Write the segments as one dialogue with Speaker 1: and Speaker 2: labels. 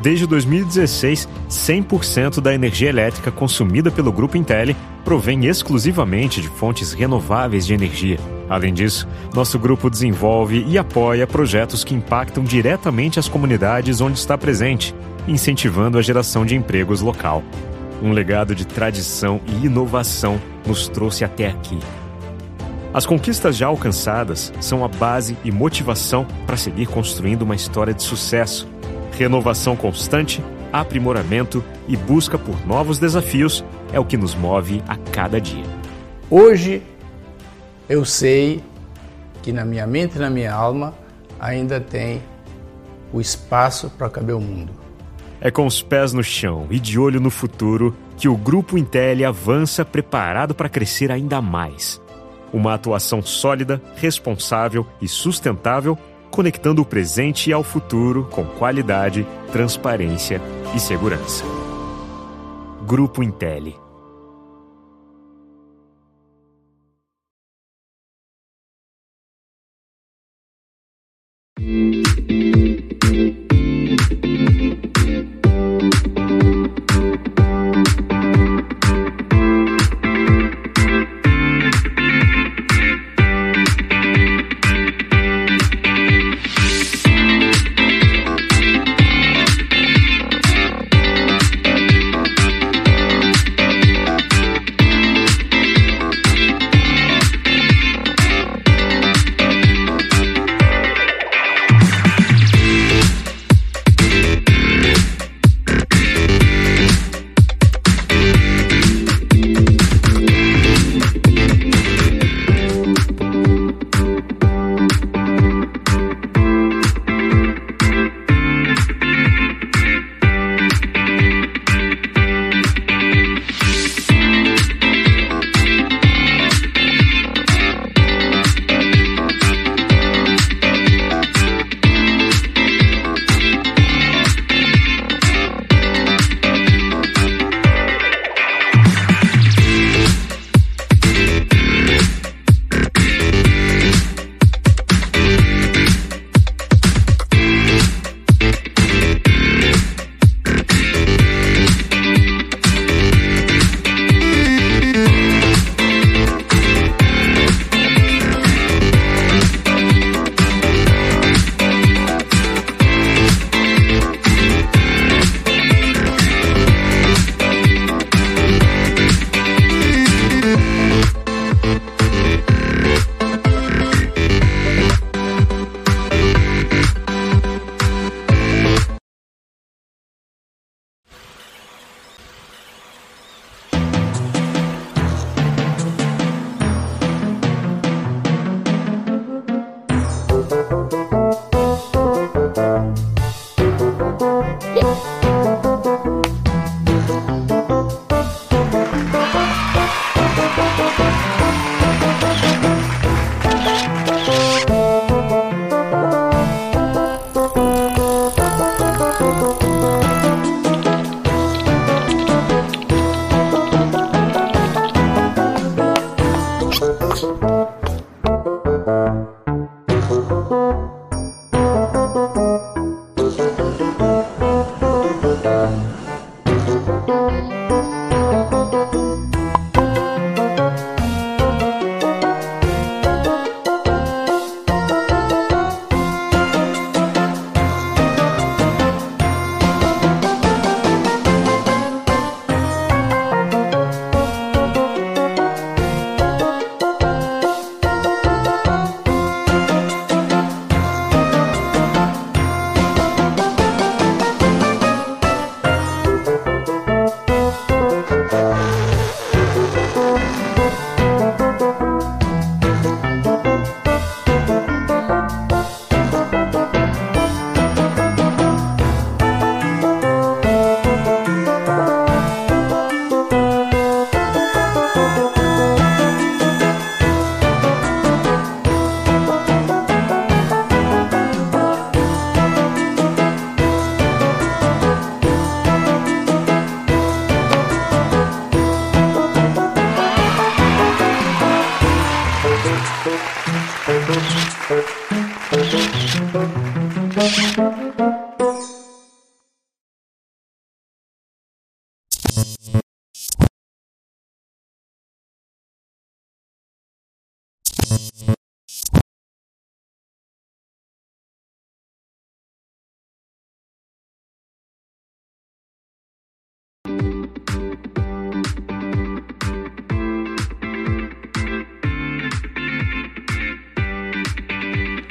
Speaker 1: desde 2016, 100% da energia elétrica consumida pelo Grupo Intel provém exclusivamente de fontes renováveis de energia. Além disso, nosso grupo desenvolve e apoia projetos que impactam diretamente as comunidades onde está presente, incentivando a geração de empregos local. Um legado de tradição e inovação nos trouxe até aqui. As conquistas já alcançadas são a base e motivação para seguir construindo uma história de sucesso renovação constante, aprimoramento e busca por novos desafios é o que nos move a cada dia.
Speaker 2: Hoje eu sei que na minha mente e na minha alma ainda tem o espaço para caber o mundo.
Speaker 1: É com os pés no chão e de olho no futuro que o Grupo Intel avança preparado para crescer ainda mais. Uma atuação sólida, responsável e sustentável conectando o presente ao futuro com qualidade, transparência e segurança. Grupo Intelli.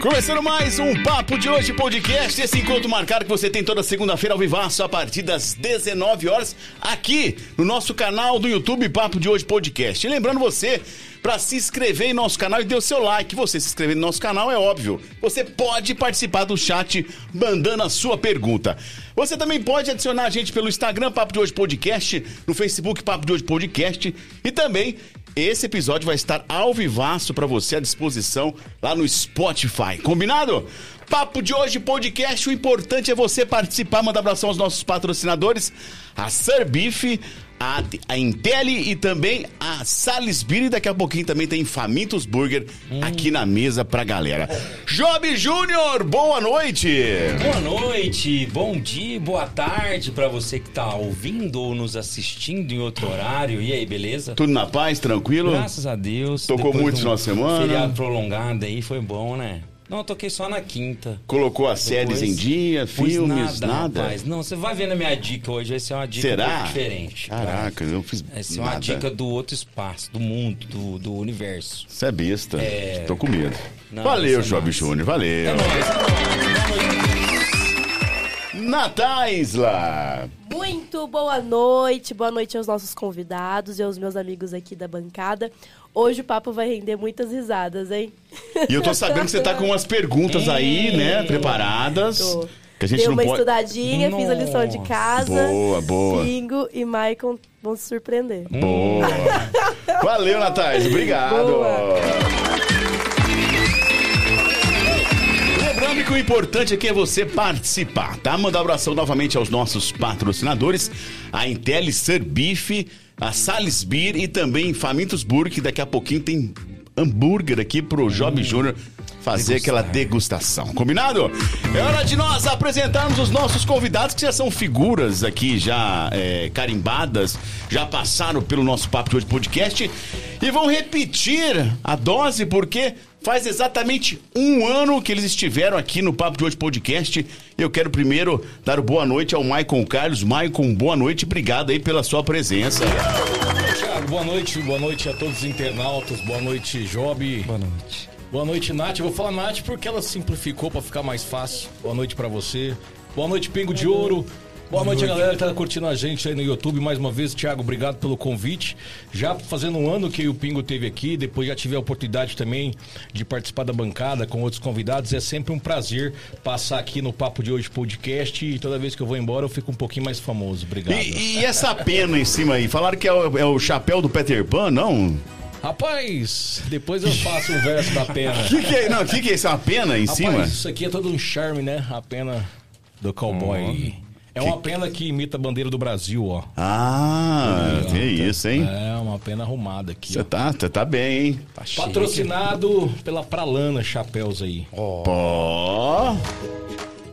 Speaker 3: Começando mais um Papo de Hoje Podcast, esse encontro marcado que você tem toda segunda-feira ao vivaço a partir das 19 horas aqui no nosso canal do YouTube Papo de Hoje Podcast. E lembrando você para se inscrever em nosso canal e dê o seu like. Você se inscrever no nosso canal é óbvio. Você pode participar do chat mandando a sua pergunta. Você também pode adicionar a gente pelo Instagram Papo de Hoje Podcast, no Facebook Papo de Hoje Podcast e também esse episódio vai estar ao vivaço para você à disposição lá no Spotify. Combinado? Papo de hoje, podcast. O importante é você participar. Manda abração aos nossos patrocinadores, a Surbife, a, a Intelli e também a Salisbury. Daqui a pouquinho também tem Famintos Burger aqui na mesa pra galera. Job Júnior, boa noite!
Speaker 4: Boa noite, bom dia, boa tarde pra você que tá ouvindo ou nos assistindo em outro horário. E aí, beleza?
Speaker 3: Tudo na paz, tranquilo?
Speaker 4: Graças a Deus.
Speaker 3: Tocou
Speaker 4: depois
Speaker 3: muito
Speaker 4: de um
Speaker 3: final de semana?
Speaker 4: Feriado prolongado aí, foi bom, né? Não, eu toquei só na quinta.
Speaker 3: Colocou as séries em dia,
Speaker 4: Pus
Speaker 3: filmes, nada?
Speaker 4: rapaz. Não, você vai vendo a minha dica hoje, vai ser uma dica
Speaker 3: Será?
Speaker 4: um pouco diferente.
Speaker 3: Caraca, eu fiz
Speaker 4: Vai ser uma
Speaker 3: nada.
Speaker 4: dica do outro espaço, do mundo, do, do universo.
Speaker 3: Você é besta.
Speaker 4: É.
Speaker 3: Tô com medo.
Speaker 4: Não,
Speaker 3: valeu,
Speaker 4: isso é
Speaker 3: Job
Speaker 4: massa.
Speaker 3: Júnior, valeu.
Speaker 4: É nóis, é nóis.
Speaker 3: Nataisla!
Speaker 5: Muito boa noite, boa noite aos nossos convidados e aos meus amigos aqui da bancada. Hoje o papo vai render muitas risadas, hein?
Speaker 3: E eu tô sabendo que você tá com umas perguntas aí, né? Preparadas.
Speaker 5: Tô.
Speaker 3: Que a gente
Speaker 5: Dei
Speaker 3: não
Speaker 5: uma
Speaker 3: pode.
Speaker 5: estudadinha, fiz a lição de
Speaker 4: Nossa.
Speaker 5: casa.
Speaker 3: Boa, boa.
Speaker 5: Pingo e Maicon vão se surpreender.
Speaker 3: Boa! Valeu, Natais, obrigado!
Speaker 5: Boa.
Speaker 3: Lembrando que o importante aqui é você participar, tá? Mandar um abração novamente aos nossos patrocinadores, a Intelli Surbife, a Salisbury e também Famintos Burger, que daqui a pouquinho tem hambúrguer aqui pro Job Júnior fazer aquela degustação, combinado? É hora de nós apresentarmos os nossos convidados, que já são figuras aqui já é, carimbadas, já passaram pelo nosso Papo de Hoje Podcast e vão repetir a dose, porque Faz exatamente um ano que eles estiveram aqui no Papo de Hoje Podcast. Eu quero primeiro dar o boa noite ao Maicon Carlos. Maicon, boa noite. Obrigado aí pela sua presença.
Speaker 6: Thiago, boa noite, boa noite a todos os internautas, boa noite, Job.
Speaker 4: Boa noite.
Speaker 6: Boa noite, Nath. Eu vou falar Nath porque ela simplificou pra ficar mais fácil. Boa noite pra você. Boa noite, Pingo de Ouro. Boa noite, a galera que tá curtindo a gente aí no YouTube. Mais uma vez, Thiago, obrigado pelo convite. Já fazendo um ano que o Pingo teve aqui, depois já tive a oportunidade também de participar da bancada com outros convidados. É sempre um prazer passar aqui no Papo de Hoje podcast e toda vez que eu vou embora eu fico um pouquinho mais famoso. Obrigado.
Speaker 3: E, e essa pena em cima aí? Falaram que é o, é o chapéu do Peter Pan, não?
Speaker 6: Rapaz, depois eu faço o verso da pena.
Speaker 3: O que, que é? Não, o que, que é essa pena em
Speaker 6: Rapaz,
Speaker 3: cima?
Speaker 6: isso aqui é todo um charme, né? A pena do cowboy. É uma pena que imita a bandeira do Brasil, ó.
Speaker 3: Ah, que isso, hein?
Speaker 6: É, uma pena arrumada aqui.
Speaker 3: Você
Speaker 6: ó.
Speaker 3: tá, você tá bem, hein? Tá chique.
Speaker 6: Patrocinado pela Pralana Chapéus aí.
Speaker 3: Ó.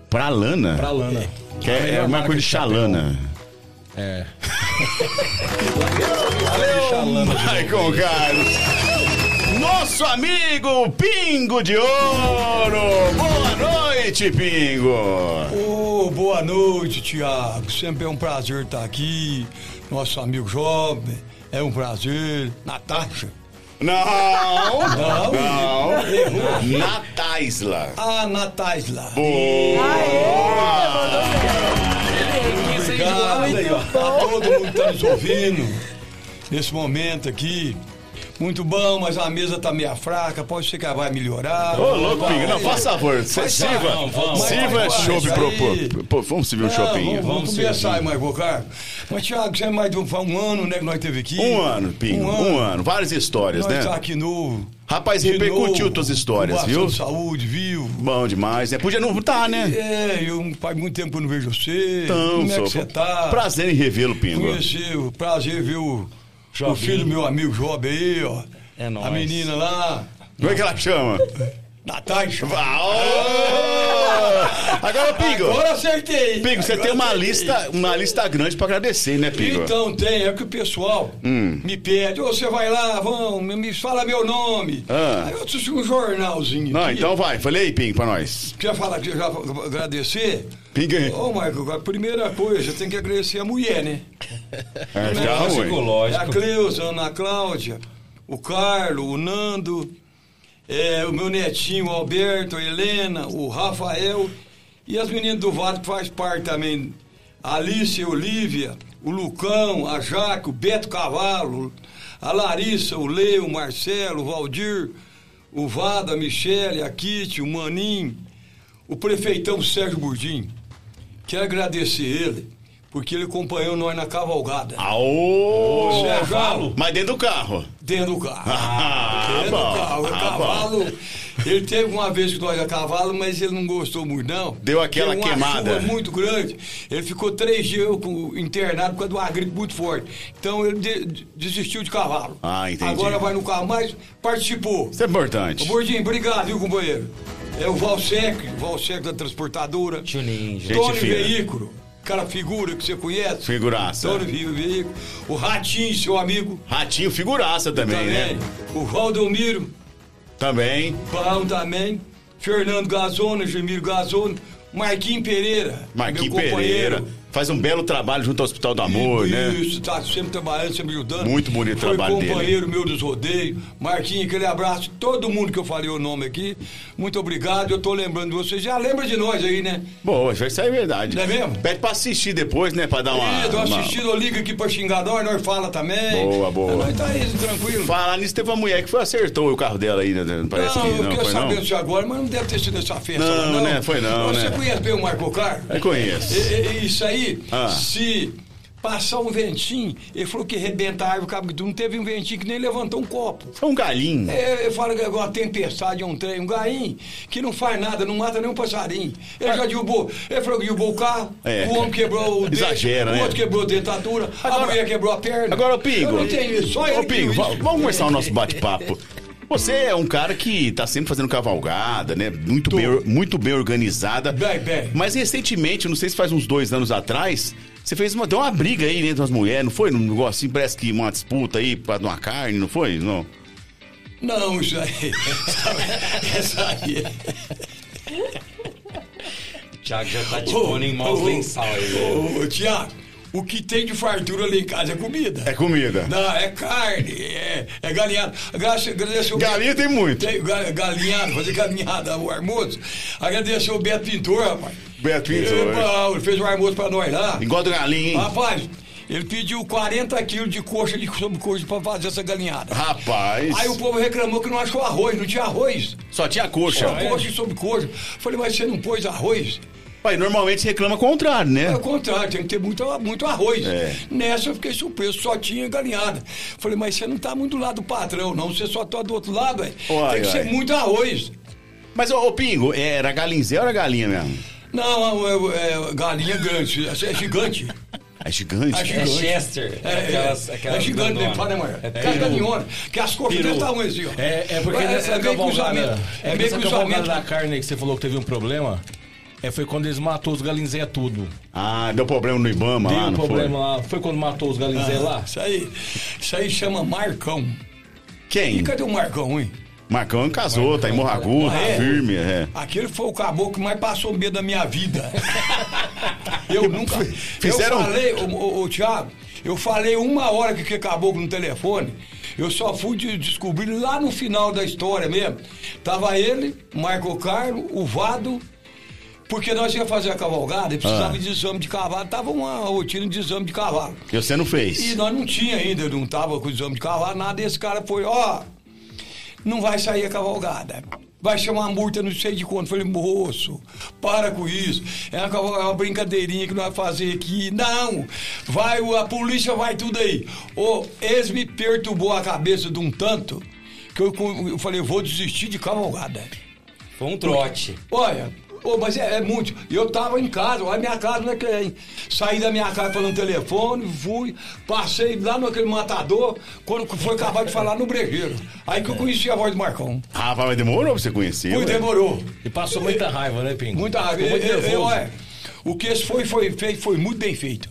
Speaker 3: Pra Lana.
Speaker 6: Pralana.
Speaker 3: Que é, é uma coisa de chalana.
Speaker 6: É. Valeu, Chalana.
Speaker 3: Michael Carlos. Nosso amigo Pingo de Ouro. Boa noite, Pingo.
Speaker 7: Ô, boa noite, Tiago. Sempre é um prazer estar aqui. Nosso amigo jovem, é um prazer. Natasha.
Speaker 3: Não.
Speaker 7: Não.
Speaker 3: Não. Nataisla.
Speaker 7: Ah, Natasla.
Speaker 3: Boa.
Speaker 7: Obrigado aí, ó. a todo mundo que tá nos ouvindo nesse momento aqui. Muito bom, mas a mesa tá meio fraca, pode ser que ela vai melhorar.
Speaker 3: Ô, louco, Pingo. Não, faz favor. Você
Speaker 7: Ah, Vai,
Speaker 3: sirva.
Speaker 7: não, vamos.
Speaker 3: Sirva
Speaker 7: Vai, vai,
Speaker 3: chope
Speaker 7: vai,
Speaker 3: pro.
Speaker 7: vai.
Speaker 3: pro- pro- Vamos assim. servir um
Speaker 7: vamos,
Speaker 3: chopinho.
Speaker 7: vamos
Speaker 6: Vamos
Speaker 7: começar aí,
Speaker 6: sim.
Speaker 7: Michael Carlos. Mas, Tiago, já é mais de um, faz um ano, né, que nós teve aqui.
Speaker 3: Um ano, Pingo. Um ano. Várias histórias,
Speaker 7: Nós
Speaker 3: né?
Speaker 7: tá aqui novo.
Speaker 3: Rapaz,
Speaker 7: De
Speaker 3: repercutiu
Speaker 7: novo,
Speaker 3: tuas histórias,
Speaker 7: com
Speaker 3: viu?
Speaker 7: bastante saúde, viu?
Speaker 3: Bom demais, né? Podia não estar, né?
Speaker 7: É, eu faz muito tempo que eu não vejo você.
Speaker 3: Então,
Speaker 7: Como é
Speaker 3: só-
Speaker 7: que você tá?
Speaker 3: Prazer em revê-lo, Pingo.
Speaker 7: Conheceu, prazer ver o, o
Speaker 4: Jobinho.
Speaker 7: filho do meu amigo Job aí, ó.
Speaker 4: É nóis.
Speaker 7: A menina lá,
Speaker 3: Como é que ela chama?
Speaker 7: Natasha.
Speaker 3: Ah, ô! Agora, Pingo.
Speaker 7: Agora acertei.
Speaker 3: Pingo, você
Speaker 7: Agora
Speaker 3: tem uma
Speaker 7: acertei.
Speaker 3: lista, uma lista grande pra agradecer, né, Pingo?
Speaker 7: Então tem, é que o pessoal
Speaker 3: Hum.
Speaker 7: me pede, ô, você vai lá, vão, me, me fala meu nome.
Speaker 3: Ah.
Speaker 7: Aí eu trouxe um jornalzinho
Speaker 3: Não,
Speaker 7: aqui.
Speaker 3: então vai, falei aí, Pingo, pra nós.
Speaker 7: Quer falar que eu já agradecer?
Speaker 3: Pingo.
Speaker 7: Ô, Marco, a primeira coisa, tem que agradecer a mulher, né?
Speaker 3: É,
Speaker 7: né?
Speaker 3: tá ruim.
Speaker 4: Psicológico.
Speaker 7: A Cleusa, a Ana Cláudia, o Carlo, o Nando, é, o meu netinho, o Alberto, a Helena, o Rafael e as meninas do Vale que faz parte também. A Alice, a Olivia, o Lucão, a Jaque, o Beto Cavalo, a Larissa, o Leo, o Marcelo, o Valdir, o Vada, a Michele, a Kitty, o Maninho, o prefeitão Sérgio Burdim. Quero agradecer ele, porque ele acompanhou nós na cavalgada.
Speaker 3: Aô!
Speaker 7: Você é cavalo?
Speaker 3: Mas dentro do carro.
Speaker 7: Dentro do carro.
Speaker 3: Ah,
Speaker 7: dentro
Speaker 3: bom,
Speaker 7: do carro. é O
Speaker 3: ah,
Speaker 7: cavalo. Ele teve uma vez que nós a cavalo, mas ele não gostou muito, não.
Speaker 3: Deu aquela
Speaker 7: Deu uma
Speaker 3: queimada.
Speaker 7: Chuva muito grande. Ele ficou três dias com- internado por causa de uma gripe muito forte. Então ele de- de- desistiu de cavalo.
Speaker 3: Ah, entendi.
Speaker 7: Agora vai no carro, mas participou.
Speaker 3: Isso é importante.
Speaker 7: Ô, Gordinho, obrigado, viu, companheiro? É o Valsec, Valsec da transportadora.
Speaker 4: Juninho, gente
Speaker 7: Tony
Speaker 3: fina.
Speaker 7: Veículo. Cara, figura que você conhece.
Speaker 3: Figuraça.
Speaker 7: Tony Veículo. O Ratinho, seu amigo.
Speaker 3: Ratinho, figuraça também, né?
Speaker 7: O Valdomiro,
Speaker 3: Também.
Speaker 7: Barão também. Fernando Gazona, Gemiro Gazona. Marquinhos Pereira.
Speaker 3: Marquinhos
Speaker 7: meu companheiro.
Speaker 3: Pereira. Faz um belo trabalho junto ao Hospital do Amor, né?
Speaker 7: Isso, tá sempre trabalhando, sempre ajudando.
Speaker 3: Muito bonito o
Speaker 7: Foi
Speaker 3: trabalho dele.
Speaker 7: companheiro meu dos rodeios. Marquinhos, aquele abraço. Todo mundo que eu falei o nome aqui. Muito obrigado. Eu tô lembrando de vocês. Já lembra de nós aí, né?
Speaker 3: Boa, isso aí é verdade.
Speaker 7: Não é mesmo?
Speaker 3: Pede pra assistir depois, né? Pra dar uma.
Speaker 7: Querido,
Speaker 3: uma-
Speaker 7: assistindo, liga aqui pra xingar nós, nós fala também.
Speaker 3: Boa, boa.
Speaker 7: Nós tá aí, tranquilo.
Speaker 3: Falar nisso, teve uma mulher que foi acertou o carro dela aí, né? Parece
Speaker 7: não,
Speaker 3: que
Speaker 7: eu
Speaker 3: não,
Speaker 7: quero
Speaker 3: foi
Speaker 7: saber
Speaker 3: não?
Speaker 7: disso agora, mas não deve ter sido essa festa.
Speaker 3: Não,
Speaker 7: lá,
Speaker 3: né? Foi não,
Speaker 7: Você
Speaker 3: né?
Speaker 7: conhece bem o Marco Car?
Speaker 3: Eu conheço.
Speaker 7: Isso aí,
Speaker 3: Ah.
Speaker 7: se passar um ventinho, ele falou que rebenta a árvore, cabe, não teve um ventinho que nem levantou um copo.
Speaker 3: É um galinho.
Speaker 7: É, eu falo que é igual a tempestade, é um trem, um garim que não faz nada, não mata nenhum passarinho. Ele já derrubou, ele falou que derrubou o carro,
Speaker 3: Ah. É.
Speaker 7: o homem quebrou o dente,
Speaker 3: Exagera,
Speaker 7: o
Speaker 3: né?
Speaker 7: outro quebrou a dentadura, a
Speaker 3: Agora-
Speaker 7: mulher quebrou a perna.
Speaker 3: Agora, o Pingo.
Speaker 7: Eu não tenho isso, só
Speaker 3: Ô,
Speaker 7: ele que
Speaker 3: Pingo,
Speaker 7: tem
Speaker 3: va-
Speaker 7: isso.
Speaker 3: vamos começar o nosso bate-papo. Você é um cara que tá sempre fazendo cavalgada, né? Muito, bem, or- muito bem organizada.
Speaker 7: Bem, bem.
Speaker 3: Mas recentemente, não sei se faz uns dois anos atrás, você fez uma. Deu uma briga aí entre as mulheres, não foi? Num negócio assim, parece que uma disputa aí pra uma carne, não foi? Não.
Speaker 7: Não, isso aí. Essa aí. é
Speaker 4: Tiago já tá tipo em maus lençal aí. velho.
Speaker 7: Ô, ô, Tiago, o que tem de fartura ali em casa é comida.
Speaker 3: É comida.
Speaker 7: Não, é carne, é, é galinhado. Agradeço- agradeço ao
Speaker 3: Galinha tem muito.
Speaker 7: Tem ga- galinhado, fazer caminhada, o almoço. Agradecer o Beto Pintor, rapaz.
Speaker 3: Beto Pintor.
Speaker 7: Ele, pá, Ele fez o almoço pra nós lá.
Speaker 3: Igual do galinho, hein?
Speaker 7: Rapaz, ele pediu 40 quilos de coxa de sobrecoxa pra fazer essa galinhada.
Speaker 3: Rapaz.
Speaker 7: Aí o povo reclamou que não achou arroz, não tinha arroz.
Speaker 3: Só tinha coxa.
Speaker 7: Só coxa e sobrecoxa. Falei, mas você não pôs arroz?
Speaker 3: Pai, normalmente você reclama o contrário, né?
Speaker 7: É o contrário, tem que ter muito, muito arroz.
Speaker 3: É.
Speaker 7: Nessa eu fiquei surpreso, só tinha galinhada. Falei, mas você não tá muito do lado do patrão, não. Você só tá do outro lado, velho.
Speaker 3: Uai,
Speaker 7: Tem que
Speaker 3: uai.
Speaker 7: ser muito arroz.
Speaker 8: é,
Speaker 3: Mas, ô, ô Pingo, era galinzé ou era galinha mesmo?
Speaker 7: Não, é, é galinha grande, é gigante.
Speaker 8: É gigante.
Speaker 7: É
Speaker 4: É
Speaker 7: gigante.
Speaker 4: Chester.
Speaker 7: É,
Speaker 4: aquelas,
Speaker 7: é,
Speaker 4: aquelas
Speaker 7: é gigante,
Speaker 4: grandonas.
Speaker 7: nem fala, né, Marcelo?
Speaker 4: É
Speaker 7: Cara
Speaker 4: peru.
Speaker 7: caminhona, que as costas
Speaker 6: Peru.
Speaker 7: dele estavam assim, ó.
Speaker 6: É, é porque
Speaker 7: é,
Speaker 6: nessa
Speaker 7: é meio cruzamento.
Speaker 6: cavalgada.
Speaker 7: É
Speaker 6: É
Speaker 7: meio
Speaker 6: nessa cavalgada
Speaker 7: cruzamento.
Speaker 6: da carne que você falou que teve um problema. É, foi quando eles matou os galinzé tudo.
Speaker 8: Ah, deu problema no Ibama
Speaker 6: Deu
Speaker 8: lá,
Speaker 6: um
Speaker 8: não
Speaker 6: problema lá. Foi quando matou os galinzé lá?
Speaker 7: Isso aí, isso aí chama Marcão.
Speaker 8: foi? Quem?
Speaker 7: E cadê o Marcão, hein?
Speaker 8: Marcão casou, tá em Morragudo,
Speaker 7: Ah, é?
Speaker 8: firme, é.
Speaker 7: Aquele foi o caboclo que mais passou medo da minha vida. Eu nunca.
Speaker 8: Fizeram-
Speaker 7: Eu falei, ô, ô, ô, Thiago, eu falei uma hora que aquele caboclo no telefone. Eu só fui de- descobrir lá no final da história mesmo. Tava ele, Marco Carlo, o Vado. Porque nós ia fazer a cavalgada e precisava
Speaker 8: Ah.
Speaker 7: de exame de cavalo. Tava uma rotina de exame de cavalo.
Speaker 8: E você não
Speaker 7: E
Speaker 8: fez.
Speaker 7: nós não tinha ainda, não tava com exame de cavalo, nada. Esse cara foi, ó, não vai sair a cavalgada. Vai chamar uma multa, não sei de quanto. Falei, moço, para com isso. É uma, caval- é uma brincadeirinha que nós vamos fazer aqui. Não! Vai, o- a polícia vai tudo aí. Ô, eles me perturbou a cabeça de um tanto que eu, co- eu falei, eu vou desistir de cavalgada.
Speaker 4: Foi um trote.
Speaker 7: Olha, ô, mas é, é muito. Eu tava em casa, olha minha casa não é que é, hein? Saí da minha casa falando telefone, fui, passei lá naquele matador, quando foi acabar de falar no brejeiro. Aí que eu conheci a voz do Marcão.
Speaker 8: Ah, mas demorou pra você conhecer.
Speaker 7: Foi,
Speaker 8: ué.
Speaker 7: demorou.
Speaker 6: E passou muita raiva, né, Pingo?
Speaker 7: Muita raiva.
Speaker 6: é? Ficou
Speaker 7: Eu,
Speaker 6: muito
Speaker 7: eu, eu,
Speaker 6: nervoso.
Speaker 7: olha, o que esse foi, foi feito, foi muito bem feito.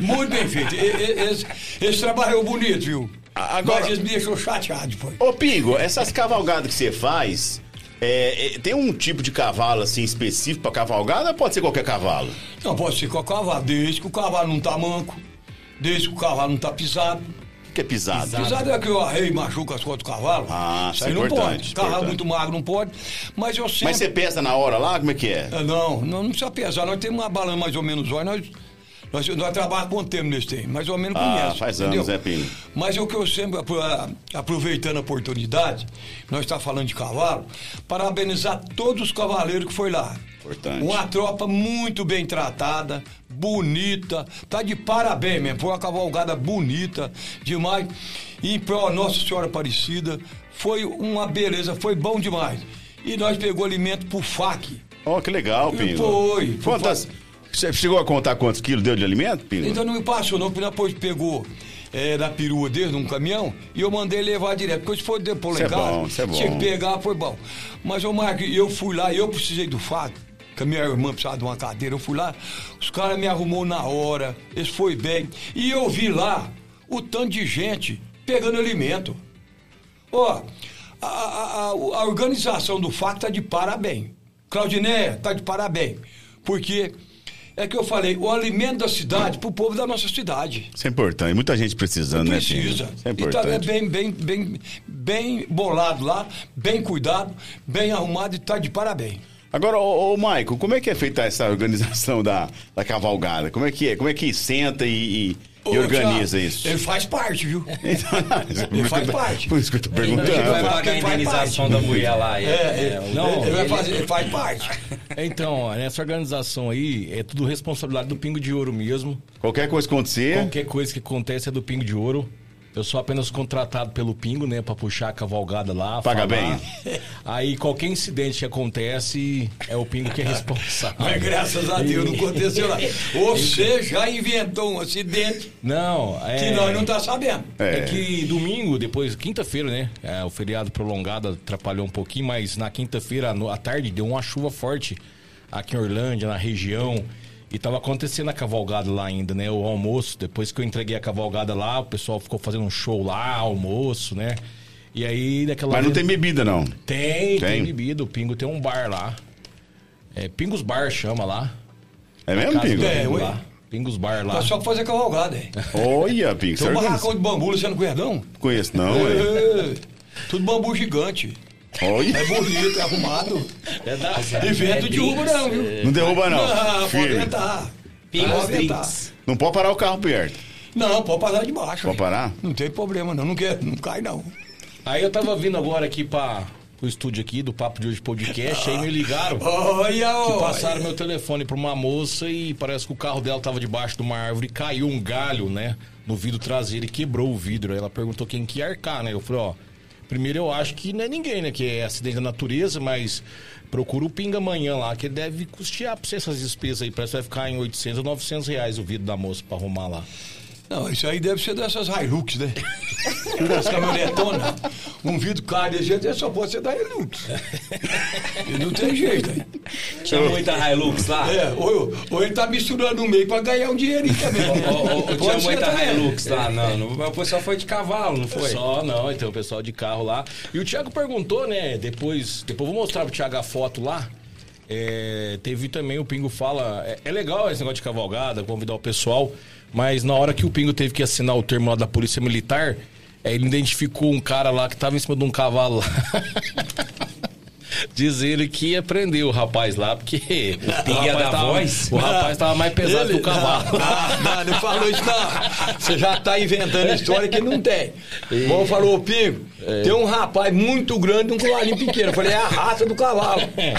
Speaker 7: Muito bem feito. E- e- Esse, esse trabalho é bonito, viu?
Speaker 8: A- agora-
Speaker 7: Mas eles me deixou chateado, foi.
Speaker 8: Ô, Pingo, essas cavalgadas que você faz, é, é, tem um tipo de cavalo, assim, específico pra cavalgada ou pode ser qualquer cavalo?
Speaker 7: Não, pode ser com o cavalo, desde que o cavalo não tá manco, desde que o cavalo não tá pisado.
Speaker 8: O que é pisado?
Speaker 7: Pisado é que o arreio machuca as costas do cavalo.
Speaker 8: Ah, isso é
Speaker 7: aí não
Speaker 8: importante,
Speaker 7: pode. Cavalo
Speaker 8: importante.
Speaker 7: muito magro não pode. Mas eu sempre.
Speaker 8: Mas você pesa na hora lá? Como é que é?
Speaker 7: Ah, Não, não, não precisa pesar. Nós temos uma balança mais ou menos hoje. Nós, nós, nós trabalhamos quanto tempo nesse tempo? Mais ou menos
Speaker 8: Ah,
Speaker 7: conhece.
Speaker 8: faz anos, é, Pinho.
Speaker 7: Mas o que eu sempre, apro- ah, aproveitando a oportunidade, nós estamos falando de cavalo, parabenizar todos os cavaleiros que foi lá.
Speaker 8: Importante.
Speaker 7: Uma tropa muito bem tratada, bonita, tá de parabéns mesmo. Foi uma cavalgada bonita demais. E para Nossa Senhora Aparecida, foi uma beleza, foi bom demais. E nós pegou alimento pro FAC.
Speaker 8: Ó, que legal, Pingo.
Speaker 7: Foi, foi.
Speaker 8: Quantas... Você chegou a contar quantos quilos deu de alimento, Pingo?
Speaker 7: Então não me passou, não, porque depois pegou eh, da perua dele num caminhão e eu mandei levar direto. Porque se for depois lá em
Speaker 8: Isso é
Speaker 7: casa,
Speaker 8: bom, isso é bom.
Speaker 7: tinha que pegar, foi bom. Mas, ô Marco, eu fui lá, eu precisei do fato, que a minha irmã precisava de uma cadeira, eu fui lá, os caras me arrumou na hora, eles foi bem. E eu vi lá o tanto de gente pegando alimento. Ó, a, a- a- a organização do FAC tá de parabéns. Claudineia, tá de parabéns. Porque é que eu falei, o alimento da cidade pro povo da nossa cidade.
Speaker 8: Isso é importante. Muita gente precisando,
Speaker 7: Precisa.
Speaker 8: né, Pingo? Isso é
Speaker 7: e tá
Speaker 8: importante.
Speaker 7: bem, bem, bem, bem bolado lá, bem cuidado, bem arrumado e tá de parabéns.
Speaker 8: Agora, ô, ô Maico, como é que é feita essa organização da, da cavalgada? Como é que é? Como é que senta e, e- e
Speaker 7: Ô,
Speaker 8: organiza
Speaker 7: Thiago,
Speaker 8: isso?
Speaker 7: Ele faz parte, viu?
Speaker 8: Ele
Speaker 7: faz parte.
Speaker 8: Por isso que eu tô perguntando.
Speaker 7: Ele
Speaker 4: Vai
Speaker 7: vai
Speaker 4: pagar
Speaker 7: pagar
Speaker 4: a
Speaker 7: e vai
Speaker 4: indenização
Speaker 7: parte.
Speaker 4: da mulher lá. É,
Speaker 7: É,
Speaker 4: é,
Speaker 7: ele,
Speaker 4: não,
Speaker 7: ele vai
Speaker 4: ele-
Speaker 7: fazer, ele faz parte.
Speaker 6: Então, ó, essa organização aí é tudo responsabilidade do Pingo de Ouro mesmo.
Speaker 8: Qualquer coisa que acontecer,
Speaker 7: É?
Speaker 6: Qualquer coisa que acontece é do Pingo de Ouro. Eu sou apenas contratado pelo Pingo, né, Pra puxar a cavalgada lá.
Speaker 8: Paga
Speaker 6: falar.
Speaker 8: bem.
Speaker 6: Aí qualquer incidente que acontece é o Pingo que é responsável.
Speaker 7: Mas graças a Deus não aconteceu nada. Você já inventou um acidente
Speaker 6: Não, é.
Speaker 7: que nós não tá sabendo.
Speaker 8: É.
Speaker 6: É. que domingo, depois, quinta-feira, né? é, o feriado prolongado atrapalhou um pouquinho, mas na quinta-feira, à no- à tarde, deu uma chuva forte aqui em Orlândia, na região. E tava acontecendo a cavalgada lá ainda, né? O almoço. Depois que eu entreguei a cavalgada lá, o pessoal ficou fazendo um show lá, almoço, né? E aí, daquela.
Speaker 8: mas não
Speaker 6: vez-
Speaker 8: tem bebida, não.
Speaker 6: Tem, tem,
Speaker 8: Tem.
Speaker 6: bebida. O Pingo tem um bar lá. É, Pingos Bar chama lá.
Speaker 8: É mesmo,
Speaker 6: Casa do
Speaker 8: Pingo?
Speaker 7: É,
Speaker 6: Pingo
Speaker 7: ué.
Speaker 6: lá. Pingos Bar lá.
Speaker 7: Tá só pra fazer cavalgada, hein?
Speaker 8: Olha, Pingo, você
Speaker 7: Tem um
Speaker 8: organiza?
Speaker 7: barracão de bambu, Luciano Guerdão.
Speaker 8: Não conheço, não, ué.
Speaker 7: É, tudo bambu gigante. É
Speaker 8: Olha.
Speaker 7: bonito, é arrumado.
Speaker 4: É da-
Speaker 7: E vento
Speaker 4: é
Speaker 7: de uva
Speaker 4: drinks,
Speaker 7: não, viu?
Speaker 4: é.
Speaker 8: Não derruba, não.
Speaker 7: Ah, pode
Speaker 8: Firme.
Speaker 7: aventar.
Speaker 4: Pingos
Speaker 7: Pode aventar.
Speaker 4: drinks.
Speaker 8: Não pode parar o carro perto.
Speaker 7: Não, pode parar de baixo.
Speaker 8: Pode
Speaker 7: hein?
Speaker 8: parar?
Speaker 7: Não tem problema, não. Não, quer, não cai, não.
Speaker 6: Aí eu tava vindo agora aqui pra, pro estúdio aqui do Papo de Hoje Podcast, aí me ligaram.
Speaker 7: Olha,
Speaker 6: Que
Speaker 7: ó.
Speaker 6: passaram meu telefone pra uma moça e parece que o carro dela tava debaixo de uma árvore, caiu um galho, né? No vidro traseiro e quebrou o vidro. Aí ela perguntou quem que ia arcar, né? Eu falei, ó, Primeiro, eu acho que não é ninguém, né? Que é acidente da natureza, mas procura o Pinga amanhã lá, que ele deve custear pra você essas despesas aí. Parece que vai ficar em 800 ou 900 reais o vidro da moça pra arrumar lá.
Speaker 7: Não, isso aí deve ser dessas Hilux, né? Das caminhonetonas. Um vidro caro desse jeito só pode ser da Hilux. E não tem jeito. Aí.
Speaker 4: Tinha muita Hilux lá.
Speaker 7: É, ou, ou ele tá misturando no meio pra ganhar um dinheirinho também.
Speaker 4: Ou- ou- ou Tinha
Speaker 7: Pode né? ser
Speaker 4: muita
Speaker 7: também.
Speaker 4: tá Hilux lá, não. não. Mas O pessoal foi de cavalo, não foi?
Speaker 6: Só não, então o pessoal de carro lá. E o Thiago perguntou, né? Depois, depois eu vou mostrar pro Thiago a foto lá. É, teve também o Pingo fala. É, é legal esse negócio de cavalgada, convidar o pessoal. Mas na hora que o Pingo teve que assinar o termo lá da Polícia Militar, é, ele identificou um cara lá que tava em cima de um cavalo lá. Diz ele que aprendeu o rapaz lá, porque o,
Speaker 4: Pingo ia dar
Speaker 6: tava,
Speaker 4: voz?
Speaker 6: o rapaz tava mais pesado
Speaker 7: Ele-
Speaker 6: que o cavalo.
Speaker 7: Não, não, não falou isso não. Você já tá inventando história que não tem. O Bom, falou, ô, Pingo,
Speaker 6: É.
Speaker 7: tem um rapaz muito grande e um cavalinho pequeno. Eu falei, é a raça do cavalo. É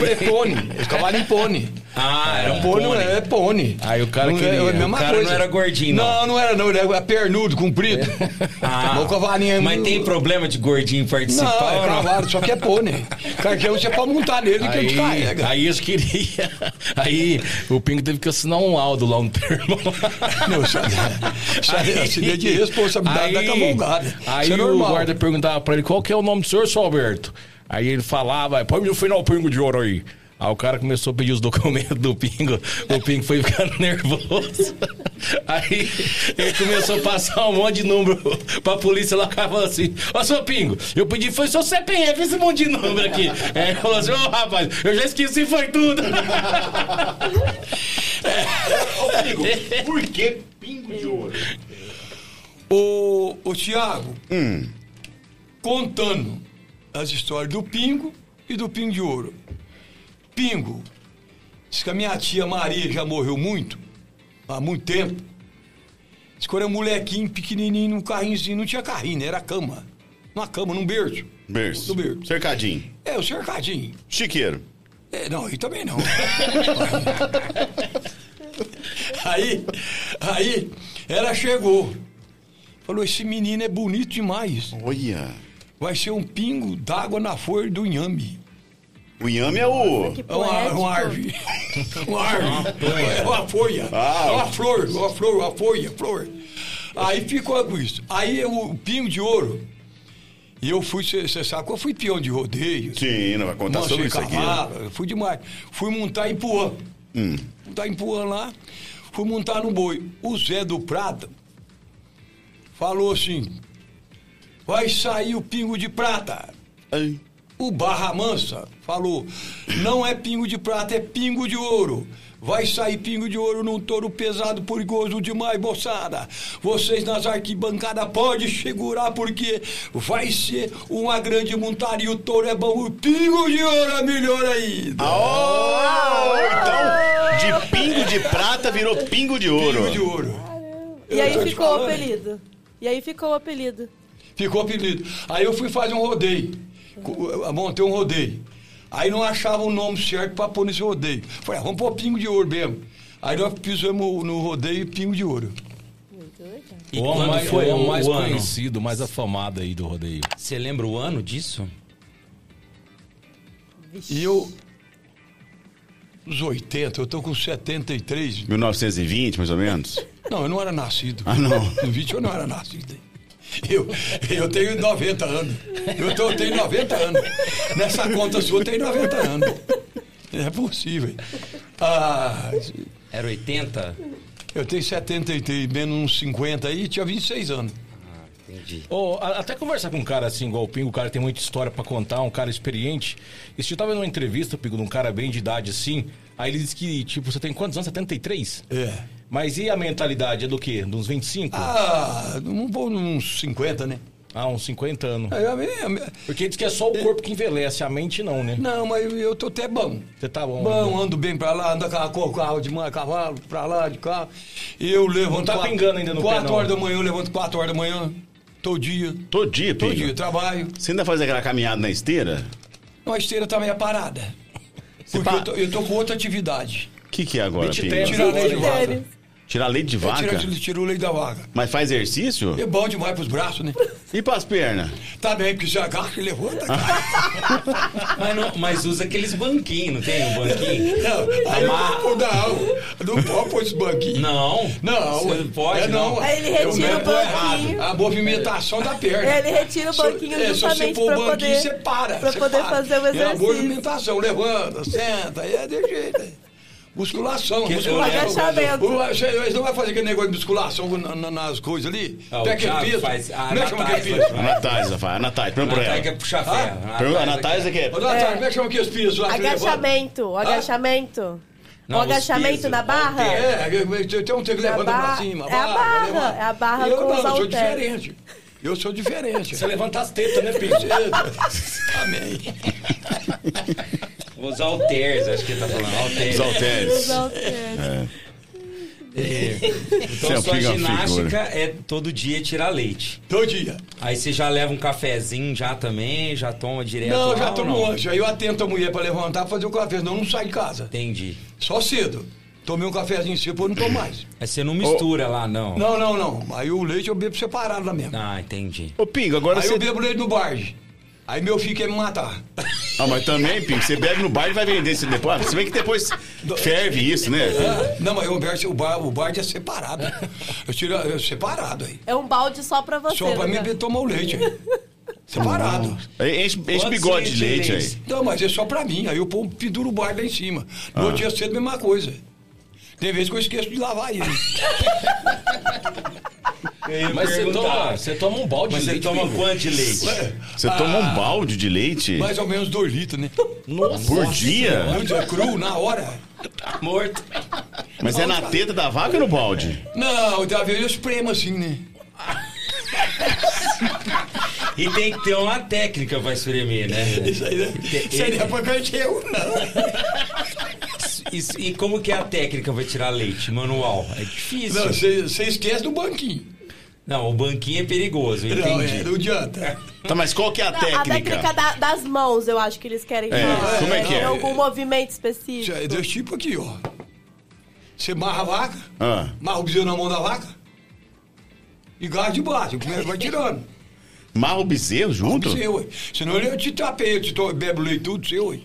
Speaker 7: prepone. É cavalinho pônei.
Speaker 4: Ah, era um
Speaker 7: Pônei não
Speaker 4: pônei.
Speaker 7: é, é pônei.
Speaker 6: Aí o cara
Speaker 7: não
Speaker 6: queria.
Speaker 7: É, a mesma
Speaker 4: O cara
Speaker 7: coisa.
Speaker 4: não era gordinho, não.
Speaker 7: Não, não era não. Ele era pernudo, comprido.
Speaker 4: Ah,
Speaker 7: Mas o cavalinho é...
Speaker 4: Mas tem problema de gordinho
Speaker 7: Não,
Speaker 4: participar?
Speaker 7: é
Speaker 4: ou
Speaker 7: cavalo, só que é pônei. Cartão você pode montar nele que ele
Speaker 6: Aí,
Speaker 7: carrega.
Speaker 6: aí eles queriam. Aí o Pingo teve que assinar um laudo lá no termo.
Speaker 7: Não, isso isso aí
Speaker 6: assim,
Speaker 7: é acidente de responsabilidade da cavalgada.
Speaker 6: Aí
Speaker 7: Isso é
Speaker 6: o
Speaker 7: normal.
Speaker 6: guarda perguntava pra ele qual que é o nome do senhor, seu Alberto. Aí ele falava, põe o final Pingo de Ouro aí. Aí o cara começou a pedir os documentos do Pingo. O Pingo foi ficando nervoso. Aí ele começou a passar um monte de número pra polícia lá. O cara falou assim: Ó, seu Pingo, eu pedi foi seu CPF esse monte de número aqui. Aí ele falou assim: Ô rapaz, eu já esqueci, foi tudo.
Speaker 8: Por que pingo de ouro?
Speaker 7: Ô, ô Tiago, contando as histórias do Pingo e do Pingo de Ouro. Pingo, diz que a minha tia Maria já morreu muito, há muito tempo. Diz que eu era molequinho, pequenininho, num carrinhozinho, não tinha carrinho, né? era cama. Numa cama, num berço.
Speaker 8: Berço.
Speaker 7: Do berço.
Speaker 8: Cercadinho.
Speaker 7: É, o cercadinho.
Speaker 8: Chiqueiro.
Speaker 7: É, não, aí também não. aí, aí, ela chegou. Falou, esse menino é bonito demais.
Speaker 8: Olha.
Speaker 7: Vai ser um pingo d'água na folha do inhame.
Speaker 8: O Inhame é o.
Speaker 5: Que
Speaker 7: É uma,
Speaker 5: poético.
Speaker 7: uma árvore. uma árvore. É uma folha.
Speaker 8: Ah.
Speaker 7: É uma flor, uma flor, uma folha, flor. Aí ficou com isso. Aí o pingo de ouro. E eu fui, você sabe, eu fui peão de rodeio.
Speaker 8: Sim, não vai contar
Speaker 7: Manchei
Speaker 8: sobre isso aqui. né? Hum.
Speaker 7: cavalo, eu Fui demais. Fui montar em Puã. Montar em Puã lá. Fui montar no boi. O Zé do Prata falou assim: vai sair o pingo de prata.
Speaker 8: Ai.
Speaker 7: O Barra Mansa falou: não é pingo de prata, é pingo de ouro. Vai sair pingo de ouro num touro pesado, perigoso demais, moçada. Vocês nas arquibancadas podem segurar, porque vai ser uma grande montaria. O touro é bom, o pingo de ouro é melhor ainda.
Speaker 8: Oh, então, de pingo de prata virou pingo de ouro.
Speaker 7: Pingo de ouro.
Speaker 5: E aí
Speaker 7: Eu tô te
Speaker 5: ficou o
Speaker 7: falando.
Speaker 5: apelido. E aí ficou o apelido.
Speaker 7: Ficou apelido. Aí eu fui fazer um rodeio. Co- eh, Montei um rodeio. Aí não achava o nome certo pra pôr nesse rodeio. Falei, ah, vamos pôr pingo de ouro mesmo. Aí nós fizemos no rodeio pingo de ouro.
Speaker 5: Muito legal.
Speaker 4: E
Speaker 6: o homem
Speaker 4: quando
Speaker 6: mais,
Speaker 4: foi
Speaker 6: o homem
Speaker 4: o,
Speaker 6: mais
Speaker 4: o ano?
Speaker 6: conhecido, mais afamado aí do rodeio.
Speaker 4: Você lembra o ano disso?
Speaker 7: E eu. Nos 80, eu tô com 73.
Speaker 8: 1920, mais ou menos.
Speaker 7: Não, eu não era nascido.
Speaker 8: Ah, não.
Speaker 7: No 20 eu não era nascido. Eu, eu tenho 90 anos. Eu, tô- eu tenho 90 anos. Nessa conta sua eu tenho 90 anos. É possível. Ah,
Speaker 4: Era 80?
Speaker 7: eu tenho 73, menos uns 50 aí, tinha 26 anos.
Speaker 4: Entendi.
Speaker 6: Ô, a- até conversar com um cara assim, igual o Pingo, o cara tem muita história pra contar, um cara experiente. E se eu tava numa entrevista, Pingo, de um cara bem de idade assim, aí ele disse que, tipo, você tem quantos anos? 73?
Speaker 7: É.
Speaker 6: Mas e a mentalidade? É do quê? De uns 25? Ah,
Speaker 7: Ah, não vou uns 50, né?
Speaker 6: uns 50 anos.
Speaker 7: Aí a minha- a minha-
Speaker 6: Porque diz que é só o corpo que envelhece, a mente não, né?
Speaker 7: Não, mas eu, eu tô até bom.
Speaker 6: Você tá bom.
Speaker 7: Bom,
Speaker 6: né?
Speaker 7: ando bem pra lá, ando com- com o carro de mão, cavalo, pra lá, de carro. Eu levanto.
Speaker 6: tá
Speaker 7: quatro-
Speaker 6: pingando ainda no pé,
Speaker 7: Quatro
Speaker 6: não.
Speaker 7: horas da manhã, eu levanto quatro horas da manhã, todo dia.
Speaker 8: Todo dia,
Speaker 7: Todo
Speaker 8: pingo.
Speaker 7: dia, trabalho.
Speaker 8: Você ainda faz aquela caminhada na esteira?
Speaker 7: Não, a esteira tá meio parada. Porque
Speaker 8: pa-
Speaker 7: eu, tô, eu tô com outra atividade.
Speaker 8: O que, que é agora,
Speaker 6: Beach
Speaker 8: pingo?
Speaker 6: tennis.
Speaker 5: Sério.
Speaker 7: Tiranejo vaza.
Speaker 3: Tirar leite de
Speaker 7: Aí
Speaker 3: vaca?
Speaker 7: É, tira- Tira, tira o leite da vaca.
Speaker 3: Mas faz exercício?
Speaker 7: É bom demais pros braços, né?
Speaker 3: E pras pernas?
Speaker 7: Tá bem, porque já agacha e levanta, cara.
Speaker 4: Mas, não- mas usa aqueles banquinhos, não tem um banquinho?
Speaker 7: Não, aí
Speaker 4: Amar-
Speaker 7: eu não, não pode pôr esse banquinho.
Speaker 4: Não.
Speaker 7: Não,
Speaker 4: Você pode,
Speaker 7: é
Speaker 4: não.
Speaker 7: não.
Speaker 5: Aí ele
Speaker 7: Eu
Speaker 5: retira o
Speaker 7: mesmo tô
Speaker 5: banquinho. É,
Speaker 7: errado. A movimentação da perna.
Speaker 5: Ele retira o
Speaker 7: Se-
Speaker 5: banquinho
Speaker 7: é, se você
Speaker 5: justamente
Speaker 7: pôr
Speaker 5: pra
Speaker 7: o banquinho,
Speaker 5: poder-
Speaker 7: você para.
Speaker 5: pra
Speaker 7: você
Speaker 5: poder
Speaker 7: para.
Speaker 5: fazer o
Speaker 7: É a
Speaker 5: exercício.
Speaker 7: movimentação, levanta, senta, é de jeito. é. Musculação,
Speaker 4: Que-
Speaker 5: é
Speaker 7: musculação.
Speaker 5: Agachamento.
Speaker 7: O- você- Eles não vão fazer aquele negócio de musculação na- na- nas coisas ali?
Speaker 4: Ah, o
Speaker 7: Pega
Speaker 4: Thiago
Speaker 7: aquele peso.
Speaker 4: faz- a
Speaker 7: Como é que chama aquele
Speaker 4: Natália
Speaker 7: peso?
Speaker 3: A Natália, vai. A Natália, pergunta pra
Speaker 4: Natália
Speaker 3: ela.
Speaker 4: quer puxar ferro.
Speaker 3: Pergunta, a
Speaker 4: quer-
Speaker 3: Natália quer...
Speaker 7: Ô, Natália, como é que chama aqueles pisos? lá que
Speaker 5: Agachamento, o agachamento.
Speaker 4: Não,
Speaker 5: o
Speaker 4: os
Speaker 5: agachamento
Speaker 4: pesos,
Speaker 5: na barra?
Speaker 7: levanta? É, tem- tem um que levanta
Speaker 5: barra-
Speaker 7: pra cima.
Speaker 5: é a barra,
Speaker 7: levanta.
Speaker 5: é a barra
Speaker 7: eu
Speaker 5: com
Speaker 7: não,
Speaker 5: os
Speaker 7: Eu sou
Speaker 5: halteres.
Speaker 7: diferente. Eu sou diferente.
Speaker 6: Você levanta as tetas, né, Pinho?
Speaker 7: Amém.
Speaker 4: Os halteres, acho que ele tá falando. Halteres.
Speaker 3: Os halteres. Você é
Speaker 4: Então,
Speaker 3: um
Speaker 4: sua
Speaker 3: figa-
Speaker 4: ginástica
Speaker 3: figura.
Speaker 4: é todo dia tirar leite.
Speaker 7: Todo dia.
Speaker 4: Aí você já leva um cafezinho já também, já toma direto
Speaker 7: Não,
Speaker 4: lá
Speaker 7: eu já
Speaker 4: ou
Speaker 7: tomo
Speaker 4: não?
Speaker 7: antes. Aí eu atento a mulher pra levantar, fazer o café. Senão eu não saio de casa.
Speaker 4: Entendi.
Speaker 7: Só cedo. Tomei um cafezinho cedo, pô, não tomo mais.
Speaker 4: Aí você não mistura lá, não.
Speaker 7: Não, não, não. Aí o leite eu bebo separado lá mesmo.
Speaker 4: Ah, entendi.
Speaker 3: Ô, Pingo, agora
Speaker 7: Aí
Speaker 3: você...
Speaker 7: eu bebo leite no barge. Aí meu filho quer me matar.
Speaker 3: Ah, mas também, Pingo, você bebe no bar e vai vender isso depois. Ah, Você vê que depois ferve isso, né?
Speaker 7: É. Não, mas o Roberto, o, bar, o barge é separado. Eu tiro é separado aí.
Speaker 5: É um balde só pra você.
Speaker 7: Só pra mim
Speaker 5: Lucas.
Speaker 7: beber tomar o leite aí. Separado.
Speaker 3: Aí É, Enche, enche
Speaker 4: Quantos
Speaker 3: bigode de
Speaker 4: leites
Speaker 3: leite
Speaker 4: eles-
Speaker 3: aí. Ah.
Speaker 7: Não, mas é só pra mim. Aí eu pô, penduro o barbe lá em cima. No outro dia cedo, mesma coisa. Tem vezes que eu esqueço de lavar ele.
Speaker 6: Mas você toma,
Speaker 4: Perguntar.
Speaker 6: você toma um balde
Speaker 4: Mas
Speaker 6: de
Speaker 4: você
Speaker 6: leite,
Speaker 4: toma
Speaker 6: Pingo?
Speaker 4: quanto de leite?
Speaker 3: Você toma um balde de leite
Speaker 7: É, Mais ou menos dois litros, né?
Speaker 3: por dia?
Speaker 7: Muito cru, na hora.
Speaker 4: Morto.
Speaker 3: Mas é na teta da vaca ou no balde?
Speaker 7: Não, da vez eu espremo assim, né?
Speaker 4: E tem que ter uma técnica pra espremer, né?
Speaker 7: Isso aí, né? Isso aí não é pra canteiro, não.
Speaker 4: Isso- e como que é a técnica pra tirar leite? Manual. É difícil.
Speaker 7: Não, você você esquece do banquinho.
Speaker 4: Não, o banquinho é perigoso, eu
Speaker 7: Não, é,
Speaker 4: entendi.
Speaker 7: não adianta.
Speaker 3: Tá, mas qual que é a
Speaker 5: Não, A técnica
Speaker 3: técnica?
Speaker 5: da- das mãos, eu acho que eles querem
Speaker 3: É,
Speaker 5: falar.
Speaker 3: como é que é?
Speaker 5: Algum movimento
Speaker 7: Isso
Speaker 5: específico.
Speaker 7: aí, dois tipos aqui, ó. Você marra a vaca,
Speaker 3: Ah,
Speaker 7: marra o bezerro na mão da vaca e gás de baixo. O primeiro vai tirando.
Speaker 3: marra o bezerro junto?
Speaker 7: Seu, ué. Senão eu te tapei, eu te to- bebo leite tudo seu, ué.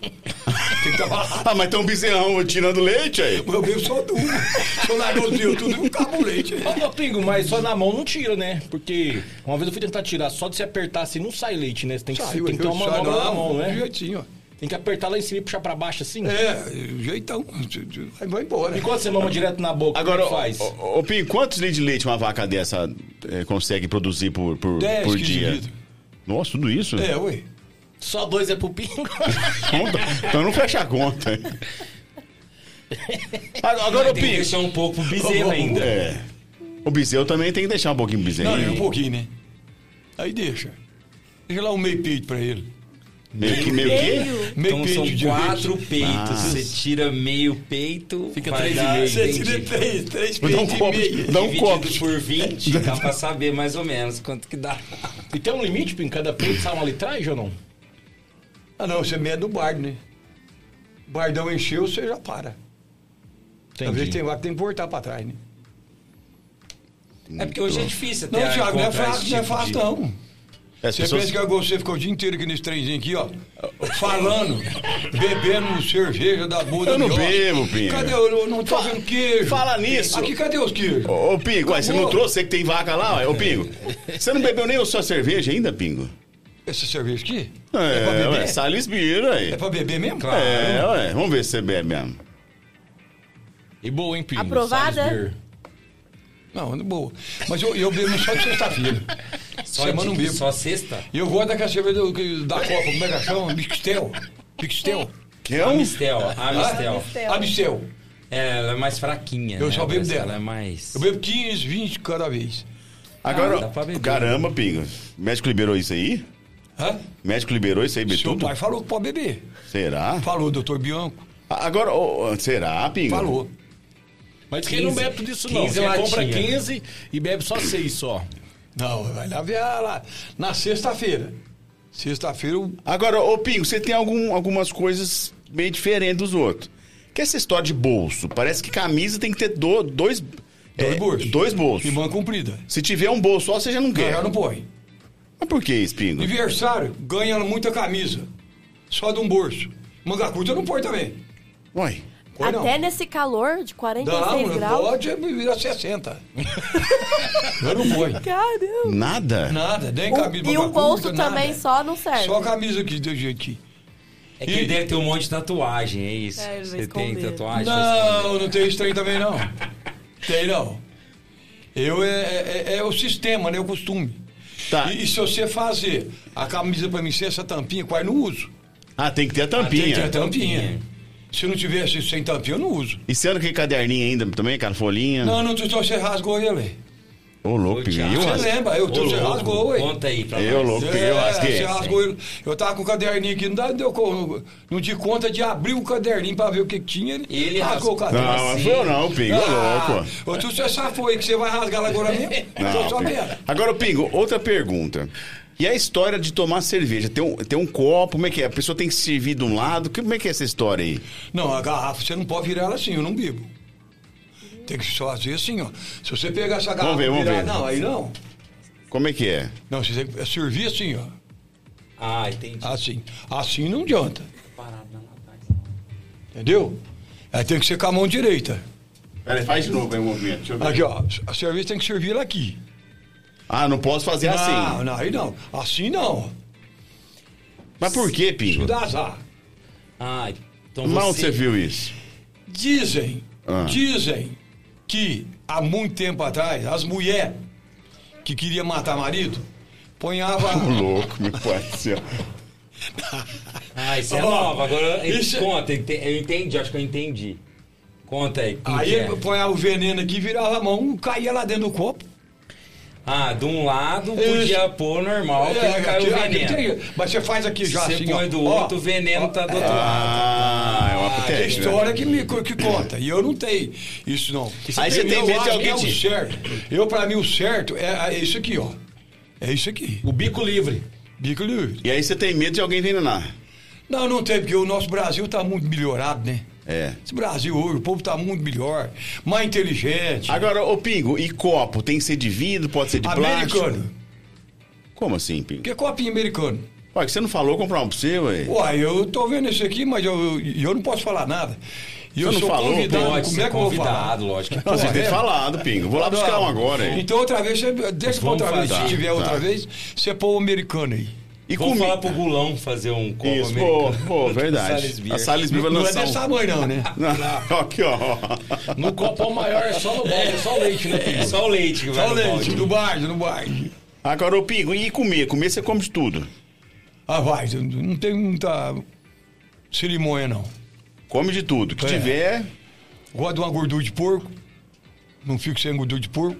Speaker 7: Tem que tapar.
Speaker 3: Ah, mas tem um bezerrão tirando leite aí.
Speaker 7: Eu bebo só tu. Se eu largar os dedos tudo, eu acabo o leite. né?
Speaker 6: Ô, ô, Pingo, mas só na mão não tira, né? Porque uma vez eu fui tentar tirar, só de se apertar assim não sai leite, né? Você tem que,
Speaker 7: Sai,
Speaker 6: tem que ter
Speaker 7: eu
Speaker 6: uma
Speaker 7: saio
Speaker 6: manobra
Speaker 7: lá,
Speaker 6: na mão,
Speaker 7: do
Speaker 6: né?
Speaker 7: jeitinho, ó.
Speaker 6: Tem que apertar lá em cima e puxar pra baixo assim.
Speaker 7: É, jeitão. Aí vai embora.
Speaker 6: E quando você mama direto na boca,
Speaker 3: Agora,
Speaker 6: como é que faz?
Speaker 3: ô, ô, Pinho, quantos litros de leite uma vaca dessa eh, consegue produzir por, por,
Speaker 7: 10,
Speaker 3: por
Speaker 7: 15
Speaker 3: dia?
Speaker 7: litros.
Speaker 3: Nossa, tudo isso?
Speaker 7: É, ué.
Speaker 6: Só dois é pro Pingo.
Speaker 3: Conta. Então não fecha a conta. hein? Mas Agora, ô,
Speaker 4: Tem que
Speaker 7: é.
Speaker 3: Pinho.
Speaker 4: deixar um pouco pro bezerro ainda.
Speaker 3: É. O bezerro também tem que deixar um pouquinho pro bezerro.
Speaker 7: Não, é um pouquinho, né? Aí deixa. Deixa lá um meio peito pra ele.
Speaker 3: Meio que, meio que?
Speaker 5: Meio.
Speaker 7: Meio
Speaker 4: Então
Speaker 7: peito
Speaker 4: são
Speaker 7: de
Speaker 4: quatro
Speaker 7: leite.
Speaker 4: peitos. Você tira meio peito.
Speaker 6: Fica
Speaker 4: vai
Speaker 6: três e
Speaker 4: dar-
Speaker 6: meio.
Speaker 7: Você
Speaker 4: entendi. Então
Speaker 7: tira três, três
Speaker 3: Dá um
Speaker 7: peitos e
Speaker 3: copo.
Speaker 7: meio.
Speaker 3: Dá um
Speaker 4: Dividido
Speaker 3: copo.
Speaker 4: por 20, dá pra saber mais ou menos quanto que dá.
Speaker 6: E tem um limite, Pingo? Cada peito sai uma litragem ou não?
Speaker 7: Ah, não, você meia do bardo, né? O bardão encheu, você já para. Às vezes tem vaca que tem que voltar pra trás, né?
Speaker 4: É porque hoje é difícil
Speaker 7: Não,
Speaker 4: até
Speaker 7: Thiago, não é
Speaker 4: encontrar
Speaker 7: fácil,
Speaker 4: esse
Speaker 7: não é
Speaker 4: tipo
Speaker 7: fácil,
Speaker 4: de-
Speaker 7: não.
Speaker 3: As
Speaker 7: Você
Speaker 3: pessoas-
Speaker 7: pensa que agora você ficou o dia inteiro aqui nesse trenzinho aqui, ó, falando, bebendo cerveja da bunda
Speaker 3: Eu não
Speaker 7: de hóspede.
Speaker 3: bebo, Pinho.
Speaker 7: Cadê? Eu eu não tô
Speaker 3: Fa-
Speaker 7: vendo queijo.
Speaker 3: fala nisso.
Speaker 7: Aqui, cadê os queijos?
Speaker 3: Ô, ô, Pingo, uai, você não
Speaker 7: Acabou.
Speaker 3: trouxe? Você que tem vaca lá, uai. Ô, Pingo, você não bebeu nem a sua cerveja ainda, Pingo?
Speaker 7: Essa cerveja aqui? pra
Speaker 3: É,
Speaker 7: beber?
Speaker 3: ué, Salisbury, aí.
Speaker 7: É pra beber mesmo?
Speaker 3: É, ué, vamos ver se você bebe mesmo.
Speaker 6: E boa, hein, Pingo?
Speaker 5: Aprovada?
Speaker 6: Salisbury.
Speaker 7: Não, de boa. Mas eu, eu bebo só de sexta-feira.
Speaker 4: Só,
Speaker 7: Semana não
Speaker 4: de,
Speaker 7: bebo.
Speaker 4: só sexta?
Speaker 7: E eu vou daquela cerveja do- que- da Copa, como é que chama? Mixtel. Mixtel.
Speaker 3: Que
Speaker 7: Tá
Speaker 3: é um...
Speaker 4: Amistel,
Speaker 7: Ah,
Speaker 4: Amistel.
Speaker 5: Mistel.
Speaker 7: Amistel.
Speaker 4: É, ela é mais fraquinha.
Speaker 7: Eu
Speaker 4: né?
Speaker 7: só bebo
Speaker 4: Essa,
Speaker 7: dela.
Speaker 4: Ela é mais.
Speaker 7: Eu bebo 15, 20 cada vez.
Speaker 3: Agora,
Speaker 4: dá pra beber.
Speaker 3: caramba, Pingo, o médico liberou isso aí?
Speaker 7: Hã?
Speaker 3: O médico liberou isso aí,
Speaker 7: Seu
Speaker 3: Betudo?
Speaker 7: pai falou que pode beber.
Speaker 3: Será?
Speaker 7: Falou, doutor Bianco.
Speaker 3: A- Agora, ô, ô, será, Pingo?
Speaker 7: Falou.
Speaker 6: Mas quem não
Speaker 4: 15,
Speaker 6: bebe tudo isso, não.
Speaker 4: 15
Speaker 6: Você compra
Speaker 4: latinha.
Speaker 6: 15 e bebe só 6 só.
Speaker 7: Não, vai lá ver lá. Na sexta-feira. Sexta-feira eu.
Speaker 3: Agora, ô Pingo, você tem algum- algumas coisas meio diferentes dos outros. Que essa história de bolso? Parece que camisa tem que ter do- dois. é,
Speaker 7: Dois bolsos.
Speaker 3: dois bolsos.
Speaker 7: E mão comprida.
Speaker 3: Se tiver um bolso só, você já não quer.
Speaker 7: Já não põe.
Speaker 3: Mas por que, Espingo?
Speaker 7: Aniversário, ganha muita camisa. Só de um bolso. Manga curta não põe também.
Speaker 3: Uai.
Speaker 7: Põe não.
Speaker 5: Até nesse calor de 46
Speaker 7: Não,
Speaker 5: graus.
Speaker 7: pode virar 60. Eu não põe.
Speaker 5: Caramba!
Speaker 3: Nada?
Speaker 7: Nada, nem
Speaker 5: Um-
Speaker 7: camisa.
Speaker 5: e
Speaker 7: manga
Speaker 5: um bolso
Speaker 7: curta,
Speaker 5: também
Speaker 7: nada.
Speaker 5: só não serve.
Speaker 7: Só camisa aqui, do jeito aqui.
Speaker 4: É que ele
Speaker 7: E-
Speaker 4: deve ter um monte de tatuagem, é isso.
Speaker 5: É, ele vai
Speaker 4: Você tem
Speaker 5: esconder.
Speaker 4: tatuagem?
Speaker 7: Não, não tem isso aí também, não. Tem não. Eu é, é- é o sistema, né? O costume.
Speaker 3: Tá.
Speaker 7: E, e se você fazer a camisa pra mim sem essa tampinha, quase não uso.
Speaker 3: Ah, tem que ter a
Speaker 7: Tem que
Speaker 3: tampinha.
Speaker 7: ter a tampinha. Se não tivesse sem tampinha, eu não uso.
Speaker 3: E você anda com aquele caderninho ainda também, cara? Folhinha?
Speaker 7: Não, não, tu, tu- você rasgou ele.
Speaker 3: Ô, louco,
Speaker 4: Ô, Thiago.
Speaker 3: eu
Speaker 7: Você
Speaker 3: rasguei.
Speaker 7: lembra? Eu, tu,
Speaker 4: Ô,
Speaker 7: você
Speaker 4: louco,
Speaker 7: rasgou, ué.
Speaker 4: Conta aí pra
Speaker 3: Eu
Speaker 4: nós.
Speaker 3: louco, eu rasguei.
Speaker 7: você
Speaker 3: essa,
Speaker 7: rasgou
Speaker 3: hein?
Speaker 7: ele. Eu tava com o caderninho aqui, não dá- deu co- não te conta de abrir o caderninho pra ver o que, que tinha. Ele,
Speaker 4: Ele rasgou.
Speaker 7: rasgou o caderninho.
Speaker 3: Não, mas foi eu não, Pingo. Ô,
Speaker 7: Ah,
Speaker 3: louco.
Speaker 7: Ô, tu você safou aí que você vai rasgar lá agora mesmo?
Speaker 3: Não,
Speaker 7: Tô
Speaker 3: Pingo.
Speaker 7: sabendo.
Speaker 3: Agora, Pingo, outra pergunta. E a história de tomar cerveja? Tem um, tem um copo, como é que é? A pessoa tem que servir de um lado? que- Como é que é essa história aí?
Speaker 7: Não, a garrafa você não pode virar ela assim, eu não bebo. Tem que só fazer assim, ó. Se você pegar essa garrafa
Speaker 3: ver,
Speaker 7: e
Speaker 3: vamos
Speaker 7: virar,
Speaker 3: ver.
Speaker 7: não, aí não.
Speaker 3: Como é que é?
Speaker 7: Não, você tem que servir assim, ó.
Speaker 4: Ah, entendi.
Speaker 7: Assim. Assim não adianta. Entendeu? Aí tem que ser com a mão direita.
Speaker 3: Peraí, faz de novo aí o movimento. Deixa eu
Speaker 7: Aqui, ó. A cerveja tem que servir ela aqui.
Speaker 3: Ah, não posso fazer
Speaker 7: Não,
Speaker 3: assim.
Speaker 7: não, aí não. Assim não.
Speaker 3: Mas por que,
Speaker 7: Isso
Speaker 3: Pingo?
Speaker 7: dá azar.
Speaker 4: Ah, então
Speaker 3: Mas onde
Speaker 4: você...
Speaker 3: você viu isso?
Speaker 7: Dizem,
Speaker 3: Ah.
Speaker 7: dizem que há muito tempo atrás, as mulheres que queriam matar marido, ponhava.
Speaker 3: Ô, louco, meu pai do céu.
Speaker 4: Ah, isso é
Speaker 7: Ó,
Speaker 4: nova. Agora eu-
Speaker 7: isso é-
Speaker 4: conta. ente- Eu entendi, acho que eu entendi. Conta aí. como
Speaker 7: Aí
Speaker 4: que é?
Speaker 7: ponhava o veneno aqui, virava a mão, um caía lá dentro do copo.
Speaker 4: Ah, de um lado podia pôr normal, que
Speaker 7: É,
Speaker 4: não caiu o
Speaker 7: aqui- aqui
Speaker 4: veneno.
Speaker 7: tem- mas você faz aqui já
Speaker 4: Você
Speaker 7: assim.
Speaker 4: põe
Speaker 7: ó.
Speaker 4: do
Speaker 7: Ó,
Speaker 4: outro, o veneno tá do outro lado.
Speaker 3: Ah, é uma
Speaker 7: É a
Speaker 3: técnica.
Speaker 7: história que me que conta. E eu não tenho isso, não.
Speaker 3: Aí você tem
Speaker 7: eu
Speaker 3: medo de
Speaker 7: acho
Speaker 3: alguém
Speaker 7: que é o
Speaker 3: te-
Speaker 7: certo. Eu, pra mim, o certo é, é isso aqui, ó. É isso aqui.
Speaker 6: O bico livre.
Speaker 7: Bico livre.
Speaker 3: E aí você tem medo de alguém envenenar.
Speaker 7: Não, não tem, porque o nosso Brasil tá muito melhorado, né?
Speaker 3: É.
Speaker 7: Esse Brasil hoje, o povo tá muito melhor, mais inteligente,
Speaker 3: Agora, ô Pingo, e copo? Tem que ser de vidro, pode ser de plástico?
Speaker 7: americano.
Speaker 3: Como assim, Pingo?
Speaker 7: Que é copinho americano.
Speaker 3: Ué, que você não falou comprar um pra você, ué?
Speaker 7: Uai, eu tô vendo isso aqui, mas eu, eu, eu não posso falar nada. E eu
Speaker 3: não
Speaker 7: sou
Speaker 3: falou,
Speaker 7: convidado,
Speaker 4: Pode
Speaker 7: como
Speaker 4: ser
Speaker 7: é que eu vou falar?
Speaker 4: convidado, lógico. que
Speaker 3: Não, você
Speaker 7: Porra,
Speaker 3: tem
Speaker 7: é?
Speaker 3: falado, Pingo. Vou lá buscar um agora, hein?
Speaker 7: Então outra vez, você, deixa pra
Speaker 4: Vamos
Speaker 7: outra vez,
Speaker 4: fazer.
Speaker 7: se tiver
Speaker 3: Tá.
Speaker 7: outra vez, você põe o americano aí.
Speaker 3: E
Speaker 4: Vamos
Speaker 3: comi-
Speaker 4: falar pro Gulão fazer um copo
Speaker 3: Isso, pô,
Speaker 4: americano.
Speaker 3: pô,
Speaker 4: Salisbury.
Speaker 3: verdade. A Salisbury vai
Speaker 7: Não é
Speaker 3: lançar
Speaker 7: desse
Speaker 3: um...
Speaker 7: tamanho não, né?
Speaker 3: Não, não, aqui, ó.
Speaker 6: No copão maior é só no balde, é só o leite, né,
Speaker 4: É
Speaker 6: Pingo?
Speaker 4: só o leite que vai
Speaker 7: Só o
Speaker 4: no
Speaker 7: leite,
Speaker 4: balde.
Speaker 7: do bairro, do bairro.
Speaker 3: Agora, ô Pingo, e comer? Comer você come de tudo.
Speaker 7: Ah, vai, não tem muita cerimônia não.
Speaker 3: Come de tudo. Que
Speaker 7: É.
Speaker 3: tiver...
Speaker 7: Gosto de uma gordura de porco, não fico sem gordura de porco.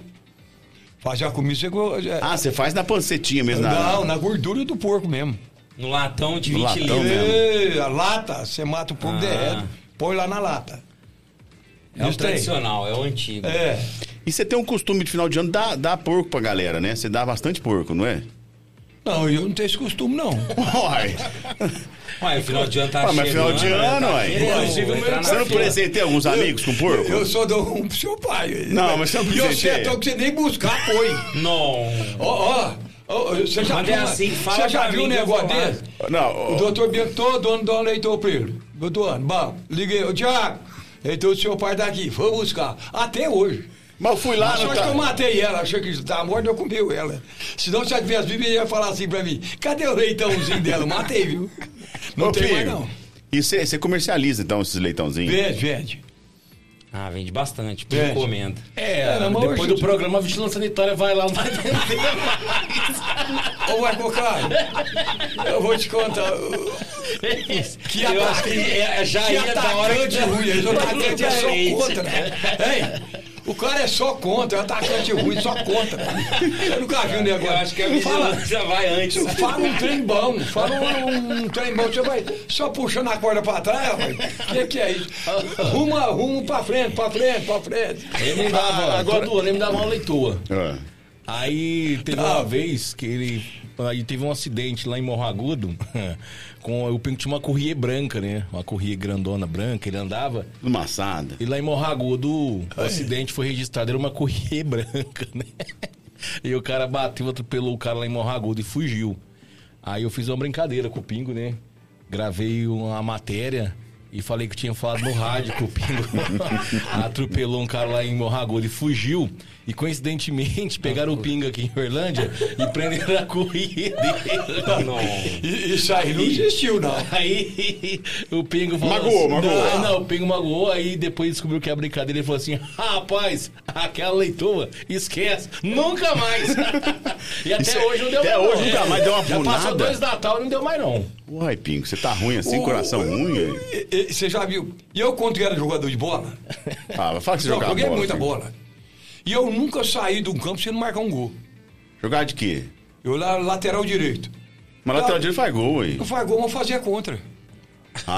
Speaker 7: Fazer a comida, você... go- é-
Speaker 3: Ah, você faz na pancetinha mesmo. na-
Speaker 7: Não, na gordura do porco mesmo.
Speaker 4: No latão de
Speaker 3: No
Speaker 4: 20
Speaker 3: latão
Speaker 4: litros.
Speaker 3: mesmo.
Speaker 7: Ei, a lata, você mata o porco
Speaker 4: Então Ah.
Speaker 7: derrete, põe lá na lata.
Speaker 4: É o
Speaker 7: Isso tem.
Speaker 4: tradicional, é o antigo.
Speaker 7: É.
Speaker 3: E você tem um costume de final de ano dar, dar porco pra galera, né? Você dá bastante porco, não é?
Speaker 7: Não, eu não tenho esse costume, não.
Speaker 3: Uai,
Speaker 4: Ué, o final de ano tá
Speaker 3: Ah, mas final
Speaker 4: chegando.
Speaker 3: de
Speaker 4: né?
Speaker 3: ano,
Speaker 4: Tá
Speaker 3: ué.
Speaker 4: querendo
Speaker 7: Inclusive,
Speaker 4: entrar na
Speaker 3: você não
Speaker 4: fila.
Speaker 3: presenteia alguns amigos com porco?
Speaker 7: Eu sou do um pro seu pai.
Speaker 3: Não, mas você não
Speaker 7: E eu
Speaker 3: presenteia.
Speaker 7: sei, então, que você nem buscar foi.
Speaker 4: Não.
Speaker 7: Ó, ó. ó, Você já
Speaker 4: Mas
Speaker 7: viu,
Speaker 4: é assim, fala
Speaker 7: você já
Speaker 4: pra
Speaker 7: viu um
Speaker 4: mim que eu
Speaker 7: negócio
Speaker 4: vou lá.
Speaker 7: desse?
Speaker 3: Não,
Speaker 7: O doutor Bentô, dono do leitor Pedro. Doutor, bom, liguei. Ô, Tiago, leitor do seu pai daqui, foi buscar. Até hoje.
Speaker 3: mas eu fui lá
Speaker 7: Só
Speaker 3: no.
Speaker 7: que eu
Speaker 3: Tá...
Speaker 7: matei ela, achei que estava morta, eu comeu ela. Senão, se ela tivesse viva, ele ia falar assim pra mim: cadê o leitãozinho dela? Matei, viu? Não
Speaker 3: Ô,
Speaker 7: tem mais,
Speaker 3: Pingo,
Speaker 7: não.
Speaker 3: E você você comercializa então esses leitãozinhos?
Speaker 7: Vende, vende.
Speaker 4: Ah, vende bastante, por
Speaker 7: Vende.
Speaker 4: encomenda.
Speaker 6: É,
Speaker 7: Era, mas
Speaker 6: depois
Speaker 7: hoje-
Speaker 6: do programa, a vigilância sanitária vai lá, não vai ter
Speaker 7: Ô, Marco Carlos, eu vou te contar. ô,
Speaker 4: Que
Speaker 7: ataque-
Speaker 4: eu acho que é- já
Speaker 7: que
Speaker 4: ia da hora que
Speaker 7: atacante ruim, eles atacante é só
Speaker 4: Exatamente.
Speaker 7: contra. Hein? O cara é só contra, é atacante ruim, só contra. Eu nunca vi um negócio.
Speaker 4: Eu acho que é a
Speaker 7: não fala,
Speaker 4: vigilância vai antes.
Speaker 7: fala um trem bom, fala um, um trem bom, você vai só puxando a corda pra trás, O que, que é isso? Rumo, a- rumo pra frente, pra frente, pra frente.
Speaker 6: Ele me dava,
Speaker 3: Ah, agora-
Speaker 6: todo ano ele me dava uma leitoa.
Speaker 3: Ah.
Speaker 6: Aí teve uma vez que ele. Aí teve um acidente lá em Morro Agudo. Com, o Pingo tinha uma corrida branca, né? Uma corrida grandona branca, ele andava.
Speaker 3: Massada.
Speaker 6: E lá em Morro Agudo, o acidente foi registrado, era uma corrida branca, né? E o cara bateu, atropelou o cara lá em Morro Agudo e fugiu. Aí eu fiz uma brincadeira com o Pingo, né? Gravei uma matéria e falei que tinha falado no rádio que o Pingo atropelou um cara lá em Morro Agudo e fugiu. E coincidentemente pegaram o Pingo aqui em Orlândia e prenderam a corrida dele.
Speaker 7: E, isso aí não existiu, não.
Speaker 6: Aí o Pingo falou
Speaker 3: Magoou,
Speaker 6: assim,
Speaker 3: magoou.
Speaker 6: Não, não, o Pingo magoou, aí depois descobriu que é brincadeira e falou assim: rapaz, aquela leitoa, esquece, nunca mais. e até
Speaker 3: Isso é-
Speaker 6: hoje não deu
Speaker 3: até
Speaker 6: mais.
Speaker 3: hoje
Speaker 6: não.
Speaker 3: nunca mais deu uma
Speaker 6: Já passou
Speaker 3: punada?
Speaker 6: dois Natal e não deu mais, não.
Speaker 3: Uai, Pingo, você tá ruim assim,
Speaker 7: O-
Speaker 3: coração ruim? hein?
Speaker 7: E- e- Você já viu? E eu, quando era jogador de bola,
Speaker 3: Ah, fala que você
Speaker 7: não,
Speaker 3: jogava
Speaker 7: joguei
Speaker 3: bola.
Speaker 7: muita
Speaker 3: Pingo.
Speaker 7: bola. E eu nunca saí de um campo sem marcar um gol.
Speaker 3: Jogar de quê?
Speaker 7: Eu lá, lateral direito.
Speaker 3: Mas
Speaker 7: Não.
Speaker 3: lateral direito faz gol, hein?
Speaker 7: Não faz gol, mas fazia contra.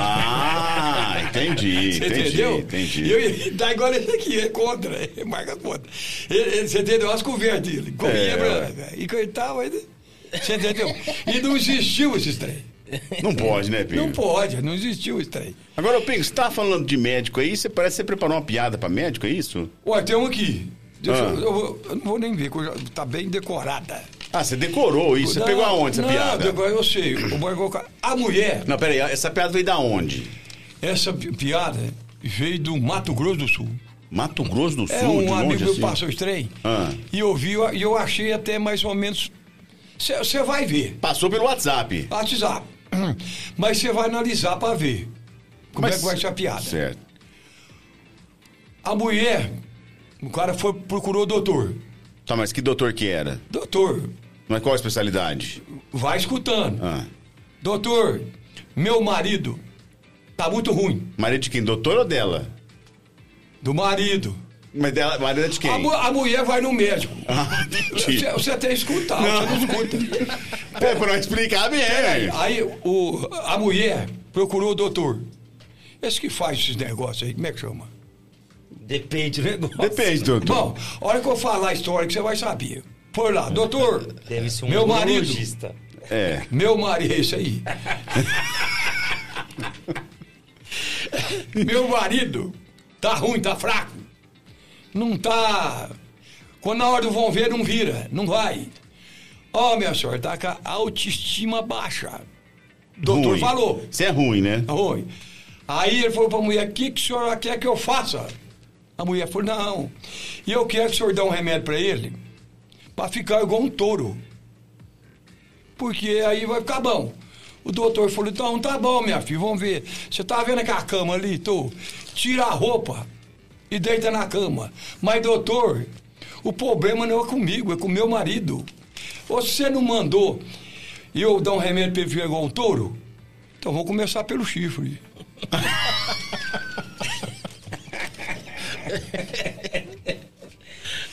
Speaker 3: Ah, entendi,
Speaker 7: Você
Speaker 3: entendi,
Speaker 7: entendeu?
Speaker 3: entendi.
Speaker 7: E eu ia dar igual esse aqui, é contra, é marca contra. Ele, ele, você entendeu? As conversas dele. Corria,
Speaker 3: É, ué.
Speaker 7: pra- e coitava. ele- Você entendeu? E não existiu esses trem.
Speaker 3: Não pode, né, Pingo?
Speaker 7: Não pode, não existiu esse trem.
Speaker 3: Agora, ô, Pingo, você tá falando de médico aí, você parece que você preparou uma piada pra médico, é isso?
Speaker 7: Olha, tem um aqui. Deixa
Speaker 3: Ah.
Speaker 7: eu, eu vou- eu não vou nem ver, que eu já- tá bem decorada.
Speaker 3: Ah, você decorou isso, você
Speaker 7: Não,
Speaker 3: pegou aonde essa
Speaker 7: não,
Speaker 3: piada?
Speaker 7: Agora eu sei. O Margot Car- a mulher,
Speaker 3: Não, peraí, essa piada veio da onde?
Speaker 7: essa pi- piada veio do Mato Grosso do Sul.
Speaker 3: Mato Grosso do Sul,
Speaker 7: É um
Speaker 3: de longe
Speaker 7: amigo meu
Speaker 3: assim?
Speaker 7: passou os trem
Speaker 3: Ah.
Speaker 7: e eu vi, e eu achei até mais ou menos. Você vai ver,
Speaker 3: Passou pelo WhatsApp.
Speaker 7: WhatsApp. Mas você vai analisar para ver como
Speaker 3: Mas-
Speaker 7: é que vai ser a piada.
Speaker 3: Certo.
Speaker 7: A mulher, o cara foi procurou o doutor.
Speaker 3: Tá, mas que doutor que era?
Speaker 7: Doutor,
Speaker 3: Mas qual a especialidade?
Speaker 7: vai escutando.
Speaker 3: Ah.
Speaker 7: Doutor, meu marido tá muito ruim.
Speaker 3: Marido de quem? Doutor ou dela?
Speaker 7: Do marido.
Speaker 3: Mas dela, marido é de
Speaker 7: A,
Speaker 3: quem?
Speaker 7: mu- a mulher vai no médico.
Speaker 3: Ah, entendi.
Speaker 7: Você, você até escutar,
Speaker 3: Não.
Speaker 7: você não escuta.
Speaker 3: É, pra não explicar bem. é,
Speaker 7: Aí o, a mulher procurou o doutor. Esse que faz esses negócios aí, como é que chama?
Speaker 4: Depende do negócio.
Speaker 3: Depende, doutor.
Speaker 7: Bom, a hora que eu falar a história que você vai saber. Foi lá, doutor,
Speaker 4: Deve ser um
Speaker 7: meu marido,
Speaker 4: urologista.
Speaker 3: É.
Speaker 7: meu marido, é isso aí. meu marido tá ruim, tá fraco. Não tá... Quando na hora do vão ver, não vira, não vai. Ó, minha senhora, tá com a autoestima baixa. Doutor
Speaker 3: ruim.
Speaker 7: falou.
Speaker 3: Você é ruim, né?
Speaker 7: Então, Oi. Aí ele falou pra mulher, o que, que o senhor quer que eu faça? A mulher falou, não. E eu quero que o senhor dê um remédio pra ele, pra ficar igual um touro. Porque aí vai ficar bom. O doutor falou, então tá bom, minha filha, vamos ver. Você tá vendo aquela cama ali, tô? Tira a roupa e deita na cama. Mas, doutor, o problema não é comigo, é com meu marido. Ou se você não mandou e eu dar um remédio pra ele ficar igual um touro, então vamos começar pelo chifre.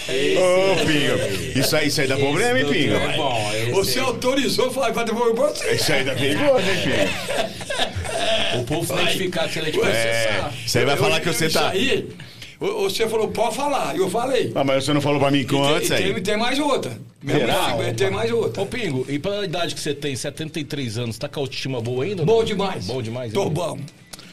Speaker 3: Ô, Pingo. Isso aí, isso aí dá problema, hein,
Speaker 4: Esse
Speaker 3: Pingo?
Speaker 4: doutor é bom, esse
Speaker 7: Você
Speaker 4: aí.
Speaker 7: autorizou, falei, vai devolver pra você.
Speaker 3: Isso aí dá perigoso, hein, Pingo?
Speaker 6: O povo se identificar que ele é de processar.
Speaker 3: É. Você vai
Speaker 7: Eu-
Speaker 3: falar
Speaker 7: eu-
Speaker 3: que você
Speaker 7: isso
Speaker 3: tá.
Speaker 7: Aí, o- você falou, pode falar. Eu falei.
Speaker 3: Ah, mas você não falou pra mim
Speaker 7: E
Speaker 3: antes
Speaker 7: tem, e
Speaker 3: aí.
Speaker 7: tem, tem mais outra. Meu
Speaker 3: Será?
Speaker 7: amigo, Tem mais outra.
Speaker 6: Ô, Pingo, e pela idade que você tem, 73 anos, tá com a autoestima boa ainda?
Speaker 7: Bom demais.
Speaker 6: Bom demais.
Speaker 7: Tô
Speaker 6: ainda?
Speaker 7: bom.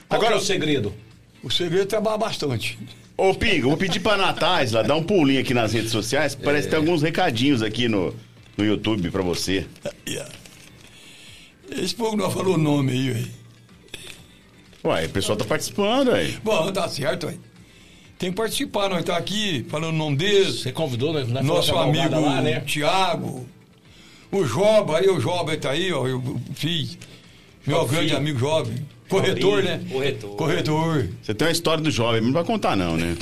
Speaker 6: Agora é o segredo.
Speaker 7: O segredo é trabalhar bastante.
Speaker 3: Ô, Pingo, vou pedir pra Natália dar um pulinho aqui nas redes
Speaker 7: É.
Speaker 3: sociais. Parece que tem alguns recadinhos aqui no, no YouTube pra você.
Speaker 7: Yeah. Esse povo não falou o nome aí, velho.
Speaker 3: Ué, o pessoal tá participando aí.
Speaker 7: Bom, tá certo, velho. Tem que participar, nós tá aqui falando o nome deles.
Speaker 6: Você convidou, né? na
Speaker 7: Nosso
Speaker 6: Força Malvada
Speaker 7: amigo
Speaker 6: lá, né?
Speaker 7: Tiago, o Joba, aí o Joba tá aí, ó, eu fiz. Meu
Speaker 4: Ó,
Speaker 7: grande
Speaker 4: filho.
Speaker 7: amigo Jovem. Corretor, né?
Speaker 4: Corretor.
Speaker 7: Corretor.
Speaker 3: Você tem uma história do jovem, não vai contar não, né?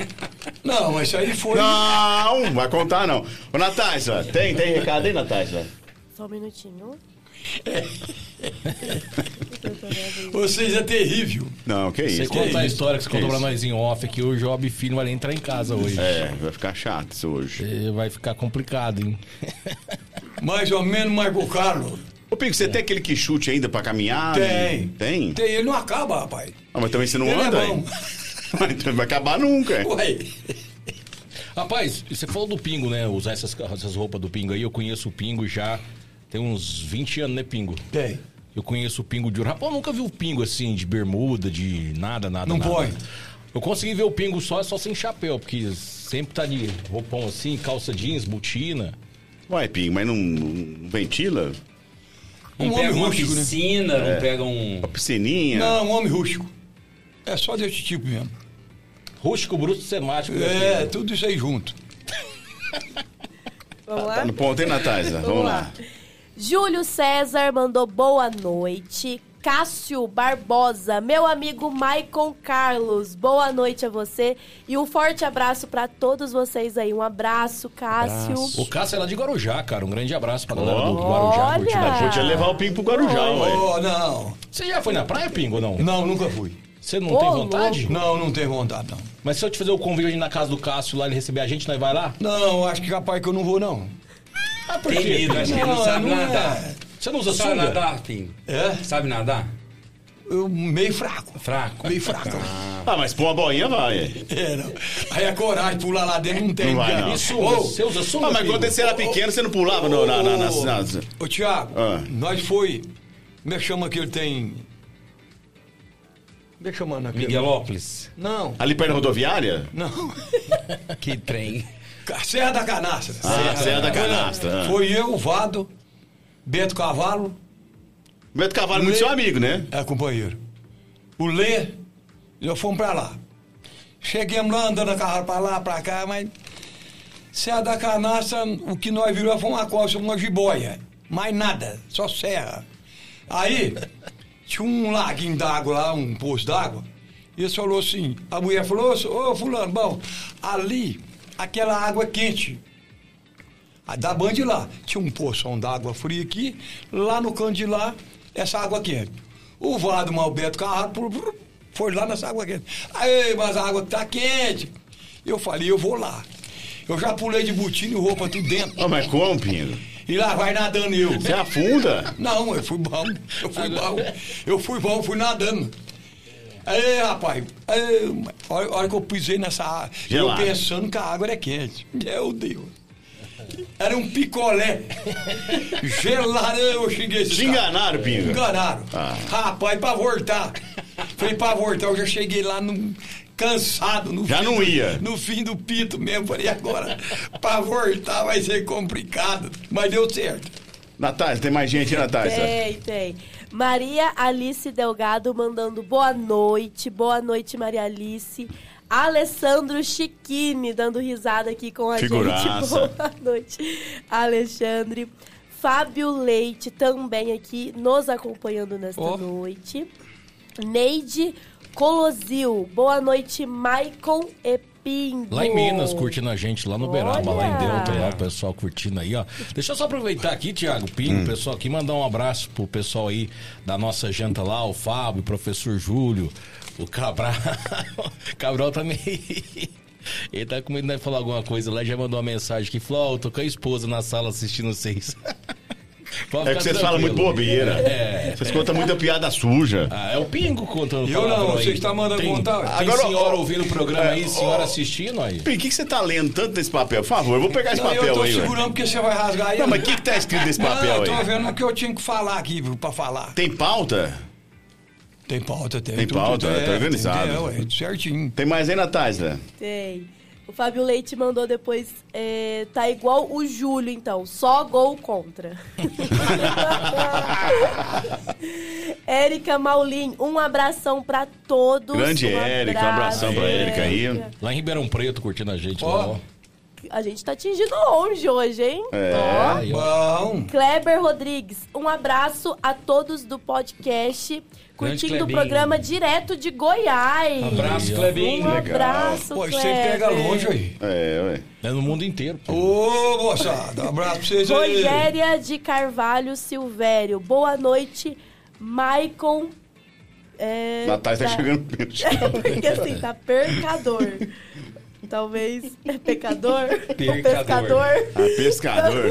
Speaker 7: Não, mas isso aí foi.
Speaker 3: Não, vai contar não. Ô, Natália, tem, tem recado aí, Natália?
Speaker 5: Só um minutinho.
Speaker 7: Vocês é terrível.
Speaker 3: Não, que
Speaker 6: Você
Speaker 3: isso. que
Speaker 6: conta a
Speaker 3: isso,
Speaker 6: história que você
Speaker 3: que
Speaker 6: contou pra
Speaker 3: isso.
Speaker 6: nós em off aqui, o Job Filho vai entrar em casa hoje.
Speaker 3: É, vai ficar chato isso hoje.
Speaker 6: É, Vai ficar complicado, hein?
Speaker 7: Mais ou menos Marco Carlos.
Speaker 3: Ô, Pico, você tem aquele que chute ainda pra caminhar?
Speaker 7: Tem.
Speaker 3: É. Ah, Tem?
Speaker 7: Tem, ele não acaba, rapaz.
Speaker 3: Ah, mas também você não
Speaker 7: Ele é
Speaker 3: anda,
Speaker 7: bom.
Speaker 3: hein? Mas então Vai acabar nunca. hein?
Speaker 7: Ué.
Speaker 6: Rapaz, você falou do Pingo, né? Usar essas, essas roupas do Pingo aí. Eu conheço o Pingo já tem uns 20 anos, né, Pingo?
Speaker 7: Tem.
Speaker 6: Eu conheço o Pingo de ouro. Rapaz, eu nunca vi o Pingo assim, de bermuda, de nada, nada.
Speaker 7: Não
Speaker 6: nada.
Speaker 7: põe.
Speaker 6: Eu consegui ver o Pingo só, só sem chapéu, porque sempre tá de roupão assim, calça jeans, botina.
Speaker 8: Uai, Pinho, mas não, não ventila?
Speaker 4: Não
Speaker 7: Um
Speaker 4: pega
Speaker 7: homem
Speaker 4: uma
Speaker 7: rústico, né?
Speaker 4: piscina, não pega um.
Speaker 8: Uma piscininha?
Speaker 7: Não, um homem rústico. É só desse tipo mesmo.
Speaker 6: Rústico, bruto, semático. né,
Speaker 7: É, tudo isso aí junto.
Speaker 5: Vamos lá?
Speaker 8: Tá no ponto, hein, Natália? Vamos lá.
Speaker 5: Ah, Júlio César mandou boa noite. Cássio Barbosa, meu amigo Maicon Carlos, boa noite a você e um forte abraço pra todos vocês aí. Um abraço, Cássio.
Speaker 6: O Cássio é lá de Guarujá, cara. Um grande abraço pra galera do, do Guarujá.
Speaker 5: Olha!
Speaker 6: Curitiba.
Speaker 8: Podia levar o Pinho pro Guarujá, ué.
Speaker 7: Oh, não.
Speaker 6: Você já foi na praia, Pingo, ou não?
Speaker 7: Não, nunca fui.
Speaker 6: Você não
Speaker 5: Ô,
Speaker 6: tem vontade?
Speaker 7: Não, não tenho vontade, não.
Speaker 6: Mas se eu te fazer o convite ali na casa do Cássio, lá ele receber a gente, nós vai lá?
Speaker 7: Não, acho que capaz que eu não vou, não.
Speaker 6: Ah, por
Speaker 4: Tem medo, acho que ele não sabe
Speaker 7: não é.
Speaker 4: nadar.
Speaker 6: Você não usa
Speaker 4: Sabe
Speaker 6: sunga?
Speaker 4: nadar, Pinho?
Speaker 7: É?
Speaker 4: Sabe nadar?
Speaker 7: Eu meio fraco.
Speaker 4: Fraco.
Speaker 7: Meio fraco.
Speaker 8: Ah, mas pôr uma boinha vai. é.
Speaker 7: É, não. Aí a coragem de pular lá dentro não tem.
Speaker 8: Não vai,
Speaker 7: cara.
Speaker 8: não.
Speaker 6: E sunga?
Speaker 7: Ô,
Speaker 6: Você usa sunga,
Speaker 8: Ah, mas
Speaker 6: Pingo?
Speaker 8: quando você era pequeno, você não pulava no, na, na, nas- nas-
Speaker 7: Ô, Tiago,
Speaker 8: Ah.
Speaker 7: nós foi... Como é que chama aquele tem... Como é que chama naquele?
Speaker 4: Miguelópolis.
Speaker 7: Não,
Speaker 8: ali perto da rodoviária?
Speaker 7: não.
Speaker 4: Que trem.
Speaker 7: Serra da Canastra.
Speaker 8: Ah, Serra da Canastra. ah.
Speaker 7: Foi eu, o Vado, Beto Cavalo,
Speaker 8: Beto Cavalo, muito
Speaker 7: Le-
Speaker 8: seu amigo, né?
Speaker 7: É, companheiro. O Lê, já fomos pra lá. Chegamos lá, andando a carro pra lá, pra cá, mas. Serra da Canastra, o que nós virou foi uma costa, uma jiboia. Mais nada, só serra. Aí, tinha um laguinho d'água lá, um poço d'água. E eles falou assim: a mulher falou, ô ô, Fulano, bom, ali, aquela água é quente. A Ah, da Band lá. Tinha um poção d'água fria aqui, lá no canto de lá, essa água quente. O Vado Malberto Carraro pru- pru- foi lá nessa água quente. Aí, mas a água tá quente. Eu falei, eu vou lá. Eu já pulei de botina e roupa tudo dentro.
Speaker 8: Ah, mas como, Pinho?
Speaker 7: E lá vai nadando eu.
Speaker 8: Você afunda?
Speaker 7: Não, eu fui bom. Eu fui bom. Eu fui bom, fui nadando. Aí, rapaz, aí, a hora a hora que eu pisei nessa água, eu
Speaker 8: Gelado.
Speaker 7: pensando que a água era quente. Meu Deus. Era um picolé. Gelado, eu cheguei
Speaker 8: Te
Speaker 7: assim.
Speaker 8: enganaram, Pinho?
Speaker 7: Enganaram.
Speaker 8: Ah.
Speaker 7: Rapaz, pra voltar. Falei, pra voltar, eu já cheguei lá no, cansado. No
Speaker 8: Já
Speaker 7: fim
Speaker 8: não
Speaker 7: do-
Speaker 8: ia.
Speaker 7: No fim do pito mesmo. Falei, agora, pra voltar vai ser complicado. Mas deu certo.
Speaker 8: Natália, tem mais gente, hein, Natália?
Speaker 6: é.
Speaker 5: Tem, tem. Maria Alice Delgado mandando boa noite, boa noite, Maria Alice. Alessandro Chiquini dando risada aqui com a gente.
Speaker 8: Figuraça.
Speaker 5: Boa noite, Alexandre. Fábio Leite também aqui nos acompanhando nesta
Speaker 7: Ó.
Speaker 5: noite. Neide Colosil. Boa noite, Maicon e Pingo.
Speaker 6: Lá em Minas, curtindo a gente, lá no Beraba, lá em
Speaker 5: Olha!
Speaker 6: Delta, lá o pessoal curtindo aí, ó. Deixa eu só aproveitar aqui, Tiago Pinho,
Speaker 8: Hum.
Speaker 6: o pessoal aqui, mandar um abraço pro pessoal aí da nossa janta lá, o Fábio, o professor Júlio, o Cabral. Cabral também. Ele tá com medo de falar alguma coisa lá, já mandou uma mensagem que falou: Ó, eu tô com a esposa na sala assistindo vocês. Pode
Speaker 8: É
Speaker 6: ficar
Speaker 8: que vocês falam muito
Speaker 6: tranquilo.
Speaker 8: bobeira.
Speaker 7: É,
Speaker 8: Vocês contam muita piada suja.
Speaker 6: Ah, é o Pingo contando
Speaker 7: Eu não,
Speaker 6: palavrão aí.
Speaker 7: vocês tá mandando
Speaker 6: Tem-
Speaker 7: contar, ué.
Speaker 6: Tem
Speaker 8: Agora,
Speaker 6: senhora
Speaker 8: ó,
Speaker 6: ouvindo o programa aí,
Speaker 8: é,
Speaker 6: senhora
Speaker 8: ó,
Speaker 6: assistindo aí.
Speaker 8: Pinho, o que que você tá lendo tanto nesse papel? Por favor, eu vou pegar esse
Speaker 7: Não, eu
Speaker 8: papel
Speaker 7: tô
Speaker 8: aí, ué.
Speaker 7: segurando porque você vai rasgar ele.
Speaker 8: Não, mas o que, que tá escrito nesse
Speaker 7: Não,
Speaker 8: papel
Speaker 7: eu tô
Speaker 8: aí?
Speaker 7: vendo o que eu tinha que falar aqui viu, pra falar.
Speaker 8: Tem pauta?
Speaker 7: Tem pauta, tem.
Speaker 8: Tem
Speaker 7: tudo,
Speaker 8: pauta,
Speaker 7: é,
Speaker 8: tá organizado.
Speaker 7: tem, é, ué, tudo certinho.
Speaker 8: Tem mais aí, Natália?
Speaker 5: Tem. O Fábio Leite mandou depois. é, tá igual o Júlio, então. Só gol contra. Érica Maulin, um abração pra todos.
Speaker 8: Grande Érica, um abração pra Érica aí. É,
Speaker 6: Lá em Ribeirão Preto, curtindo a gente. lá,
Speaker 7: Ó.
Speaker 6: ó.
Speaker 5: A gente tá atingindo longe hoje, hein?
Speaker 8: É.
Speaker 5: Ó.
Speaker 6: Aí, ó.
Speaker 7: Bom,
Speaker 5: Kleber Rodrigues, um abraço a todos do podcast. Curtindo o
Speaker 4: Klebinho.
Speaker 5: programa direto de Goiás.
Speaker 4: Abraço,
Speaker 5: Um
Speaker 4: Clebinho.
Speaker 5: abraço,
Speaker 7: pô,
Speaker 5: Kleber.
Speaker 7: você pega longe aí.
Speaker 8: É, ué.
Speaker 6: É no mundo inteiro. pô.
Speaker 7: Ô, moçada, um abraço pra vocês aí.
Speaker 5: Rogéria de Carvalho Silvério. Boa noite, Maicon. É,
Speaker 8: Natália tá chegando perto.
Speaker 7: é
Speaker 5: Porque assim, tá percador. Talvez é pecador, ou
Speaker 4: Percador.
Speaker 5: pescador.
Speaker 8: Ah, pescador.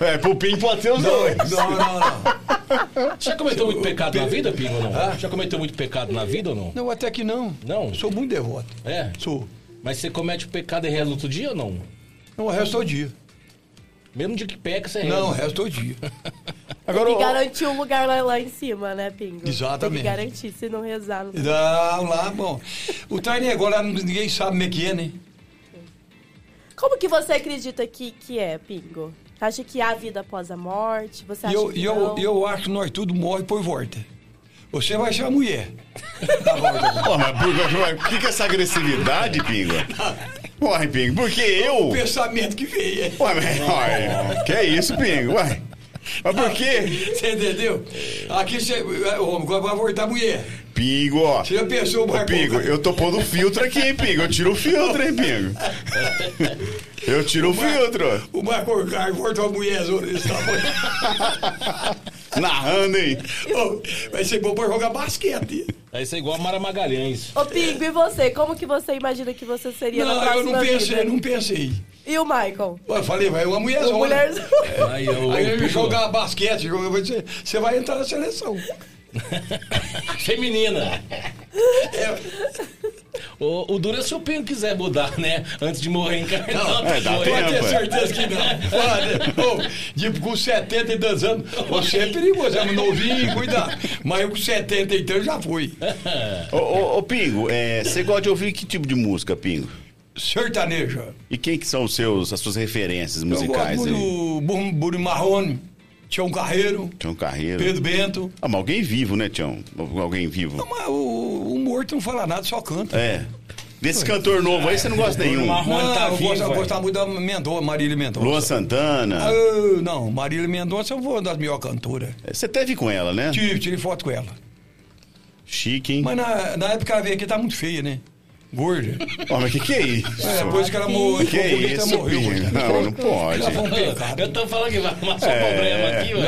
Speaker 8: é, pro Pinho pode ser os dois.
Speaker 7: Não, não, não.
Speaker 6: Já cometeu muito pecado na vida,
Speaker 3: Ah.
Speaker 6: Pingo, ou não? Já cometeu muito pecado na vida ou não?
Speaker 7: Não, até que não.
Speaker 6: Não?
Speaker 7: Sou muito devoto.
Speaker 6: É?
Speaker 7: Sou.
Speaker 6: Mas você comete o pecado e reza outro dia ou não?
Speaker 7: Não, o resto é o dia.
Speaker 6: Mesmo dia que peca, você reza.
Speaker 7: Não, o resto é o dia.
Speaker 5: Tem
Speaker 7: Agora,
Speaker 5: que
Speaker 7: ó,
Speaker 5: garantir um lugar lá, lá em cima, né, Pingo? Tem que
Speaker 7: Exatamente.
Speaker 5: garantir, se não rezar. Não...
Speaker 7: Não, lá, bom. O Tainê, agora ninguém sabe como é que é, né?
Speaker 5: Como que você acredita que, que é, Pingo? Acha que há vida após a morte? Você
Speaker 7: E
Speaker 5: acha
Speaker 7: eu,
Speaker 5: que
Speaker 7: e
Speaker 5: não?
Speaker 7: eu, eu acho que nós tudo morre e depois volta. Você vai ser a mulher.
Speaker 3: tá
Speaker 7: Dá volta.
Speaker 3: Pô, mas Pingo, por que, que essa agressividade, Pingo? Uai, Pingo, porque eu.
Speaker 7: O pensamento que veio. é.
Speaker 3: Uai, mas, uai, que é isso, Pingo? Uai. Mas por quê?
Speaker 7: Você entendeu? Aqui você. é, Homem, agora vai voltar a mulher.
Speaker 3: Pingo, ó.
Speaker 7: Você já pensou,
Speaker 3: Ô,
Speaker 7: Marco?
Speaker 3: Pingo, eu tô pondo filtro aqui, hein, Pingo? Eu tiro o filtro, hein, Pingo? Eu tiro o filtro.
Speaker 7: O Marco Carlos voltou a mulher, Zona. Esse tamanho.
Speaker 3: Narrando, hein?
Speaker 7: Ô, Vai ser bom pra jogar basquete.
Speaker 6: Aí você é igual a Mara Magalhães.
Speaker 5: Ô, Pingo, e você? Como que você imagina que você seria na
Speaker 7: Não, eu
Speaker 5: próxima
Speaker 7: não pensei,
Speaker 5: vida?
Speaker 7: não pensei.
Speaker 5: E o Michael?
Speaker 7: Eu falei, vai uma mulherzona.
Speaker 5: Mulher...
Speaker 7: é,
Speaker 6: Aí eu.
Speaker 7: Aí ele jogar basquete, jogar- eu vou dizer, você vai entrar na seleção.
Speaker 6: Feminina.
Speaker 7: É,
Speaker 6: O, o duro é se o Pinho quiser mudar, né? Antes de morrer encarnado.
Speaker 7: Não,
Speaker 3: é, dá
Speaker 6: Morrer.
Speaker 7: pode ter
Speaker 3: Tempo, é.
Speaker 7: certeza que não. Olha, ô, de, com 72 anos, você é perigoso, é um novinho, cuidado. Mas eu com 70 então eu já fui.
Speaker 3: Ô, ô, ô, Pingo, é, você gosta de ouvir que tipo de música, Pingo?
Speaker 7: Sertaneja.
Speaker 3: E quem que são os seus, as suas referências musicais
Speaker 7: eu
Speaker 3: aí?
Speaker 7: gosto do Bur- Buri Marrone, Tião Carreiro,
Speaker 3: Tião Carreiro.
Speaker 7: Pedro Bento.
Speaker 3: Ah, mas alguém vivo, né, Tião? Alguém vivo.
Speaker 7: Mas o, o morto não fala nada, só canta.
Speaker 3: É. Desse cantor novo aí, você não gosta nenhum.
Speaker 4: Marrom. Marrone
Speaker 7: Não,
Speaker 4: tá
Speaker 7: eu
Speaker 4: vivo,
Speaker 7: gosto- eu
Speaker 4: velho.
Speaker 7: gostava muito da Mendonça, Marília Mendonça.
Speaker 3: é. Luan Santana.
Speaker 7: Ah, não, Marília Mendonça eu vou uma das melhores cantoras.
Speaker 3: Você teve com ela, né?
Speaker 7: Tive, tirei foto com ela.
Speaker 3: Chique, hein?
Speaker 7: Mas na, na época ela veio aqui, tá muito feia, né? Gorda.
Speaker 3: Ó, mas que que é isso?
Speaker 7: É, depois que ela morreu,
Speaker 3: que é
Speaker 7: ela
Speaker 3: isso,
Speaker 7: morreu.
Speaker 3: Pingo? Não, não pode.
Speaker 7: Ela foi um pecado.
Speaker 4: Eu tô falando que vai
Speaker 6: tá
Speaker 4: arrumar seu
Speaker 3: É,
Speaker 4: problema aqui, velho.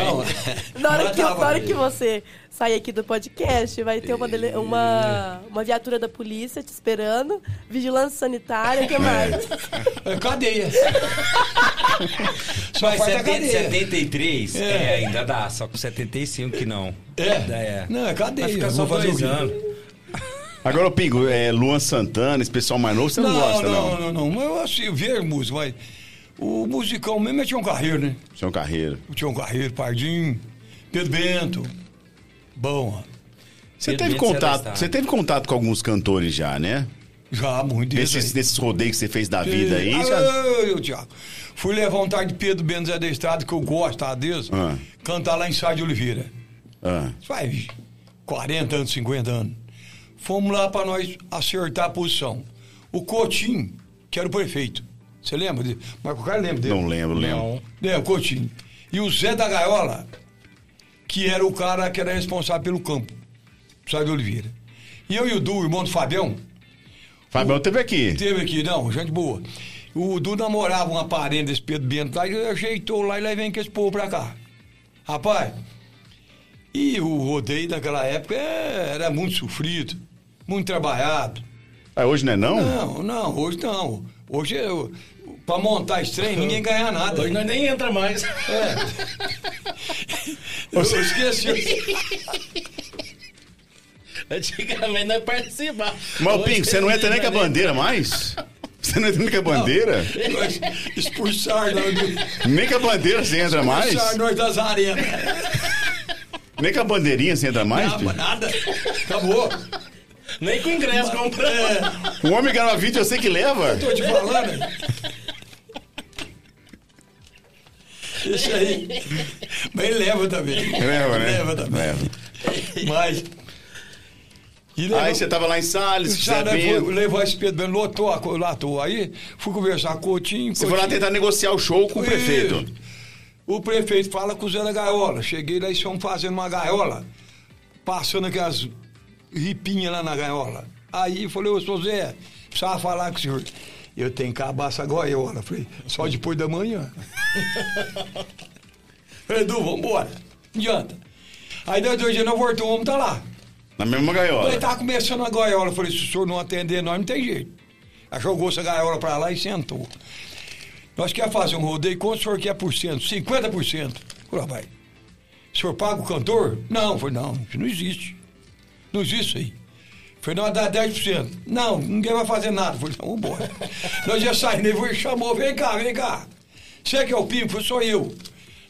Speaker 7: Não,
Speaker 5: Na hora,
Speaker 7: Mas
Speaker 5: que,
Speaker 7: tava,
Speaker 5: na hora
Speaker 7: né?
Speaker 5: que você sair aqui do podcast, vai ter uma, dele- uma, uma viatura da polícia te esperando, vigilância sanitária, o que mais?
Speaker 7: é cadeia. Só
Speaker 4: Mas
Speaker 7: falta
Speaker 4: 70,
Speaker 7: cadeia.
Speaker 4: 73? É.
Speaker 7: É.
Speaker 4: ainda dá, só com 75 que não.
Speaker 7: É. Não, é cadeia.
Speaker 4: Vai ficar
Speaker 7: eu
Speaker 4: só
Speaker 7: vou fazer o
Speaker 4: dois
Speaker 7: quê?
Speaker 4: anos.
Speaker 3: Agora, ô, Pingo, é, Luan Santana, esse pessoal mais novo, você não, gosta, não?
Speaker 7: não, não, não. Mas Eu assim, eu vejo música, mas o musicão mesmo é Tião Carreiro, né?
Speaker 3: Tião um Carreiro.
Speaker 7: O Tião Carreiro, Pardinho, Pedro Bento. Bom, ó,
Speaker 3: Você
Speaker 4: Pedro
Speaker 3: teve,
Speaker 4: Mendes
Speaker 3: contato,
Speaker 4: Celestado.
Speaker 3: você teve contato com alguns cantores já, né?
Speaker 7: já muito
Speaker 3: Nesses,
Speaker 7: isso.
Speaker 3: nesses rodeios que você fez da vida aí.
Speaker 7: Ah,
Speaker 3: já-
Speaker 7: eu, Tiago. Fui levar um tarde de Pedro Bento Zé da Estrada, que eu gosto, tá, Deus,
Speaker 3: Ah.
Speaker 7: cantar lá em Sá de Oliveira.
Speaker 3: Ah,
Speaker 7: faz 40 anos, 50 anos. Fomos lá para nós acertar a posição. O Coutinho, que era o prefeito. Você lembra dele? Marco Carlos lembra dele?
Speaker 3: não lembro, lembro.
Speaker 6: Não.
Speaker 7: É, o Coutinho. E o Zé da Gaiola, que era o cara que era responsável pelo campo, Sá de Oliveira. E eu e o Du, o irmão do Fabião,
Speaker 3: Fabião teve aqui.
Speaker 7: teve aqui, não, gente boa. O Du namorava uma parente desse Pedro Bento lá, e ajeitou lá e lá vem que esse povo pra cá. Rapaz, e o rodeio daquela época é, era muito sofrido, muito trabalhado.
Speaker 3: Ah, hoje não é não?
Speaker 7: Não, não, hoje não. Hoje eu, pra montar esse trem, ninguém ganha nada.
Speaker 6: Hoje é- nós Então nem entra mais.
Speaker 7: Eu esqueci.
Speaker 4: Antigamente nós participava.
Speaker 3: Mas, ô,
Speaker 4: Hoje
Speaker 3: Pingo, você não entra nem com a
Speaker 4: nem-
Speaker 3: bandeira mais? Você não entra nem com a bandeira?
Speaker 7: Nós expulsaram nós,
Speaker 3: Nem com a bandeira você entra mais?
Speaker 7: expulsaram nós das arenas.
Speaker 3: Nem com a bandeirinha você entra mais?
Speaker 7: Nada,
Speaker 3: Pingo?
Speaker 7: nada. Acabou.
Speaker 4: Nem com ingresso comprando.
Speaker 3: O homem grava vídeo, eu sei que leva.
Speaker 7: Tô te falando. Isso aí. Mas ele leva também.
Speaker 3: Leva, né?
Speaker 7: Leva também.
Speaker 3: Leva.
Speaker 7: Mas. E levou-
Speaker 3: Aí você tá tava lá em Salles, Zé
Speaker 7: Sabe, foi-
Speaker 3: Bento.
Speaker 7: levou esse Pedro Bento, lotou, a co- latou. Aí fui conversar com o Coutinho.
Speaker 3: Você foi lá
Speaker 7: Coutinho-
Speaker 3: tentar negociar o show com o prefeito.
Speaker 7: Isso. O prefeito fala com o Zé da Gaiola. Cheguei lá e estão fazendo uma gaiola, passando aquelas ripinhas lá na gaiola. Aí eu falei, ô seu Zé, precisava falar com o senhor. Eu tenho cabaça gaiola. Falei, só depois da manhã. falei, Edu, vambora. Não adianta. Aí deu dois dias, não voltou, o homem tá lá.
Speaker 3: Na mesma
Speaker 7: Falei,
Speaker 3: gaiola.
Speaker 7: tava começando a gaiola. Falei, se o senhor não atender nós, não tem jeito. Aí jogou essa gaiola pra lá e sentou. Nós quer fazer um rodeio, quanto o senhor quer por cento? 50%. Falei, "Ah, rapaz, o senhor paga o cantor? Não, falei, não, isso não existe. Não existe isso aí. Falei, não, dá 10%. Não, ninguém vai fazer nada. Falei, não, vambora. Nós já saímos, ele foi, chamou, vem cá, vem cá. Você que é o Pimpo, Falei, sou eu.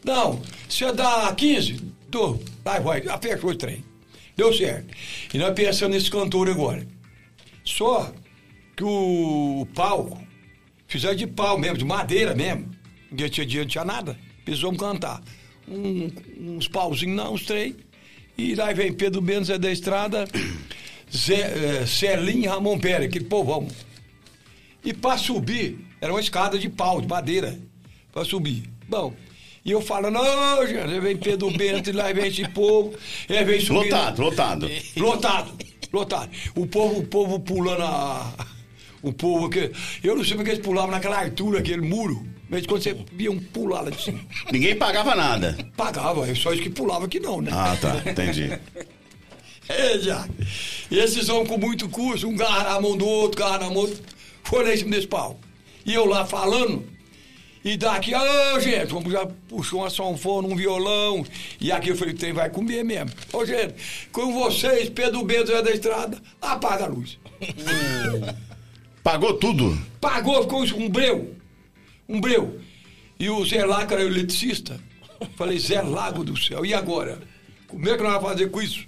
Speaker 7: Não, você é dá 15? Dou. Vai, vai, já fechou o trem. Deu certo. E nós pensamos nesse cantor agora. Só que o palco, fizeram de pau mesmo, de madeira mesmo. Ninguém tinha dinheiro, não tinha nada. Precisamos cantar. Um- uns pauzinhos, não, uns três. E lá vem Pedro Bento, Zé da Estrada, Zé, eh, Celim e Ramon Pérez, aquele povão. E para subir, era uma escada de pau, de madeira, para subir. Bom, e eu falando, ô, gente, aí vem Pedro Bento, e lá vem esse povo, e aí vem subindo.
Speaker 8: Lotado, lotado.
Speaker 7: Lotado, lotado. O povo, o povo pulando a. O povo que. Eu não sei porque eles pulavam naquela altura, aquele muro. Mas quando você via um pular lá de cima,
Speaker 8: Ninguém pagava nada.
Speaker 7: pagava, é só isso que pulava que não, né?
Speaker 8: Ah, tá, entendi.
Speaker 7: É, já. E esses homens com muito curso, um garra na mão do outro, garra na mão do outro, foi lá em cima desse pau. E eu lá falando, e daqui, ô gente, como já puxou uma sanfona, um violão, e aqui eu falei, o trem vai comer mesmo. Ô gente, com vocês, Pedro Bento é da estrada, apaga a luz.
Speaker 8: Pagou tudo.
Speaker 7: Pagou, ficou um breu. Um breu. E o Zé Lago era o eletricista. Falei, Zé Lago do céu, e agora? Como é que nós vamos fazer com isso?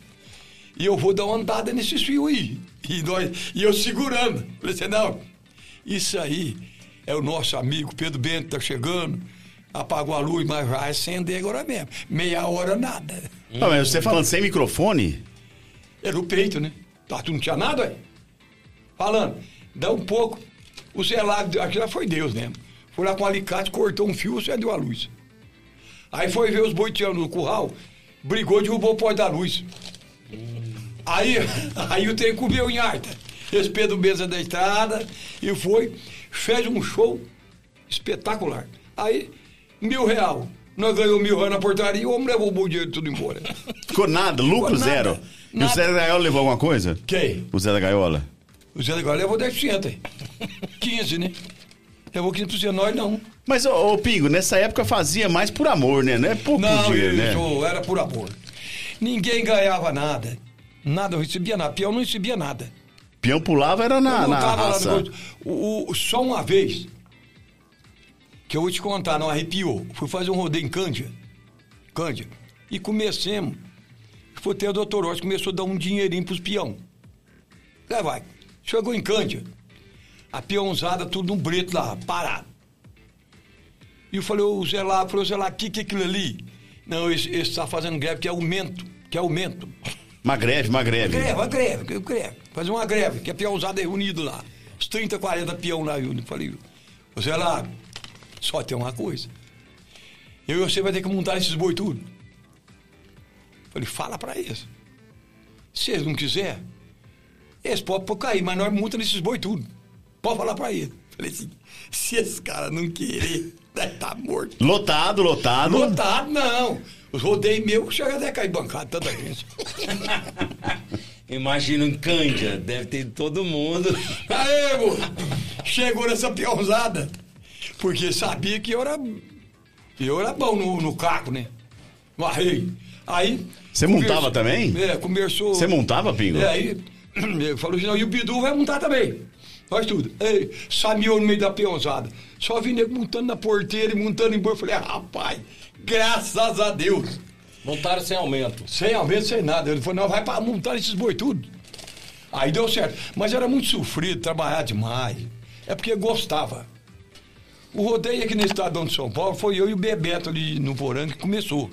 Speaker 7: E eu vou dar uma andada nesses fios aí. E, nós, e eu segurando. Falei assim, não, isso aí é o nosso amigo Pedro Bento tá chegando. Apagou a luz, mas vai acender agora mesmo. Meia hora nada.
Speaker 8: Não, mas você falando sem microfone?
Speaker 7: Era o peito, né? Tá, tu não tinha nada aí? Falando, dá um pouco. O Zé Lago, aquilo lá foi Deus mesmo. Foi lá com um alicate, cortou um fio, acendeu a luz. Aí foi ver os boi tirando no curral, brigou, derrubou o pó da luz. Aí, aí o trem comeu em harta. Esse Pedro Mesa da estrada e foi, fez um show espetacular. Aí, mil real. Nós ganhamos mil reais na portaria e o homem levou o bom dinheiro tudo embora.
Speaker 8: Ficou nada, lucro
Speaker 7: Ficou nada,
Speaker 8: zero. E o
Speaker 7: nada.
Speaker 8: Zé da Gaiola levou alguma coisa?
Speaker 7: Quem?
Speaker 8: O Zé da Gaiola.
Speaker 7: O Zé Legal levou 10%, hein? 15, né? Levou 15%, nós não.
Speaker 8: Mas, ô, ô, Pingo, nessa época fazia mais por amor, né? Não é por, por
Speaker 7: Não,
Speaker 8: dinheiro, né?
Speaker 7: isso era por amor. Ninguém ganhava nada. Nada, eu recebia nada. Peão não recebia nada.
Speaker 8: Peão pulava era na,
Speaker 7: eu não
Speaker 8: na
Speaker 7: tava
Speaker 8: raça.
Speaker 7: lá no... o, o- Só uma vez, que eu vou te contar, não arrepiou. Fui fazer um rodeio em Cândia. Cândia. E comecemos. Foi ter o doutor Rocha, começou a dar um dinheirinho pros peão. Lá vai. Chegou em Cândia. A peãozada, tudo num breto lá, parado. E eu falei, ô Zé lá, falou, Zé lá, o que que é aquilo ali? Não, esse está fazendo greve, que é aumento, que é aumento.
Speaker 8: Uma greve, uma greve.
Speaker 7: Greve, uma greve, gre- greve. Fazer uma greve, que a peãozada é reunido lá. Os 30, 40 peão lá reunido. Falei, ô Zé Lago, só tem uma coisa. Eu e você vai ter que montar esses boi tudo. Falei, fala pra eles. Se eles não quiserem, eles podem pôr cair, mas nós montamos esses boi tudo. Pode falar pra eles. Falei assim, se esses caras não querer, nós tá morto.
Speaker 8: Lotado, lotado.
Speaker 7: Lotado, não. Os rodeios meus chega até a cair bancada, tanta gente.
Speaker 4: Imagino em Cândia, um deve ter todo mundo.
Speaker 7: Aê, mo. Chegou nessa peãozada. Porque sabia que eu era. Eu era bom no, no caco, né? No arreio. Aí.
Speaker 8: Você montava também?
Speaker 7: É, começou.
Speaker 8: Você montava, Pingo?
Speaker 7: É, aí. Eu falou assim, não, e o Bidu vai montar também. Faz tudo. Ei, Samiou no meio da peãozada. Só vi nego montando na porteira e montando em boi. Eu falei, "Ah, rapaz, graças a Deus.
Speaker 6: Montaram sem aumento.
Speaker 7: Sem aumento, sem nada. Ele falou, não, vai para montar esses boi tudo. Aí deu certo. Mas era muito sofrido, trabalhar demais. É porque gostava. O rodeio aqui no Estadão de São Paulo foi eu e o Bebeto ali no Poranga que começou.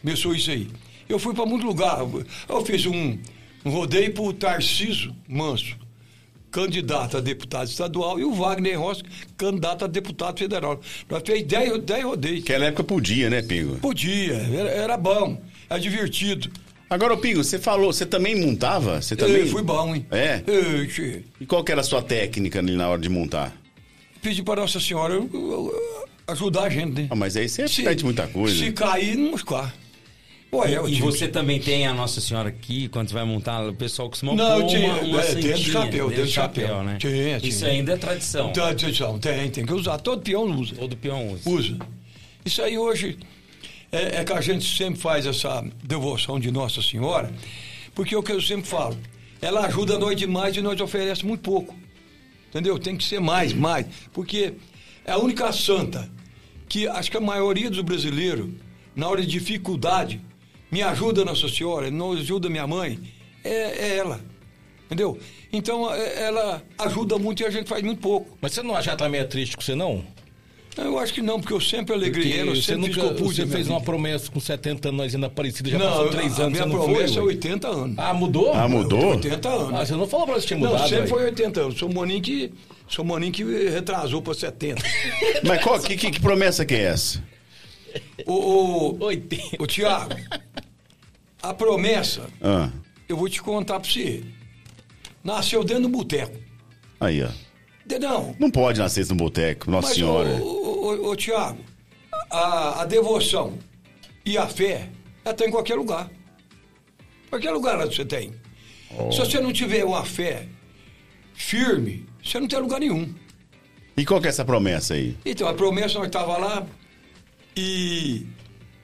Speaker 7: Começou isso aí. Eu fui para muito lugar. Eu fiz um, um rodeio pro Tarciso Manso, candidato a deputado estadual, e o Wagner Rossi, candidato a deputado federal. Nós fez 10 rodeios.
Speaker 3: é-
Speaker 8: Naquela época podia, né, Pingo?
Speaker 7: Podia, era, era bom, era divertido.
Speaker 8: Agora, ô Pingo, você falou, você também montava? Você também?
Speaker 7: Eu fui bom, hein?
Speaker 8: É?
Speaker 7: Eu, che-
Speaker 8: E qual que era a sua técnica ali na hora de montar?
Speaker 7: pedi para Nossa Senhora eu- eu- ajudar a gente, né?
Speaker 8: Ah, mas aí você aprende muita coisa.
Speaker 7: Se cair, não ficar. Ué, é eu
Speaker 4: e
Speaker 7: tive-
Speaker 4: você também tem a Nossa Senhora aqui, quando você vai montar, o pessoal costuma
Speaker 7: Não,
Speaker 4: pôr
Speaker 7: tinha-
Speaker 4: uma, uma
Speaker 7: é, dentro do
Speaker 4: santinha,
Speaker 7: chapéu, dentro do chapéu.
Speaker 4: né?
Speaker 7: Tinha,
Speaker 4: Isso
Speaker 7: tinha.
Speaker 4: ainda é tradição.
Speaker 7: Tá, atenção, Tem, tem que usar. Todo peão usa.
Speaker 4: Todo peão usa.
Speaker 7: Usa. Isso aí hoje é, é que a gente sempre faz essa devoção de Nossa Senhora, porque é o que eu sempre falo, Ela ajuda nós demais e nós oferece muito pouco. Entendeu? Tem que ser mais, mais. Porque é a única santa que acho que a maioria dos brasileiros, na hora de dificuldade, me ajuda Nossa Senhora, não ajuda minha mãe, é, é ela. Entendeu? Então é- ela ajuda muito e a gente faz muito pouco.
Speaker 6: Mas você não acha que ela tá meio triste com você, não?
Speaker 7: Eu acho que não, porque eu sempre
Speaker 6: Porque
Speaker 7: alegrei ela, eu
Speaker 6: você
Speaker 7: sempre
Speaker 6: nunca
Speaker 7: fiz que eu pude, né,
Speaker 6: você
Speaker 7: minha
Speaker 6: fez
Speaker 7: vida.
Speaker 6: uma promessa com 70 anos ainda parecida, já
Speaker 7: Não,
Speaker 6: passou 3
Speaker 7: a
Speaker 6: anos,
Speaker 7: minha
Speaker 6: você não foi?
Speaker 7: promessa é
Speaker 6: ué?
Speaker 7: 80 anos.
Speaker 6: Ah, mudou?
Speaker 8: Ah, mudou?
Speaker 7: 80 anos.
Speaker 6: Ah, você não falou pra você que tinha
Speaker 7: Não,
Speaker 6: mudado.
Speaker 7: sempre
Speaker 6: ué.
Speaker 7: foi 80 anos. Sou Moninho que, sou Moninho que retrasou para 70.
Speaker 8: Mas qual, que, que, que promessa que é essa?
Speaker 7: ô, ô,
Speaker 6: 80.
Speaker 7: ô Tiago, a promessa,
Speaker 8: Ah,
Speaker 7: eu vou te contar para você. Nasceu dentro do boteco.
Speaker 8: aí, ó.
Speaker 7: Não,
Speaker 8: Não pode nascer no boteco, Nossa
Speaker 7: mas
Speaker 8: Senhora.
Speaker 7: ô, ô, ô, ô, Tiago, a, a devoção e a fé, ela tem em qualquer lugar. Qualquer lugar ela você tem. Se você não tiver uma fé firme, você não tem lugar nenhum.
Speaker 8: E qual que é essa promessa aí?
Speaker 7: Então, a promessa nós estava lá e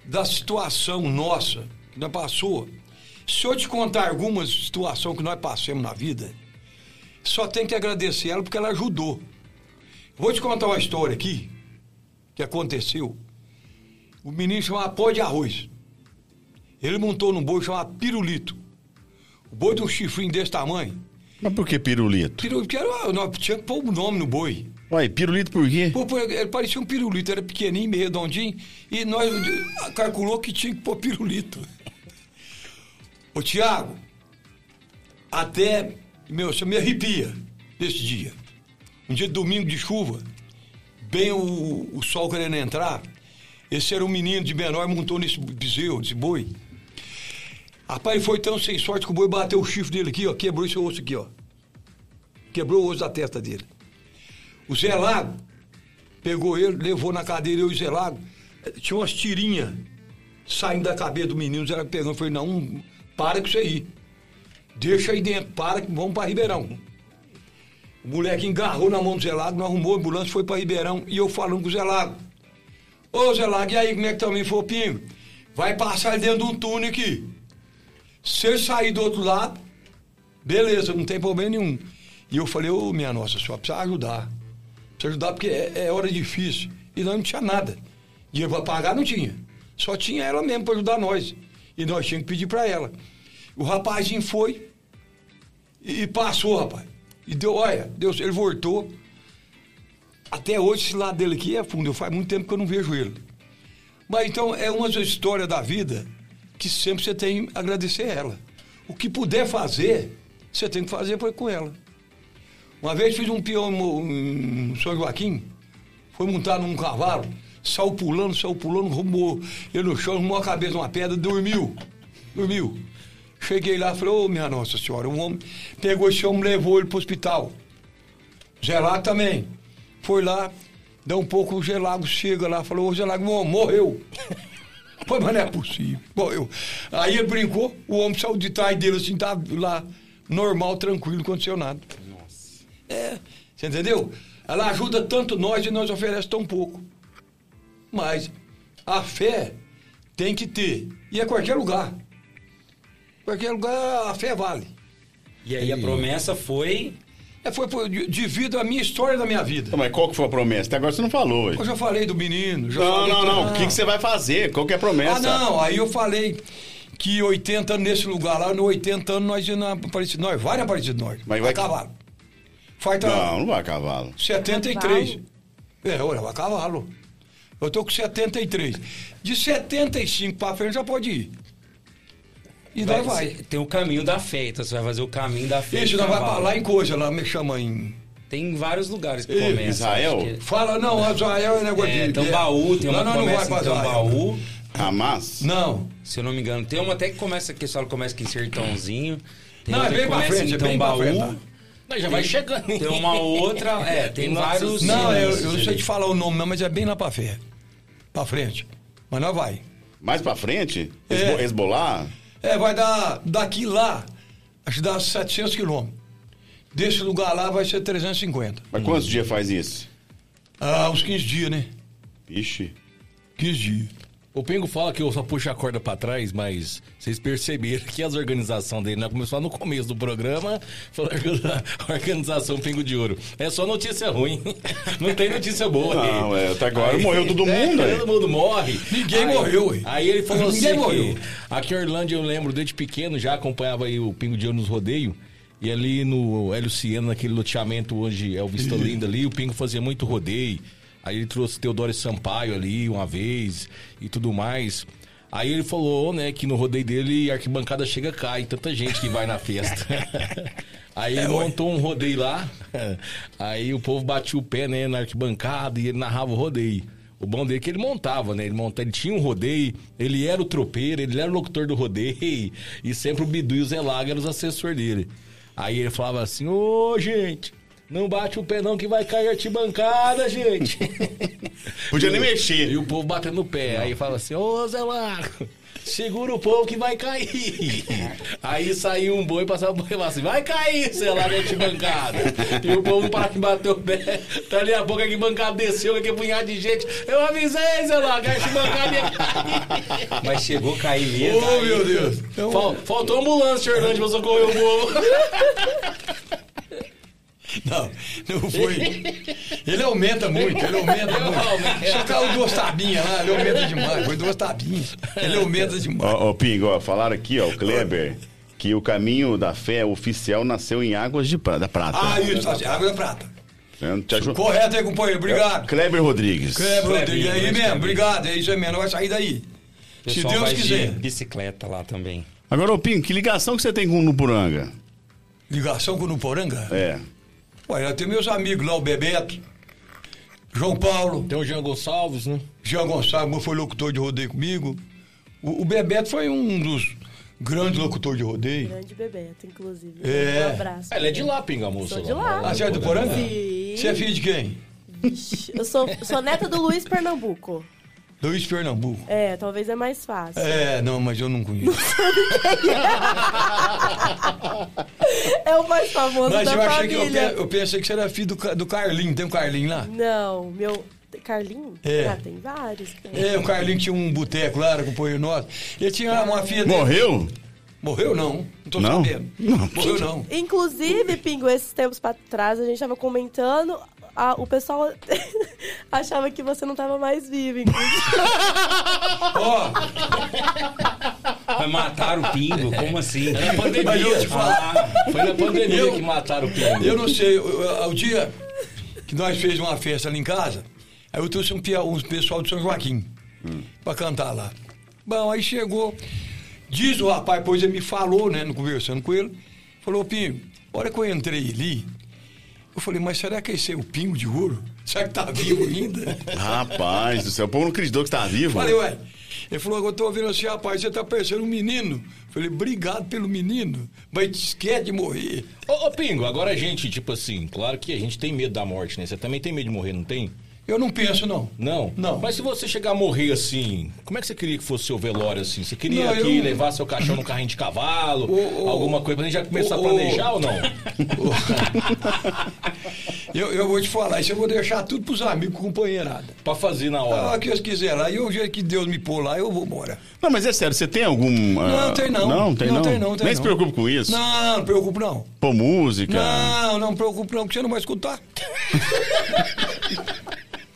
Speaker 7: da situação nossa que nós passou. Se eu te contar algumas situação que nós passamos na vida, só tem que agradecer ela porque ela ajudou. Vou te contar uma história aqui que aconteceu. O menino chamava pó de arroz. Ele montou num boi chamado pirulito. O boi de um chifrinho desse tamanho.
Speaker 8: Mas por que pirulito?
Speaker 7: Pirulito, que era- nós tínhamos que pôr o nome no boi.
Speaker 8: Ué, pirulito por quê?
Speaker 7: Pô, pô, ele parecia um pirulito, era pequenininho, meio redondinho, e nós eh, calculou que tinha que pôr pirulito. Ô, Tiago, até, meu, você me arrepia desse dia. Um dia de domingo de chuva, bem o, o sol querendo entrar, esse era um menino de menor, montou nesse bezerro, nesse boi. Rapaz, ele foi tão sem sorte que o boi bateu o chifre dele aqui, ó, quebrou esse osso aqui, ó. Quebrou o osso da testa dele. O Zé Lago pegou ele, levou na cadeira, eu e o Zé Lago. Tinha umas tirinhas saindo da cabeça do menino. O Zé Lago pegou e falou: Não, para com isso aí. Deixa aí dentro, para que vamos para Ribeirão. O moleque engarrou na mão do Zé Lago, nós arrumou a ambulância, foi para Ribeirão e eu falando com o Zé Lago. Ô Zé Lago, e aí como é que também foi, Pingo? Vai passar dentro de um túnel aqui. Se ele sair do outro lado, beleza, não tem problema nenhum. E eu falei, ô minha nossa, só precisa ajudar. Precisa ajudar porque é, é hora difícil. E nós não tinha nada. Dinheiro para pagar não tinha. Só tinha ela mesmo para ajudar nós. E nós tínhamos que pedir para ela. O rapazinho foi e, e passou, rapaz. E deu, olha, Deus, ele voltou. Até hoje esse lado dele aqui é fundo. Eu faz muito tempo que eu não vejo ele. Mas então é uma história da vida que sempre você tem que agradecer a ela. O que puder fazer, você tem que fazer foi com ela. Uma vez fiz um peão em São Joaquim, foi montar num cavalo, saiu pulando, saiu pulando, rumou ele no chão, arrumou a cabeça numa pedra, dormiu. Dormiu. Cheguei lá, falei, ô minha nossa senhora, um homem pegou esse homem, levou ele pro hospital. Gelago também. Foi lá, dá um pouco, o Gelago chega lá, falou, ô Gelago, meu homem, morreu. Pô, mas não é possível. Morreu. Aí ele brincou, o homem saiu de trás dele assim, tá lá, normal, tranquilo, não aconteceu nada. É, você entendeu? Ela ajuda tanto nós e nós oferece tão pouco. Mas a fé tem que ter. E é qualquer lugar. Qualquer lugar a fé vale.
Speaker 4: E aí a promessa foi.
Speaker 7: É, foi por- de- devido à minha história da minha vida.
Speaker 8: Ah, Mas qual que foi a promessa? Até agora você não falou. ué.
Speaker 7: Eu já falei do menino. Já
Speaker 8: Não,
Speaker 7: falei
Speaker 8: não,
Speaker 7: do-
Speaker 8: não. O que, que você vai fazer? Qual que é a
Speaker 7: Ah,
Speaker 8: promessa?
Speaker 7: não. Aí eu falei que 80 anos nesse lugar lá, no 80 anos nós ia na Aparecida Nós, vai na Aparecida Nós.
Speaker 8: Mas vai-
Speaker 7: a cavalo. Faz tra-
Speaker 8: Não, não vai a cavalo.
Speaker 7: 73.
Speaker 5: Cavalo?
Speaker 7: É, olha, vai cavalo. Eu tô com 73. De 75 pra frente já pode ir. E daí vai.
Speaker 4: Tem o caminho da fé, então você vai fazer o caminho da fé.
Speaker 7: Isso,
Speaker 4: de
Speaker 7: nós vai pra
Speaker 4: cavalo.
Speaker 7: lá em coisa, lá me chama em.
Speaker 4: Tem vários lugares que
Speaker 7: Ih,
Speaker 4: começa.
Speaker 8: Israel?
Speaker 4: acho que-
Speaker 7: Fala, não, Israel é negócio
Speaker 4: É,
Speaker 7: de.
Speaker 4: Tambaú, tem uma
Speaker 7: não, não,
Speaker 4: que
Speaker 7: não vai
Speaker 4: começa
Speaker 7: pra
Speaker 4: em Tambaú.
Speaker 8: Hamas?
Speaker 7: Não.
Speaker 4: Se eu não me engano, tem uma até que começa aqui, só começa aqui em Sertãozinho. Tem um
Speaker 7: Não,
Speaker 4: outra
Speaker 7: é
Speaker 4: que
Speaker 7: bem pra
Speaker 4: começa
Speaker 7: frente,
Speaker 4: em
Speaker 7: é bem pra frente.
Speaker 4: Tambaú.
Speaker 6: Não, já vai
Speaker 4: Tem-
Speaker 6: chegando.
Speaker 4: Tem uma outra, é, tem vários.
Speaker 7: Não, eu,
Speaker 4: sinos
Speaker 7: eu não sei
Speaker 4: ali.
Speaker 7: te falar o nome, não, mas é bem lá pra fé. Pra frente. Mas nós vai.
Speaker 8: Mais pra frente?
Speaker 7: É.
Speaker 8: Esbo Hezbollah?
Speaker 7: É, vai dar daqui lá, acho que dá 700 quilômetros. Desse lugar lá vai ser 350.
Speaker 8: Mas quantos dias faz isso?
Speaker 7: Ah, uns 15 dias, né?
Speaker 8: Ixi.
Speaker 7: 15 dias.
Speaker 6: O Pingo fala que eu só puxo a corda pra trás, mas vocês perceberam que as organizações dele, né? Começou lá no começo do programa, falando da organização Pingo de Ouro. É só notícia ruim. Não tem notícia boa.
Speaker 8: Não,
Speaker 6: aí.
Speaker 8: é, até agora morreu todo
Speaker 6: é,
Speaker 8: mundo, aí.
Speaker 6: Todo mundo morre.
Speaker 7: Ninguém
Speaker 6: Aí-
Speaker 7: morreu, aí.
Speaker 6: Aí ele falou assim.
Speaker 7: Ninguém
Speaker 6: que-
Speaker 7: morreu.
Speaker 6: Aqui em Orlândia eu lembro, desde pequeno, já acompanhava aí o Pingo de Ouro nos rodeios. E ali no Hélio Siena, naquele loteamento onde é o Vista Linda ali, o Pingo fazia muito rodeio. Aí ele trouxe Teodoro Sampaio ali uma vez e tudo mais. Aí ele falou, né, que no rodeio dele a arquibancada chega cai, tanta gente que vai na festa.
Speaker 7: É,
Speaker 6: Aí ele montou um rodeio lá, aí o povo batia o pé, né, na arquibancada e ele narrava o rodeio. O bom dele é que ele montava, né? Ele, monta, ele tinha um rodeio, ele era o tropeiro, ele era o locutor do rodeio. E sempre o Bidu e o Zé Lago eram os assessores dele. Aí ele falava assim, ô gente, não bate o pé não que vai cair arquibancada, gente.
Speaker 8: Podia nem
Speaker 6: e
Speaker 8: mexer.
Speaker 6: o povo batendo o pé. Aí fala assim, ô Zé Lago, segura o povo que vai cair. Aí saiu um boi, passava o boi e falava assim, vai cair, Zé Lago, arquibancada. E o povo para que bateu o pé. Dali a pouco a arquibancada desceu, aquele punhado de gente. Eu avisei, Zé Lago, a arquibancada ia cair.
Speaker 4: Mas chegou a cair
Speaker 6: Ô,
Speaker 4: mesmo.
Speaker 7: tá
Speaker 6: meu Deus.
Speaker 7: Então,
Speaker 6: Fal- faltou ambulância, Hernandes, pra socorrer o povo.
Speaker 7: Não, não foi. Ele aumenta muito, ele aumenta muito. Só caiu duas tabinhas lá, ele aumenta demais. Foi duas tabinhas. Ele aumenta demais.
Speaker 3: Ó, ó, Pingo, ó, falaram aqui, ó, o Kleber, que o caminho da fé oficial nasceu em Águas de Pra- da Prata.
Speaker 7: Ah, isso, água é prata.
Speaker 3: Eu não te ajudo.
Speaker 7: Correto aí, companheiro. Obrigado.
Speaker 3: Kleber Rodrigues.
Speaker 7: Kleber
Speaker 4: Kleber,
Speaker 7: Rodrigues, é aí
Speaker 4: Kleber.
Speaker 7: mesmo. Obrigado, é isso aí mesmo. Não vai sair daí.
Speaker 4: O
Speaker 7: Se
Speaker 4: pessoal
Speaker 7: Deus
Speaker 4: vai
Speaker 7: quiser.
Speaker 4: de bicicleta lá também.
Speaker 3: Agora, ô Pingo, que ligação que você tem com o Nuporanga?
Speaker 7: Ligação com o Nuporanga?
Speaker 3: É.
Speaker 7: Olha, tem meus amigos lá, o Bebeto, João Paulo,
Speaker 6: Tem o Jean Gonçalves, né?
Speaker 7: Jean Gonçalves, foi locutor de rodeio comigo. O, o Bebeto foi um dos grandes locutores de rodeio.
Speaker 5: Grande Bebeto, inclusive.
Speaker 7: É.
Speaker 5: Um abraço.
Speaker 6: Ele é de lá, pinga, moça.
Speaker 5: Sou de lá.
Speaker 7: Ah, você é do Poranga?
Speaker 5: Sim.
Speaker 7: Você é filho de quem?
Speaker 5: Vixe, Eu sou, sou neta do Luiz Pernambuco.
Speaker 7: Luiz Pernambuco.
Speaker 5: É, talvez é mais fácil.
Speaker 7: É, não, mas eu não conheço.
Speaker 5: É o mais famoso
Speaker 7: Mas
Speaker 5: da
Speaker 7: eu achei que eu,
Speaker 5: família.
Speaker 7: pe- eu pensei que você era filho do, Ca- do Carlinho. Tem um Carlinho lá?
Speaker 5: Não, meu. Carlinho?
Speaker 7: É.
Speaker 5: Ah, tem vários. cara.
Speaker 7: É, o Carlinho tinha um boteco lá, era companheiro nosso. Ele tinha uma filha dele.
Speaker 3: Morreu?
Speaker 7: Morreu não, não tô
Speaker 3: Não?
Speaker 7: sabendo.
Speaker 3: Não.
Speaker 7: Morreu não.
Speaker 5: Inclusive, Pingo, esses tempos pra trás, a gente tava comentando, a- o pessoal achava que você não tava mais vivo. inclusive.
Speaker 7: Ó,
Speaker 4: Mas mataram o pingo? Como assim?
Speaker 6: Na pandemia.
Speaker 7: Mas eu te falar.
Speaker 6: Ah, foi na pandemia
Speaker 7: Eu-
Speaker 6: que mataram o pingo.
Speaker 7: eu não sei, eu- eu- o dia que nós fez uma festa ali em casa, aí eu trouxe um, pia- um pessoal de São Joaquim pra cantar lá. Bom, aí chegou, diz o rapaz, pois ele me falou, né, no conversando com ele, falou, Pinho, a hora que eu entrei ali, eu falei, mas será que esse é o Pingo de Ouro? Será que tá vivo ainda?
Speaker 3: Rapaz do céu, o povo não acreditou que tá vivo.
Speaker 7: Falei, ué. Ele falou, agora eu tô ouvindo assim, rapaz, você tá parecendo um menino. Falei, obrigado pelo menino, mas esquece de morrer.
Speaker 6: Ô, ô, Pingo, agora a gente, tipo assim, claro que a gente tem medo da morte, né? Você também tem medo de morrer, não tem?
Speaker 7: Eu não penso, não.
Speaker 6: Não?
Speaker 7: Não.
Speaker 6: Mas se você chegar a morrer assim, como é que você queria que fosse seu velório assim? Você queria
Speaker 7: Não, eu
Speaker 6: que
Speaker 7: não-
Speaker 6: levar seu caixão no carrinho de cavalo,
Speaker 7: Ô, ô,
Speaker 6: alguma coisa pra gente já começar
Speaker 7: ô,
Speaker 6: a planejar
Speaker 7: ô.
Speaker 6: ou não?
Speaker 7: Eu, eu vou te falar, isso eu vou deixar tudo pros amigos, companheirada.
Speaker 6: pra fazer na
Speaker 7: A hora
Speaker 6: hora.
Speaker 7: que eles quiserem lá, e o jeito que Deus me pôr lá, eu vou embora.
Speaker 3: Não, mas é sério, você tem algum. ah,
Speaker 7: Não, tem não.
Speaker 3: Não, tem não.
Speaker 7: Não, tem não, tem
Speaker 3: Nem
Speaker 7: não.
Speaker 3: se preocupe com isso.
Speaker 7: Não, não preocupo não.
Speaker 3: Pô, música.
Speaker 7: Não, não preocupo não, porque você não vai escutar.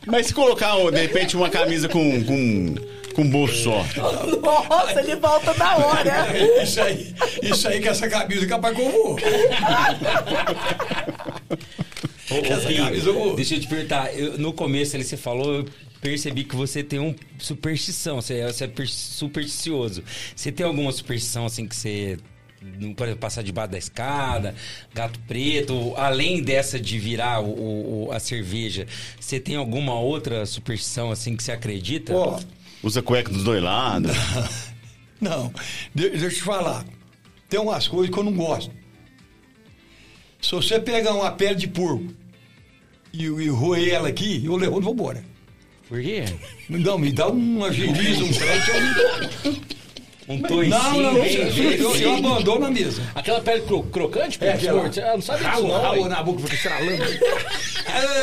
Speaker 3: Mas se colocar, ó, de repente, uma camisa com. com. com bolso só.
Speaker 5: Nossa, ele volta da hora.
Speaker 7: Isso aí, isso aí que essa camisa é capaz que eu vou.
Speaker 4: Ô, ô, Pingo,
Speaker 7: camisa, ô.
Speaker 4: deixa eu te perguntar. eu- no começo ele se falou, eu percebi que você tem um superstição, você, é- você é per- supersticioso. Você tem alguma superstição assim que você. não pode passar debaixo da escada, gato preto, além dessa de virar o, o- o- a cerveja, você tem alguma outra superstição assim que você acredita?
Speaker 7: Ó,
Speaker 3: Usa cueca dos dois lados.
Speaker 7: Não, de- deixa eu te falar. Tem umas coisas que eu não gosto. Se você pegar uma pele de porco e, e roer ela aqui, eu levo e vou embora.
Speaker 4: Por quê?
Speaker 7: Me dá, me dá uma giriza, um trecho, eu um não
Speaker 4: Um toicinho
Speaker 7: Não, não, não.
Speaker 4: bem,
Speaker 7: Eu,
Speaker 4: bem
Speaker 7: eu, eu
Speaker 4: feito. Ah,
Speaker 7: abandono a mesa.
Speaker 6: Aquela Tá pele cro- crocante,
Speaker 7: É,
Speaker 6: Pedro?
Speaker 7: aquela-
Speaker 6: Você- ah, não sabe disso,
Speaker 7: Ralo,
Speaker 6: não.
Speaker 7: ralo
Speaker 6: ué.
Speaker 7: na boca, fica estralando.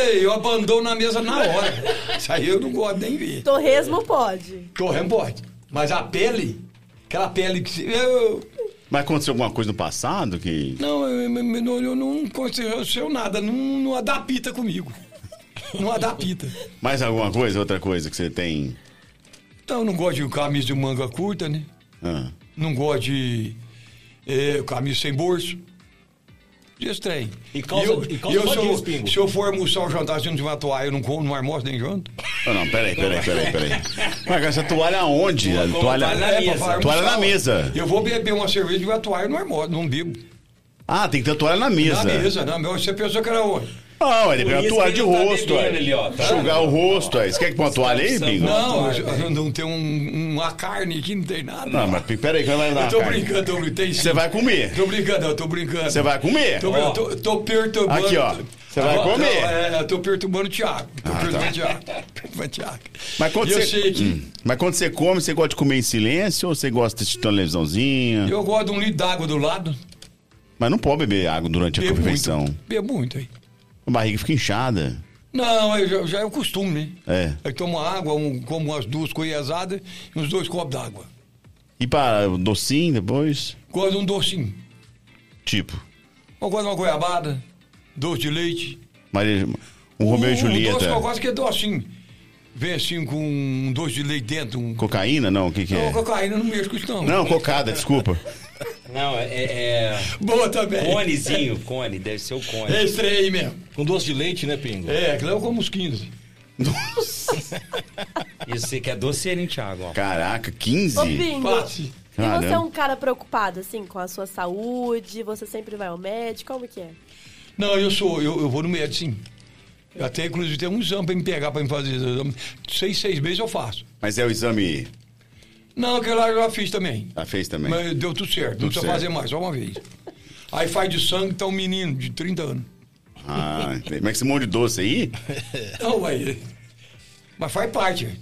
Speaker 7: Ei, eu abandono a mesa na hora. Isso aí eu não gosto nem ver.
Speaker 5: Torresmo pode.
Speaker 7: Correndo pode. Mas a pele, aquela pele que. se- Eu,
Speaker 3: Mas aconteceu alguma coisa no passado que.
Speaker 7: não, eu, eu- eu não- eu não aconteceu nada. Não, não adapta comigo. Não adapta.
Speaker 3: Mais alguma coisa, outra coisa que você tem.
Speaker 7: Então, eu não gosto de camisa de manga curta, né?
Speaker 3: Ah,
Speaker 7: Não gosto de eh, camisa sem bolso. Diz trem.
Speaker 6: E calça-
Speaker 7: eu,
Speaker 6: e calça
Speaker 7: eu,
Speaker 6: só
Speaker 7: se,
Speaker 6: jeans, pingo.
Speaker 7: eu, se eu for almoçar um ou jantar, se eu não tiver uma toalha, eu não como, não almoço nem janto.
Speaker 3: Ah, não, peraí, peraí, peraí, peraí. Mas essa toalha onde? A toalha.
Speaker 4: toalha na
Speaker 7: É, pra
Speaker 4: mesa.
Speaker 7: falar,
Speaker 3: Toalha
Speaker 7: almoçar,
Speaker 3: na mesa.
Speaker 7: Eu vou beber uma cerveja e a toalha não almoço, não bebo.
Speaker 3: Ah, tem que ter toalha na mesa.
Speaker 7: Na mesa, não. meu, Você pensou que era onde?
Speaker 3: Ah, ele
Speaker 4: Por
Speaker 3: pega
Speaker 4: isso
Speaker 3: toalha
Speaker 4: que
Speaker 3: de
Speaker 4: ele tá
Speaker 3: rosto,
Speaker 4: bebendo
Speaker 3: aí.
Speaker 4: ali, ó, tá?
Speaker 3: Enxugar o rosto, aí. Você quer que põe a toalha aí,
Speaker 4: Descansando.
Speaker 3: Bingo?
Speaker 7: Não,
Speaker 4: toalha,
Speaker 7: eu- eu não tem um- uma carne aqui, não tem nada.
Speaker 3: Não, mas peraí, que vai lá.
Speaker 7: eu tô
Speaker 3: Tá, cara.
Speaker 7: brincando, eu tem sim.
Speaker 3: Você vai comer.
Speaker 7: Tô brincando, eu tô brincando.
Speaker 3: Você vai comer.
Speaker 7: Tô,
Speaker 4: Ó.
Speaker 7: tô, tô perturbando.
Speaker 3: Aqui, ó. Você vai
Speaker 7: Não,
Speaker 3: comer.
Speaker 7: não, é, eu tô perturbando o Thiago. Tô
Speaker 3: Ah,
Speaker 7: perturbando
Speaker 3: tá.
Speaker 7: o Thiago. Perturbando o Thiago.
Speaker 3: Mas quando,
Speaker 7: E eu
Speaker 3: você...
Speaker 7: sei que
Speaker 3: Hum. Mas quando você come, você gosta de comer em silêncio ou você gosta de assistir televisãozinha?
Speaker 7: eu gosto de um litro d'água do lado.
Speaker 3: Mas não pode beber água durante a
Speaker 7: Bebo
Speaker 3: Tipo refeição.
Speaker 7: muito. Bebo muito aí.
Speaker 3: A barriga fica inchada.
Speaker 7: Não, eu já, já é o costume, né?
Speaker 3: É.
Speaker 7: Eu tomo água, um, como umas duas colherzadas e uns dois copos d'água.
Speaker 3: E para o docinho depois?
Speaker 7: Gosto de um docinho.
Speaker 3: Tipo.
Speaker 7: Eu gosto de uma goiabada, doce de leite.
Speaker 3: Maria... Um Romeu e
Speaker 7: Um- Um doce
Speaker 3: Julieta.
Speaker 7: que eu gosto que é docinho. Vem assim com um doce de leite dentro. Um...
Speaker 3: Cocaína? Não, o que, que é?
Speaker 7: Não, cocaína eu não mexo com isso, não.
Speaker 3: Não, cocada, desculpa.
Speaker 4: Não, é, é.
Speaker 7: Boa também.
Speaker 4: Conezinho, cone, deve ser o cone.
Speaker 7: É esse trem aí mesmo.
Speaker 6: Com doce de leite, né, Pingo?
Speaker 7: É, aquilo eu como uns 15.
Speaker 4: Isso você quer doceiro, hein, Thiago? ó.
Speaker 3: Caraca,
Speaker 5: Ô,
Speaker 3: 15?
Speaker 5: Bingo,
Speaker 7: Fácil.
Speaker 5: e você é
Speaker 3: Caramba.
Speaker 5: um cara preocupado, assim, com a sua saúde? Você sempre vai ao médico? Como que é?
Speaker 7: Não, eu sou, eu, eu vou no médico, sim. Eu até, inclusive, tem um exame pra me pegar, pra me fazer esse exame. Seis, seis meses eu faço.
Speaker 3: Mas é o exame.
Speaker 7: Não, aquele lá eu já fiz também.
Speaker 3: Já fez também?
Speaker 7: Mas deu tudo certo, não
Speaker 3: Tudo
Speaker 7: precisa
Speaker 3: certo.
Speaker 7: fazer mais, só uma vez. Aí faz de sangue, tá um menino de 30 anos.
Speaker 3: Ah, entendi. mas esse monte de doce aí?
Speaker 7: Não, vai. Mas faz parte. velho.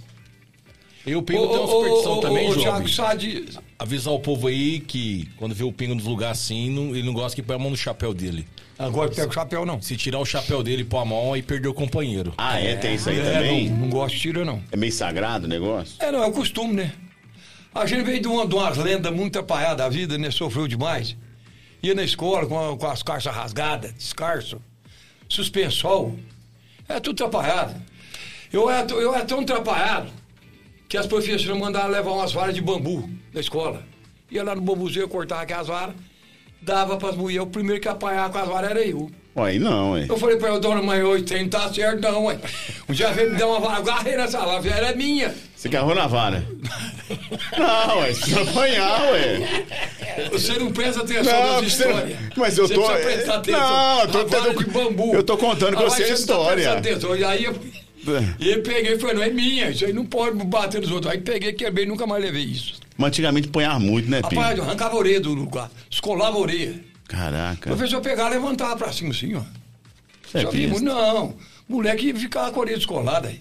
Speaker 6: E o Pingo tem uma
Speaker 7: Ô,
Speaker 6: superstição
Speaker 7: ô, ô,
Speaker 6: também,
Speaker 7: ô,
Speaker 6: Jovem.
Speaker 7: Thiago, sabe...
Speaker 6: Avisar o povo aí que quando vê o Pingo nos lugares assim, não- ele não gosta que põe a mão no chapéu dele.
Speaker 7: Agora pega o chapéu, não.
Speaker 6: Se tirar o chapéu dele e pôr a mão, aí perdeu o companheiro.
Speaker 3: Ah, é, tem isso aí
Speaker 7: É,
Speaker 3: também?
Speaker 7: não, não gosto, tira, não.
Speaker 3: É meio sagrado o negócio?
Speaker 7: É, não, é o costume, né? A gente veio de, uma, de umas lendas muito apaiadas da vida, né? Sofreu demais. Ia na escola com, a- com as calças rasgadas, descarso, suspensol. É tudo atrapalhado. Eu era, eu era tão atrapalhado que as professoras mandaram levar umas varas de bambu da escola. Ia lá no bambuzeiro, cortava aquelas varas, dava pras mulheres. O primeiro que apanhava com as varas era eu.
Speaker 3: Ué, aí não, é.
Speaker 7: Eu falei pra ela, dona mãe, hoje tem, não tá certo não, ué. Um dia veio me dar uma vara, agarrei nessa vara, falei, era minha.
Speaker 3: Você agarrou na vara. Não, ué, você vai apanhar, ué.
Speaker 7: Você não presta atenção
Speaker 3: Não,
Speaker 7: nessa
Speaker 3: você-
Speaker 7: história.
Speaker 3: mas eu
Speaker 7: você
Speaker 3: tô-
Speaker 7: Precisa prestar atenção.
Speaker 3: Não, eu tô
Speaker 7: A vara
Speaker 3: tentando-
Speaker 7: de bambu.
Speaker 3: eu tô contando com
Speaker 7: Agora
Speaker 3: você a
Speaker 7: não tá
Speaker 3: história.
Speaker 7: prestando atenção. E aí eu, e eu peguei e falei, não é minha, isso aí não pode bater nos outros. Aí peguei, quebrei, nunca mais levei isso.
Speaker 3: Mas antigamente apanhava muito, né,
Speaker 7: Rapaz,
Speaker 3: Pinho?
Speaker 7: eu arrancava a orelha do lugar, escolava a orelha.
Speaker 3: Caraca.
Speaker 7: O professor pegava, levantava pra cima assim, ó.
Speaker 3: Você é
Speaker 7: Só vi,
Speaker 3: besta.
Speaker 7: não, moleque ficava com a orelha descolada aí.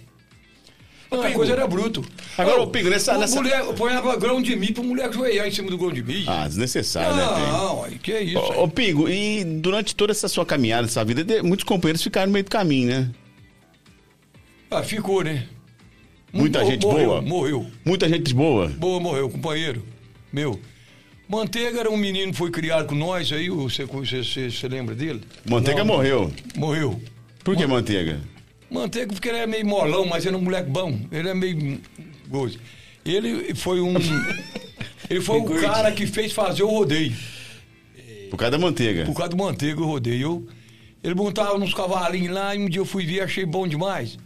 Speaker 7: Não, a coisa era bruto.
Speaker 3: Agora,
Speaker 7: Ô,
Speaker 3: ô, Pingo, nessa-
Speaker 7: o
Speaker 3: nessa-
Speaker 7: moleque Põe grão de milho pro moleque joelhar em cima do grão de milho.
Speaker 3: Ah, desnecessário, né, Pinho?
Speaker 7: não, aí, que é isso. aí.
Speaker 3: Ô, ô, Pingo, e durante toda essa sua caminhada, essa vida, de- muitos companheiros ficaram no meio do caminho, né?
Speaker 7: Ah, ficou, né?
Speaker 3: Muita
Speaker 7: Mo-
Speaker 3: gente
Speaker 7: morreu,
Speaker 3: boa.
Speaker 7: Morreu.
Speaker 3: Muita gente boa.
Speaker 7: Boa morreu, companheiro. Meu. Manteiga era um menino que foi criado com nós aí, você, você, você, você lembra dele?
Speaker 3: Manteiga
Speaker 7: Não,
Speaker 3: morreu.
Speaker 7: Morreu.
Speaker 3: Por que Manteiga?
Speaker 7: Manteiga porque ele é meio molão, mas era um moleque bom. Ele é meio gozo. Ele foi um. ele foi o cara que fez fazer o rodeio.
Speaker 3: Por causa da Manteiga.
Speaker 7: Por causa do manteiga eu rodei. Eu, ele montava nos cavalinhos lá e um dia eu fui ver achei bom demais.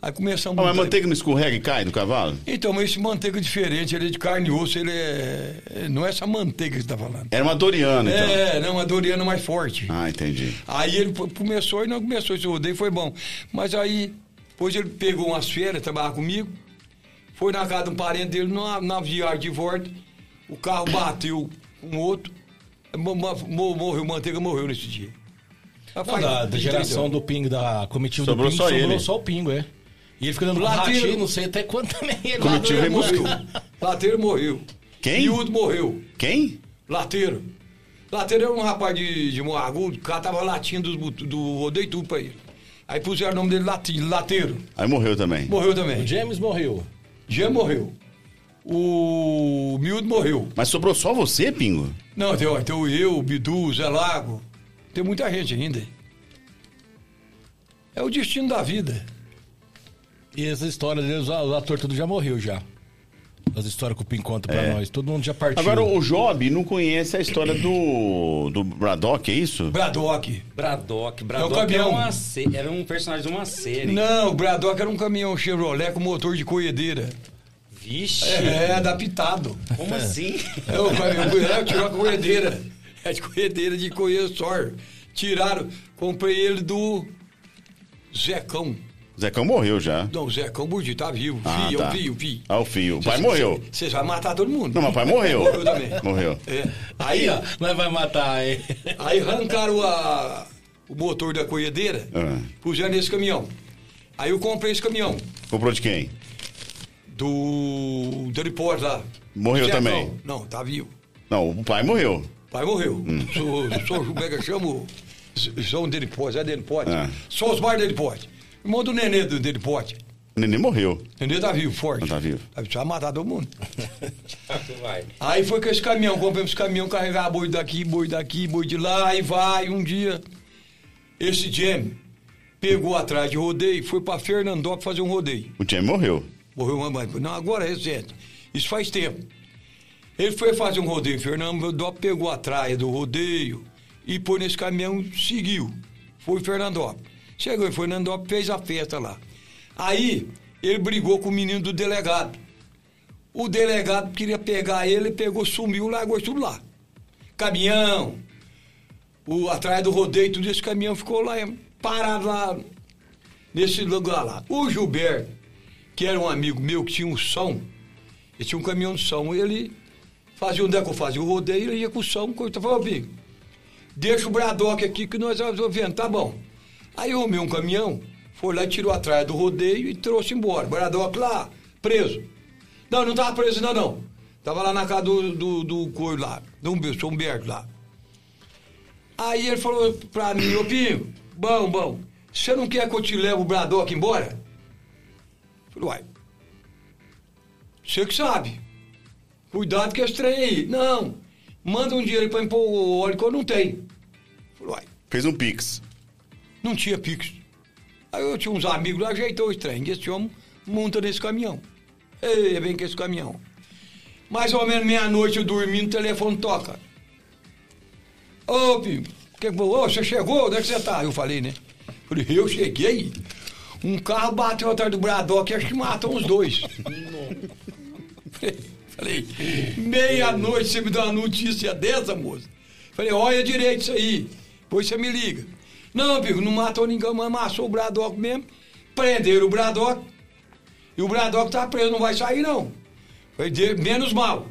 Speaker 7: Aí começamos
Speaker 3: Ah,
Speaker 7: a
Speaker 3: mas
Speaker 7: montar-
Speaker 3: Manteiga não escorrega e cai do cavalo?
Speaker 7: Então, mas esse manteiga é diferente, ele é de carne e osso, ele é. é- Não é essa manteiga que você tá falando.
Speaker 3: Era uma Doriana, então.
Speaker 7: É, não, a Doriana mais forte.
Speaker 3: Ah, entendi.
Speaker 7: Aí ele foi- começou e não começou esse rodeio, foi bom. Mas aí, depois ele pegou umas férias, trabalhava comigo, foi na casa de um parente dele, na, na viagem de volta, o carro bateu um outro, mo- mo- mo- morreu, manteiga morreu nesse dia.
Speaker 6: Não,
Speaker 7: Já faz
Speaker 6: da, da
Speaker 7: 30
Speaker 6: geração
Speaker 7: anos.
Speaker 6: do Pingo, da comitiva
Speaker 3: Sobrou
Speaker 6: do Pingo,
Speaker 3: só
Speaker 6: sobrou
Speaker 3: ele.
Speaker 6: só o Pingo, é. E ele fica dando
Speaker 7: Lá
Speaker 6: ratinho,
Speaker 7: tira-
Speaker 6: não sei até quanto também. ele lá
Speaker 3: Comitiva
Speaker 6: não
Speaker 3: e
Speaker 6: é
Speaker 3: música.
Speaker 7: Morreu. Lateiro morreu.
Speaker 3: Quem?
Speaker 7: Miúdo morreu.
Speaker 3: Quem?
Speaker 7: Lateiro. Lateiro era um rapaz de, de Morro Agudo, o cara tava latindo dos but- do Odeio Tudo pra ele. Aí puseram o nome dele lati- Lateiro.
Speaker 3: Aí morreu também.
Speaker 7: Morreu
Speaker 6: O
Speaker 7: também.
Speaker 6: James morreu.
Speaker 7: Jean morreu. O Miúdo morreu.
Speaker 3: Mas sobrou só você, Pingo?
Speaker 7: Não, tem, ó, tem o eu, o Bidu, o Zé Lago. Tem muita gente ainda. É o destino da vida.
Speaker 6: E essa história deles, ah, o ator tudo já morreu já. As histórias que o Pim conta pra nós. Todo mundo já partiu.
Speaker 3: Agora, o Job não conhece a história do, do Braddock, é isso?
Speaker 7: Bradock.
Speaker 4: Bradock. Bradock era,
Speaker 7: campeão.
Speaker 4: uma sé- era um personagem de uma série.
Speaker 7: É Não, o Bradock era um caminhão Chevrolet com motor de coedeira.
Speaker 4: Vixe.
Speaker 7: É, adaptado.
Speaker 4: Como assim?
Speaker 7: É, o caminhão tirou a coedeira. É de coedeira de coesor. Tiraram. Comprei ele do Zecão.
Speaker 3: Zecão morreu já.
Speaker 7: Não, o Zecão Burdi tá vivo.
Speaker 3: Ah,
Speaker 7: Fio,
Speaker 3: tá.
Speaker 7: fio, fio.
Speaker 3: Ah, o filho. O pai morreu.
Speaker 7: Vocês vão matar todo mundo.
Speaker 3: Não, mas o pai morreu.
Speaker 7: Morreu também.
Speaker 3: Morreu.
Speaker 7: É.
Speaker 6: Aí, ó, nós vai matar, hein?
Speaker 7: Aí arrancaram a- o motor da colhedeira,
Speaker 3: Ah.
Speaker 7: puseram nesse caminhão. Aí eu comprei esse caminhão
Speaker 3: Comprou de quem?
Speaker 7: do Deliport lá.
Speaker 3: Morreu
Speaker 7: Zecão.
Speaker 3: também?
Speaker 7: Não, tá vivo.
Speaker 3: Não, o pai morreu.
Speaker 7: Pai morreu. Sou, sou como é que eu chamo? Z- João Deliport, é Deliport.
Speaker 3: Ah.
Speaker 7: Sou Osmar Deliport. Irmão do Nenê do Deliport.
Speaker 3: O neném morreu.
Speaker 7: Nenê tá vivo, forte.
Speaker 3: Não tá vivo.
Speaker 7: Precisa matar todo mundo.
Speaker 4: Vai.
Speaker 7: Aí foi com esse caminhão, compramos esse caminhão, carregar boi daqui, boi daqui, boi de lá, e vai. Um dia, esse Jimmy pegou atrás de rodeio, foi pra Fernandópolis fazer um rodeio.
Speaker 3: O Jamie morreu.
Speaker 7: Morreu uma mãe. Não, agora é recente. Isso faz tempo. Ele foi fazer um rodeio em Fernandópolis, pegou a traia do rodeio e pôs nesse caminhão, seguiu. Foi em Fernandópolis. Chegou em Fernandópolis, fez a festa lá. Aí, ele brigou com o menino do delegado. O delegado queria pegar ele, pegou, sumiu, largou tudo lá. Caminhão, o, atrás do rodeio, tudo esse caminhão ficou lá, eh, parado lá, nesse lugar lá. O Gilberto, que era um amigo meu que tinha um som, ele tinha um caminhão de som, ele fazia onde é que eu fazia o rodeio, ele ia com o som, coisa, falou, Bico, deixa o Bradock aqui que nós vamos vendo, tá bom. Aí eu arrumei um caminhão, foi lá e tirou atrás do rodeio e trouxe embora. Bradock lá, preso. Não, não tava preso ainda não. Tava lá na casa do, do, do coio lá, do Humberto, Humberto lá. Aí ele falou pra mim, ô Pinho, bom, bom, você não quer que eu te leve o Bradock embora? Falei, uai, você que sabe. Cuidado com esse trem aí. Não, manda um dinheiro pra impor o óleo que eu não tenho. Falei, uai,
Speaker 3: Fez um pix.
Speaker 7: não tinha pix. Aí eu tinha uns amigos lá, ajeitou os trem. Esse homem monta nesse caminhão. Ei, vem com esse caminhão. Mais ou menos meia-noite eu dormindo, o telefone toca. Ô, Pinho, que que foi? Ô, você chegou? Onde é que você tá? Eu falei, né? Falei, eu cheguei. Um carro bateu atrás do Bradock, acho que matou uns dois. falei, meia-noite você me dá uma notícia dessa, moça? Falei, olha direito isso aí. Depois você me liga. Não, Pinho, não matou ninguém, mas amassou o Bradock mesmo. Prenderam o Bradock. E o Bradock tá preso, não vai sair, não. Falei, de- menos mal.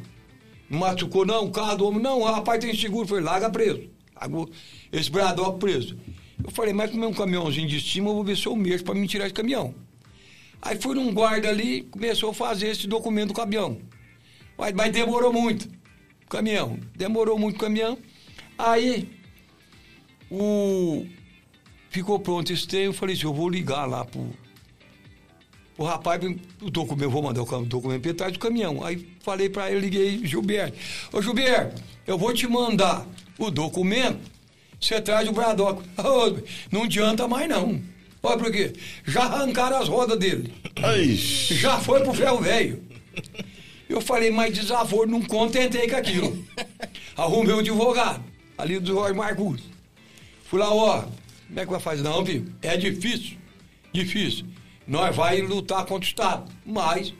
Speaker 7: Não machucou, não, o carro do homem, não, o rapaz tem seguro. Falei, larga preso. Largou esse Bradock preso. Eu falei, mas como é um caminhãozinho de cima, eu vou ver se eu mexo pra me tirar esse caminhão. Aí fui num guarda ali, começou a fazer esse documento do caminhão. Mas, mas demorou muito o caminhão. Demorou muito o caminhão. Aí o... ficou pronto esse trem, eu falei assim, eu vou ligar lá pro, o rapaz, o documento, vou mandar o cam- documento pra ele, traz o caminhão. Aí falei pra ele, liguei, Gilberto. Ô Gilberto, eu vou te mandar o documento, você traz o Bradock. Ô, não adianta mais não. Olha por quê? Já arrancaram as rodas dele.
Speaker 3: Ai,
Speaker 7: Já foi pro ferro velho. Eu falei, mas desaforo, não contentei com aquilo. Arrumei um advogado, ali do Jorge Marcos. Fui lá, ó, como é que vai fazer? Não, filho, é difícil, difícil. Nós vai lutar contra o Estado, mas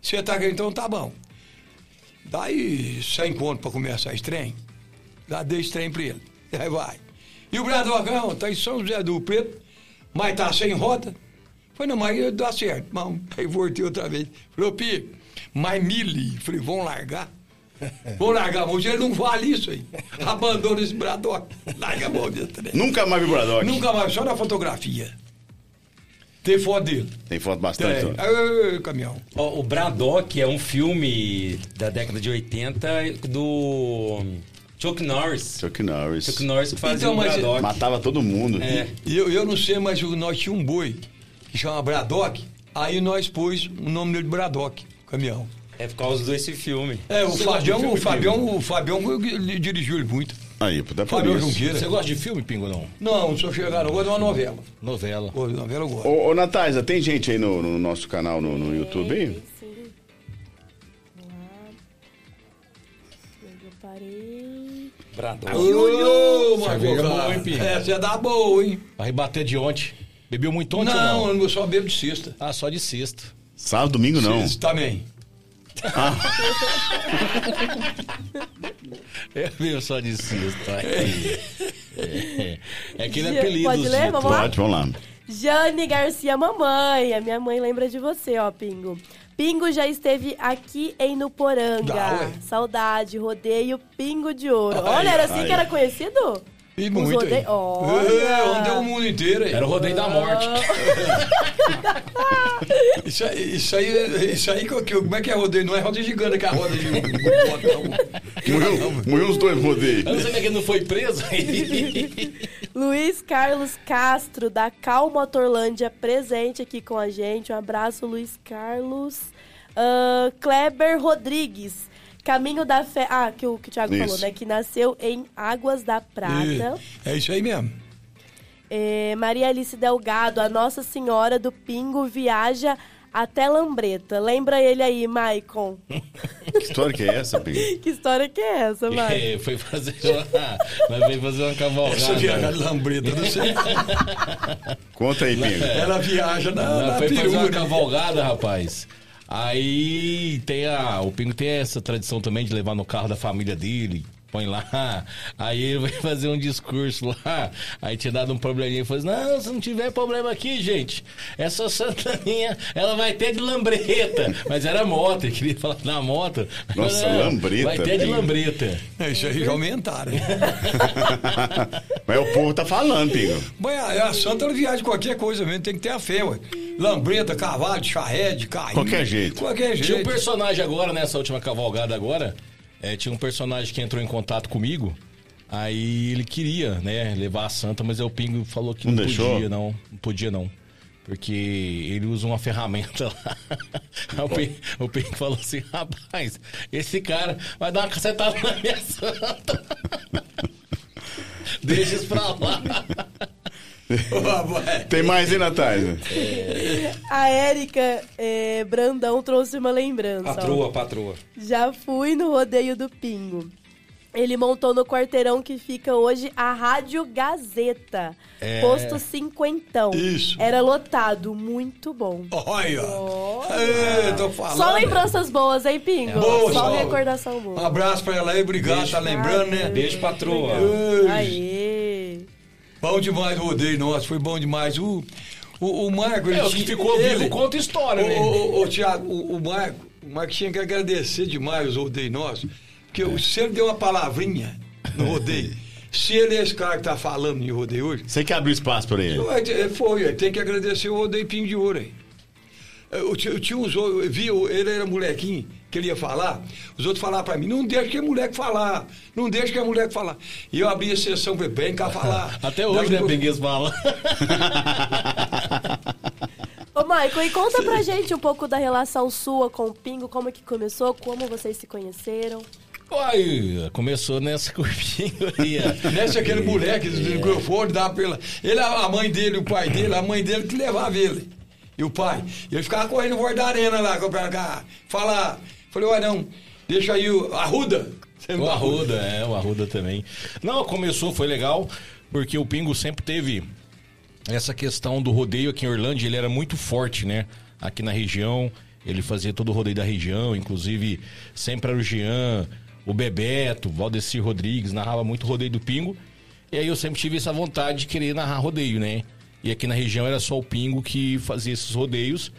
Speaker 7: você tá querendo, então tá bom. Daí, sem conto pra começar esse trem, já dei esse trem pra ele. Aí vai. E o Bradocão, tá em São José do Preto, mas tá sem rota. Falei, não, mas dá certo. Mas, um aí voltei outra vez. Falei, ô Pi, mas mili. Falei, vão largar. Vão largar a mão. Ele não vale isso aí. Abandona esse Bradock. Larga a mão desse trem.
Speaker 3: nunca mais vi o Braddock.
Speaker 7: Nunca mais, só na fotografia. Tem foto dele.
Speaker 3: Tem foto
Speaker 6: Tá.
Speaker 3: bastante.
Speaker 4: É.
Speaker 7: Tem.
Speaker 3: ó.
Speaker 7: Ai, caminhão.
Speaker 4: Ó, o Braddock é um filme da década de 80 do Chuck Norris.
Speaker 3: Chuck Norris.
Speaker 4: Chuck Norris que fazia
Speaker 7: Então,
Speaker 4: o
Speaker 7: mas-
Speaker 4: Braddock.
Speaker 3: Matava todo mundo.
Speaker 4: É.
Speaker 7: E eu, eu não sei, mas o- nós tínhamos um boi que chama Braddock. Aí nós pôs o nome dele de Braddock, caminhão.
Speaker 4: É por causa desse filme.
Speaker 7: É, o
Speaker 6: Você gosta de
Speaker 7: Fabião,
Speaker 6: filme,
Speaker 7: o Fabião, o Fabião ele dirigiu ele muito.
Speaker 3: Aí, puta é por
Speaker 7: Fabião
Speaker 4: um
Speaker 3: isso.
Speaker 7: Junqueira.
Speaker 6: Você gosta de filme, Pingo, não?
Speaker 7: Não, não sou chegado, eu gosto de uma novela.
Speaker 6: Novela.
Speaker 7: Gosto de novela, eu gosto.
Speaker 3: Ô, ô Natália, tem gente aí no, no nosso canal no, no YouTube aí?
Speaker 5: Tem sim. Vamos lá. Onde eu parei?
Speaker 4: Braddock.
Speaker 7: Ô,
Speaker 6: Cerveja
Speaker 7: Marco,
Speaker 6: boa, hein, Pinho?
Speaker 7: É, você dá boa, hein?
Speaker 6: Vai rebater de ontem. Bebeu muito ontem ou
Speaker 7: Não,
Speaker 6: não?
Speaker 7: eu só bebo de sexta.
Speaker 6: Ah, só de sexta.
Speaker 3: Sábado, domingo não.
Speaker 7: Sexta também.
Speaker 6: É meu só de sexta. É, é aquele
Speaker 5: Pode
Speaker 6: apelido.
Speaker 5: ler? Vamos lá?
Speaker 3: Pode, vamos lá.
Speaker 5: Jane Garcia Mamãe. A minha mãe lembra de você, ó, Pingo. Pingo já esteve aqui em Nuporanga.
Speaker 7: Já, ué.
Speaker 5: Saudade, rodeio Pingo de Ouro.
Speaker 7: Aí,
Speaker 5: Olha, era assim
Speaker 3: aí.
Speaker 5: que era conhecido?
Speaker 7: E
Speaker 5: Os
Speaker 7: muito.
Speaker 5: rodei-
Speaker 7: hein?
Speaker 5: Olha.
Speaker 7: É, Rodei o mundo inteiro, hein?
Speaker 6: Era o rodeio da morte.
Speaker 7: Isso aí, isso aí, isso aí que eu- que eu- como é que é rodeio? Não é roda gigante, é que é a roda de
Speaker 3: Morreu, morreu os dois rodeios.
Speaker 6: Eu não sei como é que ele não foi preso.
Speaker 5: Luiz Carlos Castro, da Cal Motorlândia, presente aqui com a gente. Um abraço, Luiz Carlos. Ahn, Kleber Rodrigues, Caminho da Fé. Ah, que o, que o Thiago
Speaker 3: Isso.
Speaker 5: falou, né? Que nasceu em Águas da Prata.
Speaker 7: É isso aí mesmo.
Speaker 5: É, Maria Alice Delgado, a Nossa Senhora do Pingo viaja até Lambreta. Lembra ele aí, Maicon?
Speaker 3: Que história que é essa, Pinho?
Speaker 5: que história que é essa, Maicon?
Speaker 6: É, foi fazer uma. Mas veio fazer uma
Speaker 7: Essa viagem
Speaker 6: cavalgada.
Speaker 7: de lambreta, não sei.
Speaker 3: Conta aí,
Speaker 4: É.
Speaker 3: Pinho.
Speaker 7: Ela viaja na,
Speaker 3: Tá
Speaker 6: Ela
Speaker 7: na
Speaker 6: foi fazer uma
Speaker 7: perua. né?
Speaker 6: cavalgada, rapaz. Aí tem a. O Pingo tem essa tradição também de levar no carro da família dele. Põe lá, aí ele vai fazer um discurso lá, aí tinha dado um probleminha e falou assim, não, se não tiver problema aqui, gente, essa Santaninha, ela vai ter de lambreta, mas era moto, ele queria falar na moto.
Speaker 3: Nossa,
Speaker 6: Não,
Speaker 3: lambreta,
Speaker 6: Vai ter de
Speaker 3: Pingo.
Speaker 6: lambreta.
Speaker 7: É, isso aí já aumentaram.
Speaker 3: Mas o povo tá falando, Pinho.
Speaker 7: Mas a, a santa ela viaja de qualquer coisa mesmo, tem que ter a fé, ué. Lambreta, cavalo, charrete, carrinho.
Speaker 3: Qualquer jeito.
Speaker 7: Qualquer
Speaker 6: Tinha um
Speaker 7: jeito.
Speaker 6: personagem agora, nessa última cavalgada agora, é, tinha um personagem que entrou em contato comigo, aí ele queria, né, levar a santa, mas aí o Pingo falou que
Speaker 3: Não
Speaker 6: não,
Speaker 3: deixou?
Speaker 6: podia, não. Não podia, não. Porque ele usa uma ferramenta lá. Aí o Pingo, o Pingo falou assim, rapaz, esse cara vai dar uma cacetada na minha santa. Deixa isso pra lá.
Speaker 3: Tem mais aí, Natália?
Speaker 5: A Érica eh, Brandão trouxe uma lembrança. ó.
Speaker 4: Patroa, patroa.
Speaker 5: Já fui no rodeio do Pingo. Ele montou no quarteirão que fica hoje a Rádio Gazeta, posto cinquentão.
Speaker 7: Isso.
Speaker 5: Era lotado, muito bom.
Speaker 7: Olha. É, tô falando.
Speaker 5: Só lembranças boas, hein, Pingo?
Speaker 7: Boa,
Speaker 5: Só
Speaker 7: só.
Speaker 5: recordação
Speaker 7: Um
Speaker 5: boa.
Speaker 7: abraço pra ela aí, obrigado, tá lembrando, né?
Speaker 4: Beijo, patroa.
Speaker 5: Aê!
Speaker 7: Bom demais o rodeio nosso, foi bom demais. O, o, o Marco, ele
Speaker 6: É, o que
Speaker 7: tinha-
Speaker 6: ficou
Speaker 7: ele-
Speaker 6: vivo conta história, né?
Speaker 7: Ô, ô, ô, Tiago, o, o Marco, o Marco tinha que agradecer demais os rodeios nossos, porque
Speaker 6: É.
Speaker 7: o- se ele deu uma palavrinha no rodeio, se ele é esse cara que tá falando de rodeio hoje,
Speaker 3: Você que abriu espaço pra ele.
Speaker 7: ué, é, foi, ué, tem que agradecer o rodeio Pinho de Ouro aí. É, O tio, o tio usou, eu vi, o- ele era molequinho, que ele ia falar, os outros falavam pra mim, não deixa que é moleque falar, não deixa que é moleque falar. E eu abri a sessão, falei, vem cá falar.
Speaker 6: Até hoje, né,
Speaker 3: um
Speaker 7: Daí-
Speaker 6: Pinguês fala.
Speaker 5: Ô, Maicon, e conta pra gente um pouco da relação sua com o Pingo, como é que começou, como vocês se conheceram.
Speaker 6: Aí, começou nessa curvinha aí, ó. é.
Speaker 7: Nesse aquele moleque do microfone, dava pela. Ele, a mãe dele, o pai dele, a mãe dele que levava ele. E o pai. Ele ficava correndo fora da arena lá, pra cá. Falar. Falei, olha não, deixa aí o Arruda. Você
Speaker 6: O
Speaker 7: não-
Speaker 6: Arruda, é, o Arruda também. Não, começou, foi legal, porque o Pingo sempre teve essa questão do rodeio aqui em Orlândia, ele era muito forte, né? Aqui na região, ele fazia todo o rodeio da região, inclusive sempre era o Jean, o Bebeto, o Valdeci Rodrigues, narrava muito o rodeio do Pingo. E aí eu sempre tive essa vontade de querer narrar rodeio, né? E aqui na região era só o Pingo que fazia esses rodeios.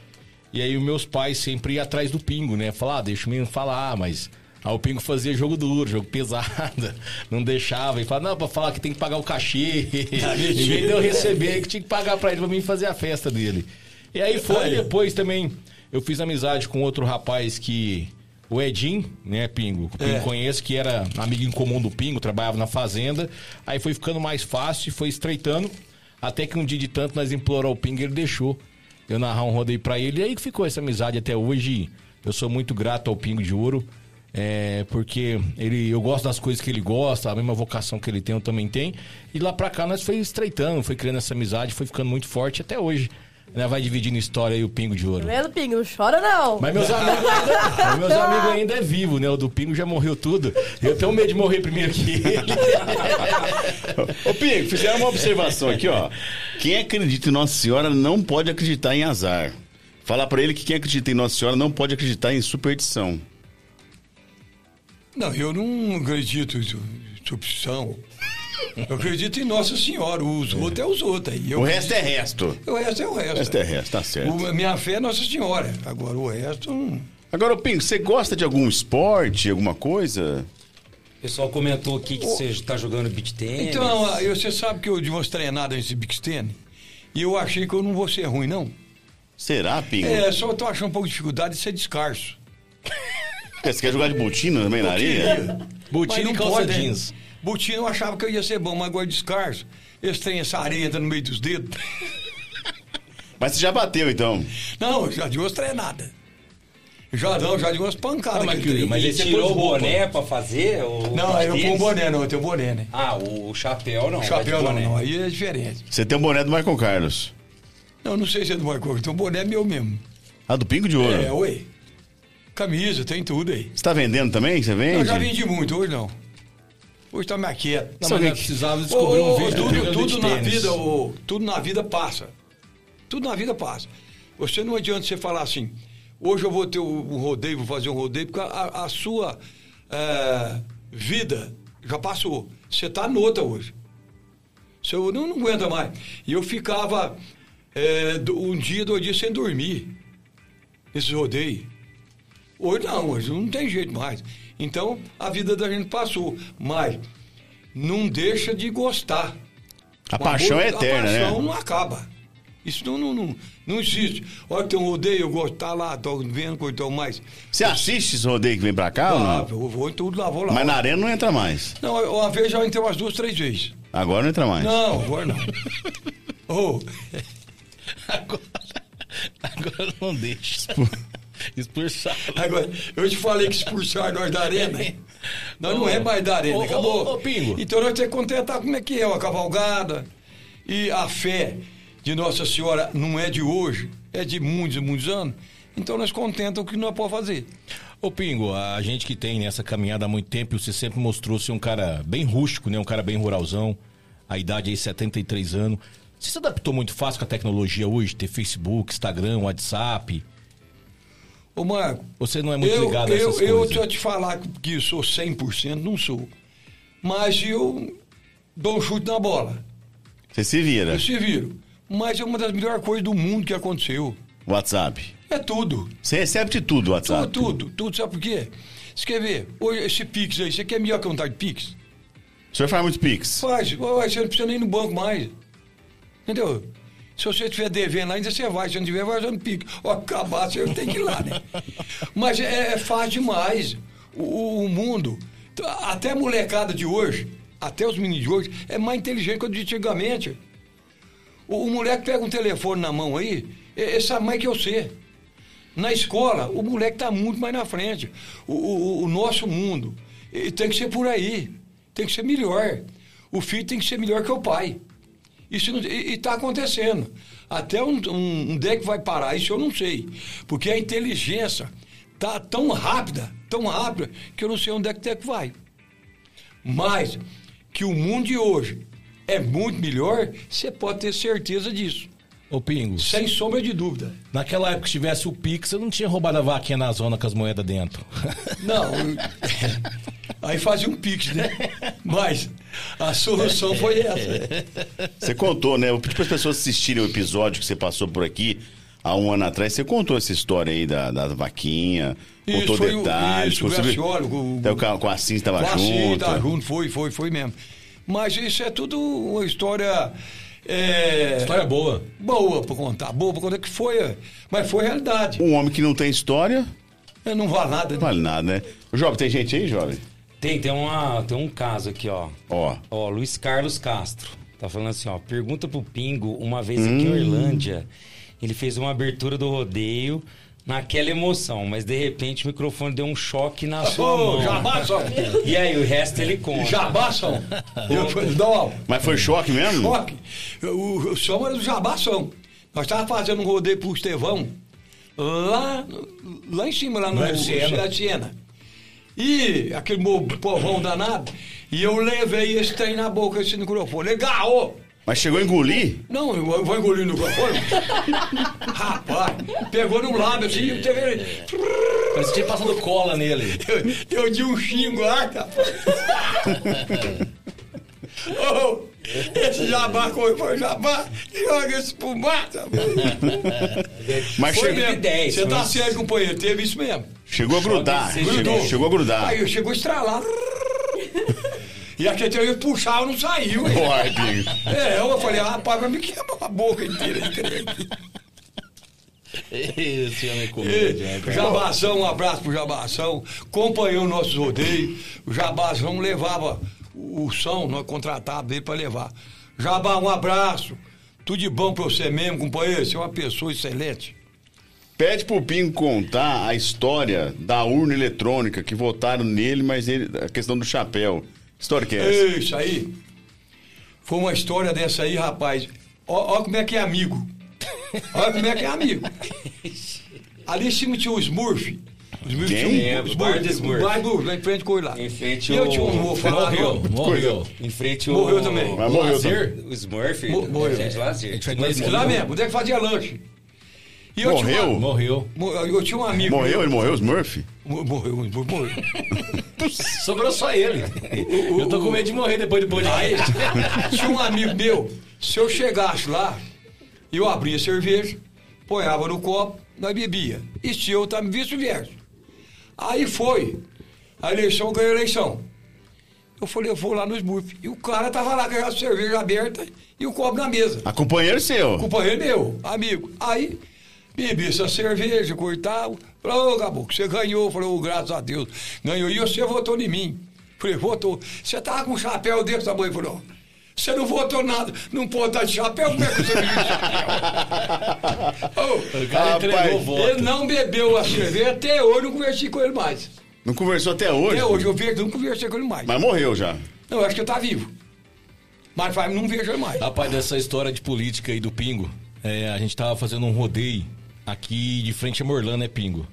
Speaker 6: E aí os meus pais sempre iam atrás do Pingo, né? Falar, ah, deixa o menino falar, mas. Aí o Pingo fazia jogo duro, jogo pesado, não deixava. E falava, não, pra falar que tem que pagar o cachê. Em vez de eu receber, que tinha que pagar pra ele pra mim fazer a festa dele. E aí foi, depois também eu fiz amizade com outro rapaz que. O Edinho, né, Pingo? Que o Pingo
Speaker 7: É.
Speaker 6: conheço, que era amigo em comum do Pingo, trabalhava na fazenda. Aí foi ficando mais fácil e foi estreitando. Até que um dia de tanto nós implorou o Pingo, ele deixou. Eu narrar um rodeio pra ele. E aí que ficou essa amizade até hoje. Eu sou muito grato ao Pingo de Ouro. É, porque ele, eu gosto das coisas que ele gosta, a mesma vocação que ele tem, eu também tenho. E lá pra cá nós foi estreitando, foi criando essa amizade, foi ficando muito forte até hoje. Né? Vai dividindo história aí o Pingo de Ouro.
Speaker 5: Tá vendo, Pingo? Não chora, não.
Speaker 6: Mas meus amigos ainda, mas meus amigos ainda é vivo, né? O do Pingo já morreu tudo. Eu tenho medo de morrer primeiro que ele.
Speaker 3: Ô, Pico, fizeram uma observação aqui, ó. Quem acredita em Nossa Senhora não pode acreditar em azar. Falar pra ele que quem acredita em Nossa Senhora não pode acreditar em superstição.
Speaker 7: Não, eu não acredito em su- superstição. Eu acredito em Nossa Senhora. Os outros é os outros. aí. Eu-
Speaker 3: O resto é resto.
Speaker 7: O resto é o resto.
Speaker 3: O resto é resto, tá certo.
Speaker 7: O- a minha fé é Nossa Senhora. Agora o resto. hum.
Speaker 3: Agora, ô, Pingo, você gosta de algum esporte, alguma coisa?
Speaker 4: O pessoal comentou aqui que você tá jogando beat tênis.
Speaker 7: Então, ah, eu- você sabe que eu dei umas treinadas nesse Big Stand e eu achei que eu não vou ser ruim, não.
Speaker 3: Será, Pingo?
Speaker 7: É, só eu tô achando um pouco de dificuldade de ser descarso.
Speaker 3: Você quer jogar de botina também na areia?
Speaker 6: Botina
Speaker 7: Mas
Speaker 6: e
Speaker 7: não
Speaker 6: calça
Speaker 7: pode, né?
Speaker 6: jeans.
Speaker 7: Botina eu achava que eu ia ser bom, mas agora é descarso. Esse trem, essa areia entra no meio dos dedos.
Speaker 3: Mas você já bateu, então.
Speaker 7: Não, eu já dei umas treinadas. Já não, já dei umas pancadas.
Speaker 4: Ah, mas,
Speaker 7: aquele trem.
Speaker 4: mas
Speaker 7: E
Speaker 4: ele
Speaker 7: você
Speaker 4: tirou o
Speaker 7: pôs roupa.
Speaker 4: boné pra fazer? O
Speaker 7: Não,
Speaker 4: beach
Speaker 7: eu
Speaker 4: tênis?
Speaker 7: ponho boné, não, eu tenho boné, né?
Speaker 4: Ah, o, o chapéu não.
Speaker 7: Chapéu
Speaker 4: vai de boné.
Speaker 7: não, não, aí é diferente.
Speaker 3: Você tem o boné do Michael Carlos.
Speaker 7: Não, não sei se é do Marco, eu tenho um boné meu mesmo.
Speaker 3: Ah, do Pingo de Ouro.
Speaker 7: É, oi. Camisa, tem tudo aí.
Speaker 3: Você tá vendendo também? Você
Speaker 7: Eu
Speaker 3: vende?
Speaker 7: já vendi muito, hoje não. Hoje tá mais quieto.
Speaker 6: Não,
Speaker 3: Só
Speaker 6: mas
Speaker 3: que-
Speaker 6: nós precisávamos
Speaker 7: Ô,
Speaker 6: descobrir
Speaker 7: ô,
Speaker 6: um vídeo do
Speaker 7: tudo,
Speaker 6: Pingo do
Speaker 7: tudo
Speaker 6: beach
Speaker 7: na
Speaker 6: tênis.
Speaker 7: vida, ô, tudo na vida passa. Tudo na vida passa. Você não adianta você falar assim, hoje eu vou ter um um rodeio, vou fazer um rodeio, porque a, a sua eh, vida já passou. Você tá nota hoje. Você não, não aguenta mais. E eu ficava eh, do- um dia, dois dias sem dormir. Nesse rodeio. Hoje não, hoje não tem jeito mais. Então, a vida da gente passou. Mas não deixa de gostar.
Speaker 3: A
Speaker 7: O
Speaker 3: paixão é
Speaker 7: amor-
Speaker 3: eterna,
Speaker 7: a paixão
Speaker 3: né?
Speaker 7: não acaba. Isso não, não, não, não existe. Olha, tem um rodeio, eu gosto, tá lá, tô vendo, coisa e tal, mas...
Speaker 3: Você assiste esse rodeio que vem pra cá ou
Speaker 7: Ah,
Speaker 3: não?
Speaker 7: eu vou em tudo lá, vou lá.
Speaker 3: Mas na arena não entra mais.
Speaker 7: Não, uma vez já entrei umas duas, três vezes.
Speaker 3: Agora não entra mais.
Speaker 7: Não, agora não. Ô,
Speaker 6: Agora, agora não deixa. Expulsar.
Speaker 7: agora, eu te falei que expulsar nós da arena. Nós não é mais da arena,
Speaker 6: Ô, ô,
Speaker 7: acabou.
Speaker 6: ô, ô, Pingo.
Speaker 7: Então nós temos que contentar como é que é, uma cavalgada. E a fé de Nossa Senhora não é de hoje, é de muitos e muitos anos. Então nós contentamos o que nós podemos fazer.
Speaker 6: Ô Pingo, a gente que tem nessa caminhada há muito tempo, você sempre mostrou ser um cara bem rústico, né? Um cara bem ruralzão. A idade aí, 73 anos. Você se adaptou muito fácil com a tecnologia hoje? Ter Facebook, Instagram, WhatsApp?
Speaker 7: Ô, Marco.
Speaker 6: Você não é muito
Speaker 7: eu,
Speaker 6: ligado a
Speaker 7: eu,
Speaker 6: essas
Speaker 7: eu,
Speaker 6: coisas?
Speaker 7: só te falar que eu sou 100%, não sou. Mas eu dou um chute na bola.
Speaker 3: Você se vira.
Speaker 6: É.
Speaker 7: Eu se viro. Mas é uma das melhores coisas do mundo que aconteceu.
Speaker 3: WhatsApp.
Speaker 7: É tudo.
Speaker 3: Você recebe de tudo o
Speaker 7: Tudo,
Speaker 3: WhatsApp.
Speaker 7: tudo, tudo. Sabe por quê? Você quer ver? Hoje, esse Pix aí, você quer melhor que a vontade de Pix?
Speaker 3: O senhor faz muito pix.
Speaker 7: Faz. Ué, Você não precisa nem ir no banco mais. Entendeu? Se você estiver devendo lá, ainda você vai. Se não tiver, vai usando pique. Ó, acabar, você tem que ir lá, né? Mas é, é fácil demais. O, o- o mundo, t- até a molecada de hoje, até os meninos de hoje, é mais inteligente que o de antigamente. O, o moleque pega um telefone na mão aí, e- e sabe mais que eu sei. Na escola, o moleque está muito mais na frente. O, o- o nosso mundo eh, tem que ser por aí. Tem que ser melhor. O filho tem que ser melhor que o pai. Isso não- e está acontecendo. Até um, um, onde é que vai parar isso eu não sei. Porque a inteligência está tão rápida, tão rápida, que eu não sei onde é que, é que vai. Mas que o mundo de hoje é muito melhor, você pode ter certeza disso.
Speaker 6: Ô Pingo,
Speaker 7: Sem sombra de dúvida.
Speaker 6: naquela época que tivesse o Pix, eu não tinha roubado a vaquinha na zona com as moedas dentro.
Speaker 7: Não. um- Aí fazia um pix, né? Mas a solução foi essa.
Speaker 3: Você contou, né? Eu pedi para as pessoas assistirem o episódio que você passou por aqui há um ano atrás. Você contou essa história aí da, da vaquinha,
Speaker 7: Isso,
Speaker 3: contou
Speaker 7: foi o-
Speaker 3: detalhes.
Speaker 7: isso, o
Speaker 3: contou-
Speaker 7: Graciolo, o-
Speaker 3: Até o ca- com a Assis
Speaker 7: Tá
Speaker 3: estava
Speaker 7: Quase
Speaker 3: Tá junto.
Speaker 7: tá junto, foi, foi, foi mesmo. Mas isso é tudo uma história é,
Speaker 6: História boa.
Speaker 7: boa pra contar, boa pra contar, que foi, é, mas foi realidade.
Speaker 3: Um homem que não tem história,
Speaker 7: É, Não vale nada.
Speaker 3: não
Speaker 7: né?
Speaker 3: vale nada, né? Ô, Jovem, tem gente aí, Jovem?
Speaker 4: Tem, tem, uma, tem um caso aqui, ó.
Speaker 3: Ó.
Speaker 4: Ó, Luiz Carlos Castro. Tá falando assim, ó. Pergunta pro Pingo, uma vez aqui
Speaker 3: Hum.
Speaker 4: em Irlândia, ele fez uma abertura do rodeio naquela emoção, mas de repente o microfone deu um choque na sua
Speaker 7: Ô,
Speaker 4: mão.
Speaker 7: jabá, só.
Speaker 4: E aí, o resto ele conta.
Speaker 7: Jabá, só. Eu fui- Dá uma
Speaker 3: Mas foi choque mesmo?
Speaker 7: Choque. O, o som era do Jabação. Nós estávamos fazendo um rodeio pro Estevão, lá, no- lá em cima, lá no
Speaker 6: No Siena.
Speaker 7: na Siena. E aquele mo- povão danado. E eu levei esse trem na boca, esse microfone. Ele garrou.
Speaker 3: Mas chegou a engolir?
Speaker 7: Não, eu eu vou engolir no microfone. Rapaz, pegou no lábio assim, eu, teve-
Speaker 6: Parece que tinha passado cola nele.
Speaker 7: eu, eu dei um xingo lá, cara. Ô, esse jabá correu foi um jabá, joga esse pumata.
Speaker 3: Mas
Speaker 7: Foi
Speaker 3: che-
Speaker 7: mesmo.
Speaker 4: 10,
Speaker 7: Você tá
Speaker 4: mas-
Speaker 7: certo, companheiro, teve isso mesmo.
Speaker 3: chegou a grudar.
Speaker 4: Choque, sim,
Speaker 3: Chegou,
Speaker 4: grudou.
Speaker 3: chegou a grudar.
Speaker 7: Aí eu chegou a estralar. E aquele trem eu puxava, não saiu. hein?
Speaker 3: Porra, Pingo.
Speaker 7: É, eu falei, rapaz, vai me queimar a boca inteira. esse trem.
Speaker 6: Esse homem é
Speaker 7: E, Jabação, um abraço pro Jabação. Acompanhou nossos rodeios. O Jabação levava o o som, nós contratávamos ele para levar. Jabá, um abraço. Tudo de bom pra você mesmo, companheiro. Você é uma pessoa excelente.
Speaker 3: Pede pro Pingo contar a história da urna eletrônica que votaram nele, mas ele, a questão do chapéu. Que história que é essa?
Speaker 7: É Isso aí. Foi uma história dessa aí, rapaz. Ó, ó como é que é amigo. Olha como é que é amigo. Ali em cima tinha o Smurf. Os Smurf
Speaker 3: Quem?
Speaker 7: tinha
Speaker 4: É,
Speaker 7: um-
Speaker 4: o bar do Smurf.
Speaker 7: O bar do, lá em frente com ele lá.
Speaker 4: Em frente
Speaker 7: e eu
Speaker 4: o-
Speaker 7: tinha um mofo lá.
Speaker 6: Morreu, morreu.
Speaker 4: Em frente o...
Speaker 7: Morreu também.
Speaker 3: Mas morreu também.
Speaker 4: O Smurf.
Speaker 7: Mo- morreu.
Speaker 4: Gente, é lazer.
Speaker 6: Gente, vai
Speaker 4: Mas
Speaker 6: dois-
Speaker 7: Lá mesmo, onde é que fazia lanche? E eu tinha
Speaker 3: Morreu?
Speaker 6: Morreu.
Speaker 7: uma- mo- eu tinha um amigo.
Speaker 3: Morreu? Ele morreu, Smurf?
Speaker 7: Mo- Morreu, morreu. morreu.
Speaker 6: Sobrou só ele. Eu tô com medo de morrer depois do
Speaker 7: Aí,
Speaker 6: podcast.
Speaker 7: tinha um amigo meu, se eu chegasse lá, eu abria a cerveja, ponhava no copo, nós bebia. E se eu tava vice-versa. Aí foi. A eleição ganhou a eleição. Eu falei, eu vou lá no Smurf. E o cara tava lá com a cerveja aberta e o copo na mesa.
Speaker 3: A companheiro seu.
Speaker 7: Companheiro é meu, amigo. Aí, bebi essa cerveja, cortava. Falou, ô Caboclo, você ganhou. Falou, ô, graças a Deus, ganhou. E você votou em mim. Falei, votou. Você tava com um chapéu desse tamanho? Falou, você não votou nada. Não pode dar de chapéu? Como é que você me deu chapéu?
Speaker 6: O cara
Speaker 3: Rapaz,
Speaker 6: entregou o
Speaker 7: Ô,
Speaker 6: voto.
Speaker 7: ele não bebeu a cerveja. Até hoje eu não conversei com ele mais.
Speaker 3: Não conversou até hoje?
Speaker 7: Até hoje eu vejo, não conversei com ele mais.
Speaker 3: Mas morreu já.
Speaker 7: Não, eu acho que ele tá vivo. Mas vai, não vejo ele mais.
Speaker 6: Rapaz, dessa história de política aí do Pingo, é, a gente tava fazendo um rodeio aqui de frente a Morlan, né, Pingo?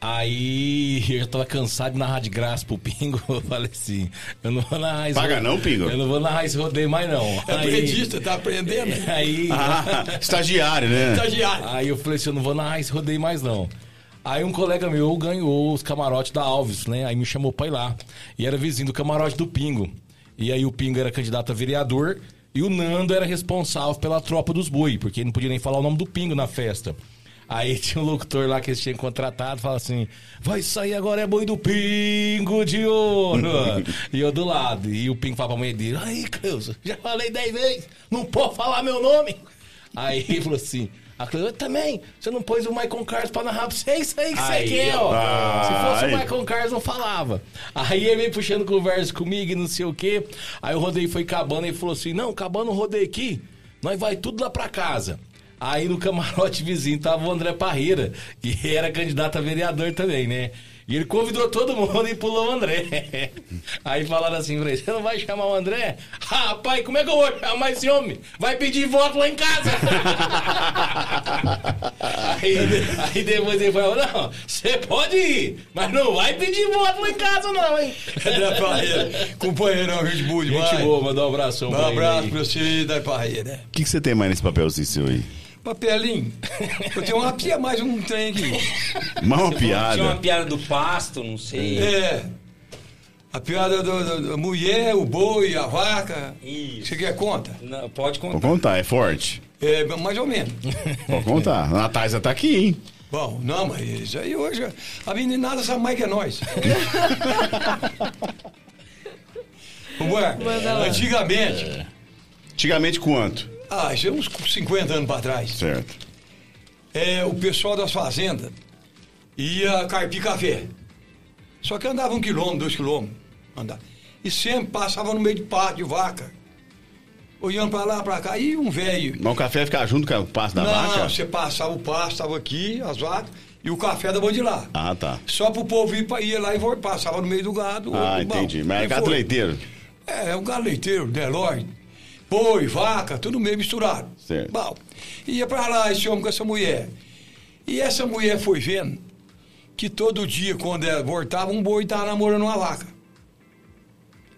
Speaker 6: Aí eu já tava cansado de narrar de graça pro Pingo. Eu falei assim: eu não vou narrar esse
Speaker 3: Paga
Speaker 6: rodeio-
Speaker 3: não, Pingo?
Speaker 6: Eu não vou narrar esse rodeio mais não.
Speaker 7: É aprendiz, tá aprendendo.
Speaker 6: Aí.
Speaker 3: Ah, estagiário, né?
Speaker 7: Estagiário.
Speaker 6: Aí eu falei assim, eu não vou narrar esse rodeio mais não. Aí um colega meu ganhou os camarotes da Alves, né? Aí me chamou pra ir lá. E era vizinho do camarote do Pingo. E aí o Pingo era candidato a vereador e o Nando era responsável pela tropa dos boi, porque ele não podia nem falar o nome do Pingo na festa. Aí tinha um locutor lá que eles tinham contratado, fala assim: vai sair agora é boi do Pingo de Ouro. e eu do lado. E o Pingo fala pra mulher dele: aí, Cleusa, já falei dez vezes, não pode falar meu nome. Aí ele falou assim. A Cleo, eu também, você não pôs o Michael Carlos pra narrar pra você, é isso aí que você
Speaker 4: Aí,
Speaker 6: quer, ó.
Speaker 3: ó.
Speaker 6: Se fosse
Speaker 3: Ai.
Speaker 6: o Michael Carlos, não falava. Aí ele veio puxando conversa comigo e não sei o quê. Aí o rodeio foi acabando, ele falou assim, não, acabando o rodeio aqui, nós vai tudo lá pra casa. Aí no camarote vizinho tava o André Parreira, que era candidato a vereador também, né? E ele convidou todo mundo e pulou o André. Aí falaram assim pra ele, você não vai chamar o André? Rapaz, como é que eu vou chamar esse homem? Vai pedir voto lá em casa! aí, aí depois ele falou, não, você pode ir, mas não vai pedir voto lá em casa não, hein?
Speaker 7: André Parreira, companheirão, gente boa demais.
Speaker 6: Gente boa, mandou um abração
Speaker 7: Um
Speaker 6: pra ele
Speaker 7: abraço
Speaker 6: aí.
Speaker 7: pra você, né? André Parreira.
Speaker 3: O que, que você tem mais nesse papelzinho seu aí?
Speaker 7: Papelinho, eu tenho uma pia mais um trem aqui.
Speaker 3: Mas uma
Speaker 4: Tinha uma
Speaker 3: piada.
Speaker 4: piada do pasto, não sei.
Speaker 7: É. A piada do- do- da mulher, o boi, a vaca.
Speaker 4: Isso.
Speaker 7: Você quer conta?
Speaker 4: Não, pode
Speaker 3: Vou
Speaker 4: contar.
Speaker 3: contar, é forte.
Speaker 7: É, mais ou menos. É,
Speaker 3: Vou contar. A Natália tá aqui, hein?
Speaker 7: Bom, não, mas isso aí hoje. A meninada sabe mais que é nós. Ué, antigamente,
Speaker 3: Antigamente quanto?
Speaker 7: Ah, já uns 50 anos para trás.
Speaker 3: Certo.
Speaker 7: é, o pessoal das fazendas ia carpir café. Só que andava um quilômetro, dois quilômetros. Andava. E sempre passava no meio de pasto de vaca. Olhando pra lá, pra cá. E um velho.
Speaker 3: Mas o café fica junto com o passo da
Speaker 7: Não,
Speaker 3: vaca?
Speaker 7: você passava o pasto, estava aqui, as vacas, e o café da de lá.
Speaker 3: Ah, tá.
Speaker 7: Só pro povo ir, pra- ia lá e vol- passava no meio do gado.
Speaker 3: Ah,
Speaker 7: ou do
Speaker 3: entendi.
Speaker 7: baú.
Speaker 3: Mas
Speaker 7: Aí
Speaker 3: é gato
Speaker 7: foi.
Speaker 3: leiteiro.
Speaker 7: É, é um gado leiteiro, Delorde, boi, vaca, tudo meio misturado.
Speaker 3: Certo.
Speaker 7: Bom, ia pra lá esse homem com essa mulher. E essa mulher foi vendo que todo dia, quando ela voltava, um boi estava namorando uma vaca.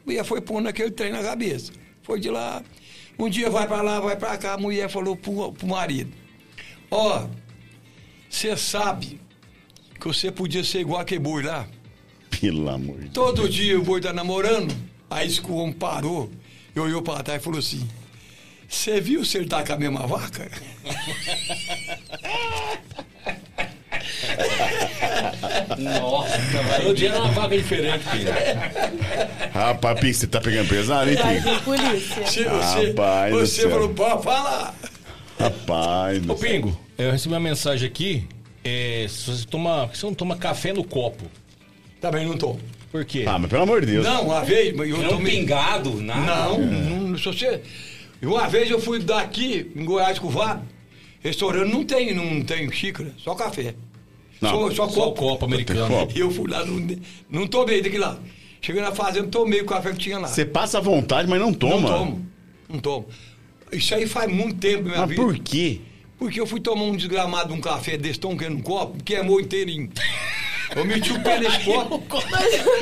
Speaker 7: A mulher foi pondo aquele trem na cabeça. Foi de lá. Um dia vai pra lá, vai pra cá. A mulher falou pro, pro marido: Ó, você sabe que você podia ser igual aquele boi lá?
Speaker 3: Pelo amor de Deus.
Speaker 7: Todo dia o boi tá namorando. Aí disse que o homem parou e olhou pra trás e falou assim: Você viu se ele tá com a mesma vaca?
Speaker 4: Nossa,
Speaker 6: Todo dia era uma vaga diferente, filho.
Speaker 3: Rapaz, Pique, você tá pegando pesado, hein,
Speaker 5: Vai
Speaker 3: Pique?
Speaker 5: vir polícia.
Speaker 7: Você, você,
Speaker 3: Rapaz do
Speaker 7: você
Speaker 3: céu.
Speaker 7: falou: Pô, fala!
Speaker 3: Rapaz.
Speaker 6: Ô, Pingo, É, eu recebi uma mensagem aqui. É, se você, toma, você não toma café no copo.
Speaker 7: Também Tá não tô.
Speaker 6: Por quê?
Speaker 3: Ah, mas pelo amor de Deus.
Speaker 7: Não, uma vez, mas eu
Speaker 4: Não
Speaker 7: tomei.
Speaker 4: um pingado, nada.
Speaker 3: É.
Speaker 7: Não, não, se você. Uma vez eu fui daqui, em Goiás, com o Vado, restaurante não tem, não tem xícara, só café.
Speaker 3: Não,
Speaker 7: só,
Speaker 6: Só
Speaker 7: só copo.
Speaker 6: copo americano.
Speaker 3: Copo.
Speaker 7: E eu fui lá, não, não tomei daqui lá. Cheguei na fazenda, tomei o café que tinha lá.
Speaker 3: Você passa à vontade, mas não toma.
Speaker 7: Não tomo. Não tomo. Isso aí faz muito tempo na minha
Speaker 3: Mas
Speaker 7: vida.
Speaker 3: por quê?
Speaker 7: Porque eu fui tomar um desgramado de um café desse tom que era um copo, queimou inteirinho. Eu meti o pé nesse copo.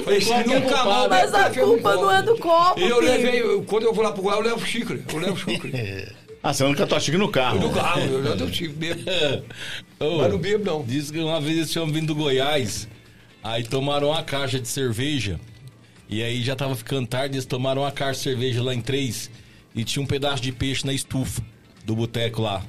Speaker 7: Falei assim, nunca mais.
Speaker 5: Mas a
Speaker 7: café num
Speaker 5: culpa
Speaker 7: copo.
Speaker 5: não é do copo.
Speaker 7: E eu
Speaker 5: filho.
Speaker 7: levei, eu- quando eu vou lá pro Goiás, eu levo xícara. Eu levo xícara.
Speaker 3: Ah, você anda com a tua xícara no carro.
Speaker 7: Do carro, eu já deu xícara bebo.
Speaker 6: Ô,
Speaker 7: Mas não bebo, não.
Speaker 6: Diz que uma vez esse homem vindo do Goiás, aí tomaram uma caixa de cerveja, e aí já tava ficando tarde, eles tomaram uma caixa de cerveja lá em três, e tinha um pedaço de peixe na estufa do boteco lá.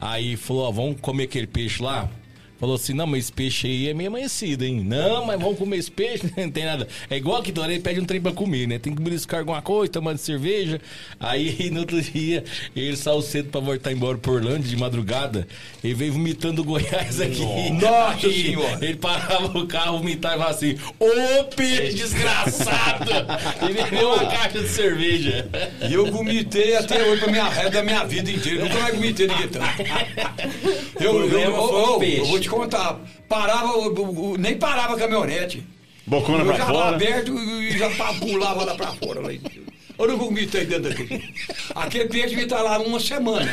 Speaker 6: Aí falou, ó, vamos comer aquele peixe lá? Falou assim, não, mas esse peixe aí é meio amanhecido, hein? Não, mas vamos comer esse peixe, não tem nada. É igual que Dorei pede um trem pra comer, né? Tem que beliscar alguma coisa, tomando cerveja. Aí no outro dia, ele saiu cedo pra voltar embora pro Orlando de madrugada. Ele veio vomitando o Goiás aqui.
Speaker 7: Nossa
Speaker 6: Aí,
Speaker 7: Senhora!
Speaker 6: Ele parava o carro, vomitava e falava assim: Ô peixe desgraçado! e bebeu uma caixa de cerveja.
Speaker 7: E eu vomitei até hoje pra minha ré da minha vida inteira. Nunca mais vomitei ninguém tanto. Eu, eu,
Speaker 4: problema
Speaker 7: eu- oh,
Speaker 4: foi o
Speaker 7: eu-
Speaker 4: peixe.
Speaker 7: eu vou te contar. Parava, eu- eu- eu- nem parava a caminhonete.
Speaker 3: Bocona
Speaker 7: Eu
Speaker 3: pra
Speaker 7: já lá
Speaker 3: fora.
Speaker 7: aberto e já pa- pulava lá pra fora. Lá. Eu não vomitei dentro daquele. Aquele peixe me tá lá uma semana.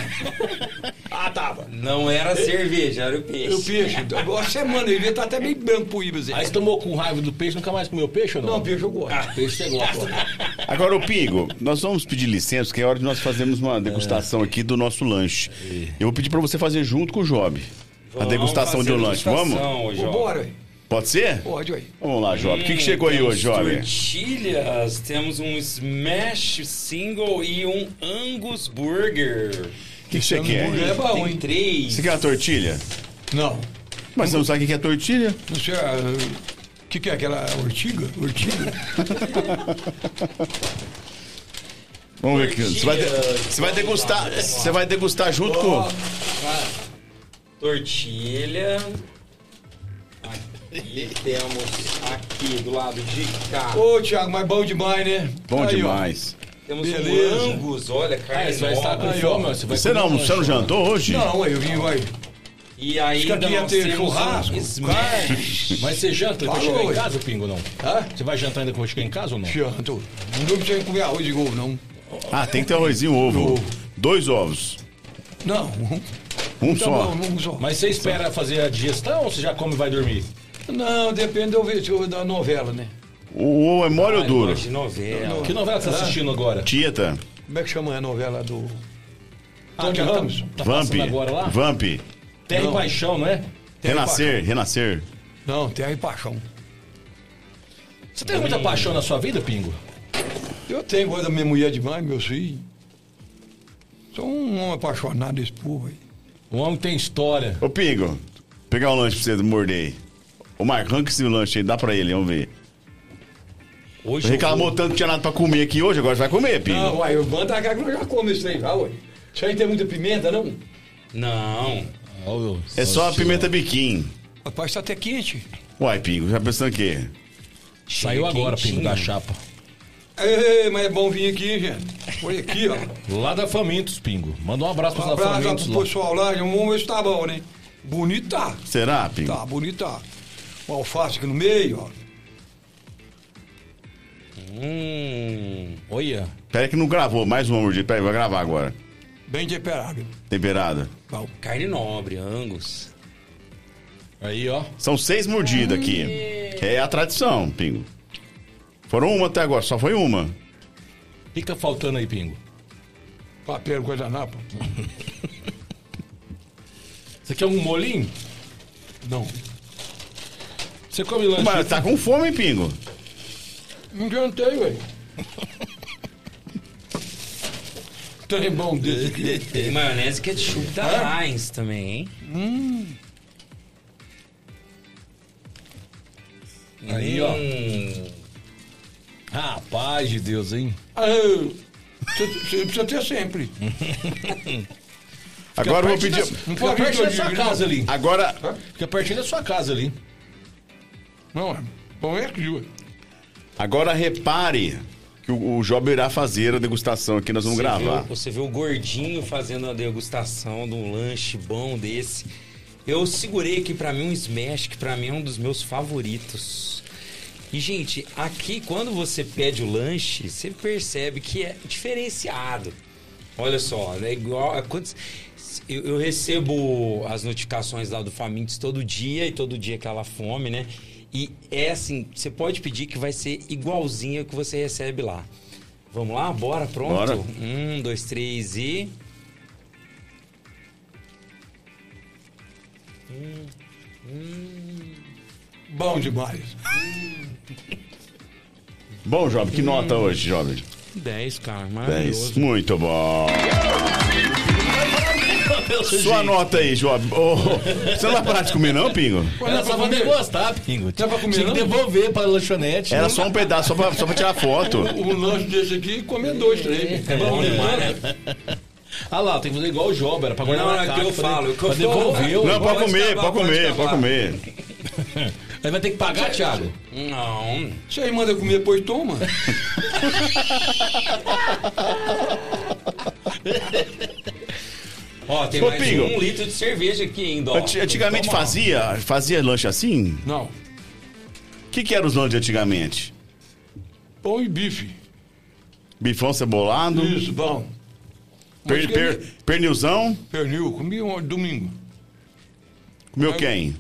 Speaker 7: Ah, tava.
Speaker 4: Não era cerveja, era o peixe.
Speaker 7: O peixe, uma semana, ele ia estar até meio branco pro Ibis.
Speaker 6: Aí você tomou com raiva do peixe, nunca mais comeu peixe ou não?
Speaker 7: Não, peixe eu gosto.
Speaker 6: Peixe você gosta.
Speaker 3: Agora, ô Pingo, nós vamos pedir licença, que é hora de nós fazermos uma degustação aqui do nosso lanche.
Speaker 7: É.
Speaker 3: Eu vou pedir pra você fazer junto com o Job. a
Speaker 4: Vamos
Speaker 3: degustação de
Speaker 4: fazer
Speaker 3: um lanche, vamos?
Speaker 4: degustação hoje, ó.
Speaker 7: Vambora, ué.
Speaker 3: Pode ser?
Speaker 7: Pode, ué.
Speaker 3: Vamos lá, Job. O que, que chegou aí
Speaker 4: Temos
Speaker 3: hoje, Job?
Speaker 4: Tortilhas, temos um smash single e um Angus Burger.
Speaker 3: O que que você quer?
Speaker 7: É bom,
Speaker 4: Tem
Speaker 7: hein?
Speaker 4: três.
Speaker 3: Você quer uma tortilha?
Speaker 7: Não.
Speaker 3: Mas você não sabe o que que é tortilha?
Speaker 7: Não sei. ah, O que, que é aquela ortiga? Ortiga?
Speaker 3: Vamos ver aqui. Você vai, de- você vai degustar. Você vai degustar junto com.
Speaker 4: Tortilha. Aqui temos aqui do lado de cá.
Speaker 6: Oh,
Speaker 7: Ô, Thiago, mas bom demais, né?
Speaker 3: Bom
Speaker 7: Aí, ó. É,
Speaker 3: demais.
Speaker 4: Temos
Speaker 7: beleza.
Speaker 4: um Angus, olha, carne
Speaker 6: Aí você Ah, vai estar
Speaker 4: nova.
Speaker 6: com fome, ó, você vai
Speaker 3: Você
Speaker 6: comer
Speaker 3: não,
Speaker 6: um
Speaker 3: você não
Speaker 6: lanche.
Speaker 3: jantou hoje?
Speaker 7: Não, aí eu vim, vai.
Speaker 4: E
Speaker 7: Acho que
Speaker 4: ainda
Speaker 7: aqui ia
Speaker 4: nós
Speaker 7: ter
Speaker 4: temos um
Speaker 7: churrasco,
Speaker 4: smash.
Speaker 6: Mas você janta depois
Speaker 7: Falou,
Speaker 6: chegar em
Speaker 7: ué.
Speaker 6: casa, Pingo, não?
Speaker 7: Hã?
Speaker 6: Você vai jantar ainda quando chegar em casa ou não?
Speaker 7: Janto. Não dou pra você comer arroz de ovo, não.
Speaker 3: Ah, tem que ter arrozinho ovo. Dois ovos.
Speaker 7: Não.
Speaker 6: Então,
Speaker 3: Um
Speaker 7: Tá
Speaker 3: só.
Speaker 7: bom, não só.
Speaker 6: Mas você espera fazer a digestão ou você já come e vai dormir?
Speaker 7: Não, depende do vídeo da novela, né?
Speaker 3: O ovo é mole ou duro?
Speaker 4: De novela.
Speaker 6: Que novela você tá assistindo agora?
Speaker 3: Tieta.
Speaker 7: Como é que chama a novela do.
Speaker 6: Ah, que
Speaker 7: Ramos.
Speaker 6: Tá
Speaker 3: Vamp.
Speaker 6: passando agora lá?
Speaker 3: Vamp.
Speaker 6: Terra
Speaker 7: Não.
Speaker 6: e Paixão, não é?
Speaker 3: Renascer, renascer.
Speaker 7: Não, Terra e Paixão.
Speaker 6: Você teve muita paixão na sua vida, Pingo?
Speaker 7: Eu tenho coisa da minha mulher demais, meus filhos. Sou um homem apaixonado desse povo aí.
Speaker 6: Um homem tem história.
Speaker 3: Ô, Pingo, pegar um lanche pra você morder aí. Ô, Marco, arranca esse lanche aí, dá pra ele, vamos ver.
Speaker 4: Hoje eu
Speaker 3: Reclamou
Speaker 4: vou-
Speaker 3: tanto que tinha nada pra comer aqui hoje, agora vai comer,
Speaker 7: Ah,
Speaker 3: Pingo.
Speaker 7: uai, eu mando a cara que eu já como isso aí, já, ué.
Speaker 6: Isso aí tem muita pimenta, não?
Speaker 4: Não.
Speaker 3: É só a pimenta biquim.
Speaker 7: Rapaz, tá até quente.
Speaker 3: Uai, Pingo, já pensando o quê?
Speaker 6: Saiu agora, Pingo, da chapa.
Speaker 7: Ei, mas é bom vir aqui, gente. Foi aqui, ó.
Speaker 6: Lá da Famintos, Pingo. Manda um abraço pros
Speaker 7: Um
Speaker 6: lá da
Speaker 7: abraço
Speaker 6: Famintos.
Speaker 7: pro
Speaker 6: Lá.
Speaker 7: pessoal lá. Vamos ver se tá bom, né? Bonito tá.
Speaker 3: Será, Pingo?
Speaker 7: Tá, bonito tá. O alface aqui no meio, ó.
Speaker 4: Hum.
Speaker 6: Olha.
Speaker 3: Pera que não gravou, mais uma mordida. Pera aí, vai gravar agora.
Speaker 7: Bem temperado.
Speaker 3: Temperada.
Speaker 7: Bom.
Speaker 4: Carne nobre, angus.
Speaker 6: Aí, ó.
Speaker 3: São seis mordidas aqui. É a tradição, Pingo. Foram uma até agora, só foi uma.
Speaker 6: O que que tá faltando aí, Pingo?
Speaker 7: Papel, guardanapo.
Speaker 6: Você quer um molinho?
Speaker 7: Não.
Speaker 6: Você come lanche?
Speaker 3: Mas tá com fome, hein, Pingo?
Speaker 7: Não adiantei, velho. Trem bom desse aqui.
Speaker 4: E maionese é ketchup da Heinz também, hein?
Speaker 6: Aí, ó.
Speaker 4: Hum.
Speaker 6: Rapaz de Deus, hein?
Speaker 7: Ah, eu- Você você precisa ter sempre. tá-
Speaker 3: Agora eu vou
Speaker 6: Fica
Speaker 3: pedir.
Speaker 6: perto da-
Speaker 7: Não
Speaker 6: Fica
Speaker 7: pode
Speaker 6: perto
Speaker 7: que eu
Speaker 6: da sua
Speaker 7: diga,
Speaker 6: casa ali.
Speaker 3: Agora,
Speaker 7: Tá?
Speaker 6: Fica pertinho da sua casa ali.
Speaker 7: Não, é bom é que digo.
Speaker 3: agora repare que o, o Job irá fazer a degustação aqui, nós vamos
Speaker 4: Você
Speaker 3: gravar.
Speaker 4: viu- você vê o gordinho fazendo a degustação de um lanche bom desse. Eu segurei aqui pra mim um smash, que pra mim é um dos meus favoritos. E, gente, aqui quando você pede o lanche, você percebe que é diferenciado. Olha só, é igual. é quando- eu, eu recebo as notificações lá do Famintos todo dia e todo dia aquela fome, né? E é assim, você pode pedir que vai ser igualzinho ao que você recebe lá. Vamos lá? Bora, pronto?
Speaker 3: Bora.
Speaker 4: Um, dois, três e.
Speaker 7: Bom demais.
Speaker 3: Bom, Job, que nota hoje, Job?
Speaker 4: 10, cara.
Speaker 3: Dez.
Speaker 4: Maravilhoso.
Speaker 3: Muito bom. Sua nota aí, Job. Ô, você não vai parar de comer, não, Pingo?
Speaker 6: Ela só vai degostar, Pingo.
Speaker 7: Dá pra comer,
Speaker 6: Tinha que
Speaker 7: não?
Speaker 6: devolver pra lanchonete. né?
Speaker 3: Era só um pedaço, só pra, só pra tirar foto.
Speaker 7: Um lanche desse aqui, comer dois, três. Tá
Speaker 4: É bom demais, né?
Speaker 6: Ah lá, tem que fazer igual o Job, era pra guardar
Speaker 4: Não,
Speaker 6: na
Speaker 4: é
Speaker 6: casa.
Speaker 4: que eu
Speaker 6: pra de-
Speaker 4: falo, é que eu
Speaker 6: pra
Speaker 4: falo.
Speaker 6: devolver. ué.
Speaker 3: Não, pode comer,
Speaker 4: escavar,
Speaker 3: pode comer,
Speaker 4: pode
Speaker 3: pode comer.
Speaker 6: Aí vai ter que pagar, Thiago.
Speaker 4: Um, Não.
Speaker 7: Você aí manda comer, pois toma.
Speaker 4: Ó, tem
Speaker 3: Ô,
Speaker 4: mais
Speaker 3: Pingo.
Speaker 4: um litro de cerveja aqui ainda, ó.
Speaker 3: Anti- Antigamente
Speaker 4: Toma.
Speaker 3: fazia, fazia lanche assim?
Speaker 7: Não.
Speaker 3: O que, que era os lanches antigamente?
Speaker 7: Pão e bife.
Speaker 3: Bifão cebolado,
Speaker 7: Isso, bom.
Speaker 3: per,
Speaker 7: Mas
Speaker 3: per- pernilzão,
Speaker 7: Pernil, comi um domingo.
Speaker 3: comeu quem?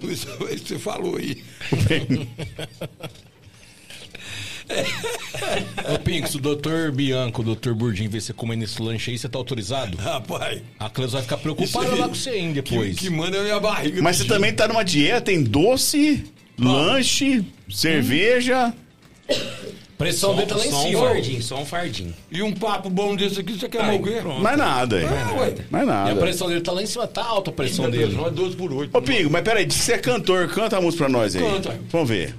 Speaker 7: Isso aí você falou aí.
Speaker 6: Ô, Pingo, se o doutor Bianco, o doutor Burdim ver você comendo esse lanche aí, você tá autorizado?
Speaker 7: Rapaz.
Speaker 6: A Cleusa vai ficar
Speaker 7: isso
Speaker 6: preocupada
Speaker 7: aí-
Speaker 6: lá com você hein, depois.
Speaker 7: Que, que manda é a minha barriga.
Speaker 3: Mas você também tá numa dieta, tem doce, lanche, cerveja.
Speaker 6: Pressão dele tá lá em
Speaker 4: Só um
Speaker 6: cima.
Speaker 4: fardinho, só um fardinho.
Speaker 7: E um papo bom desse aqui, você quer morrer?
Speaker 3: Mais nada, hein?
Speaker 7: Ah, ué.
Speaker 3: Mais
Speaker 6: E a
Speaker 3: nada.
Speaker 6: pressão dele tá lá em cima, tá alta a pressão
Speaker 7: Meu Deus,
Speaker 6: dele.
Speaker 7: não é 12 por 8.
Speaker 3: Ô, Pingo, mas peraí, diz que você é cantor, canta a música pra nós aí.
Speaker 7: Canta.
Speaker 3: Vamos ver.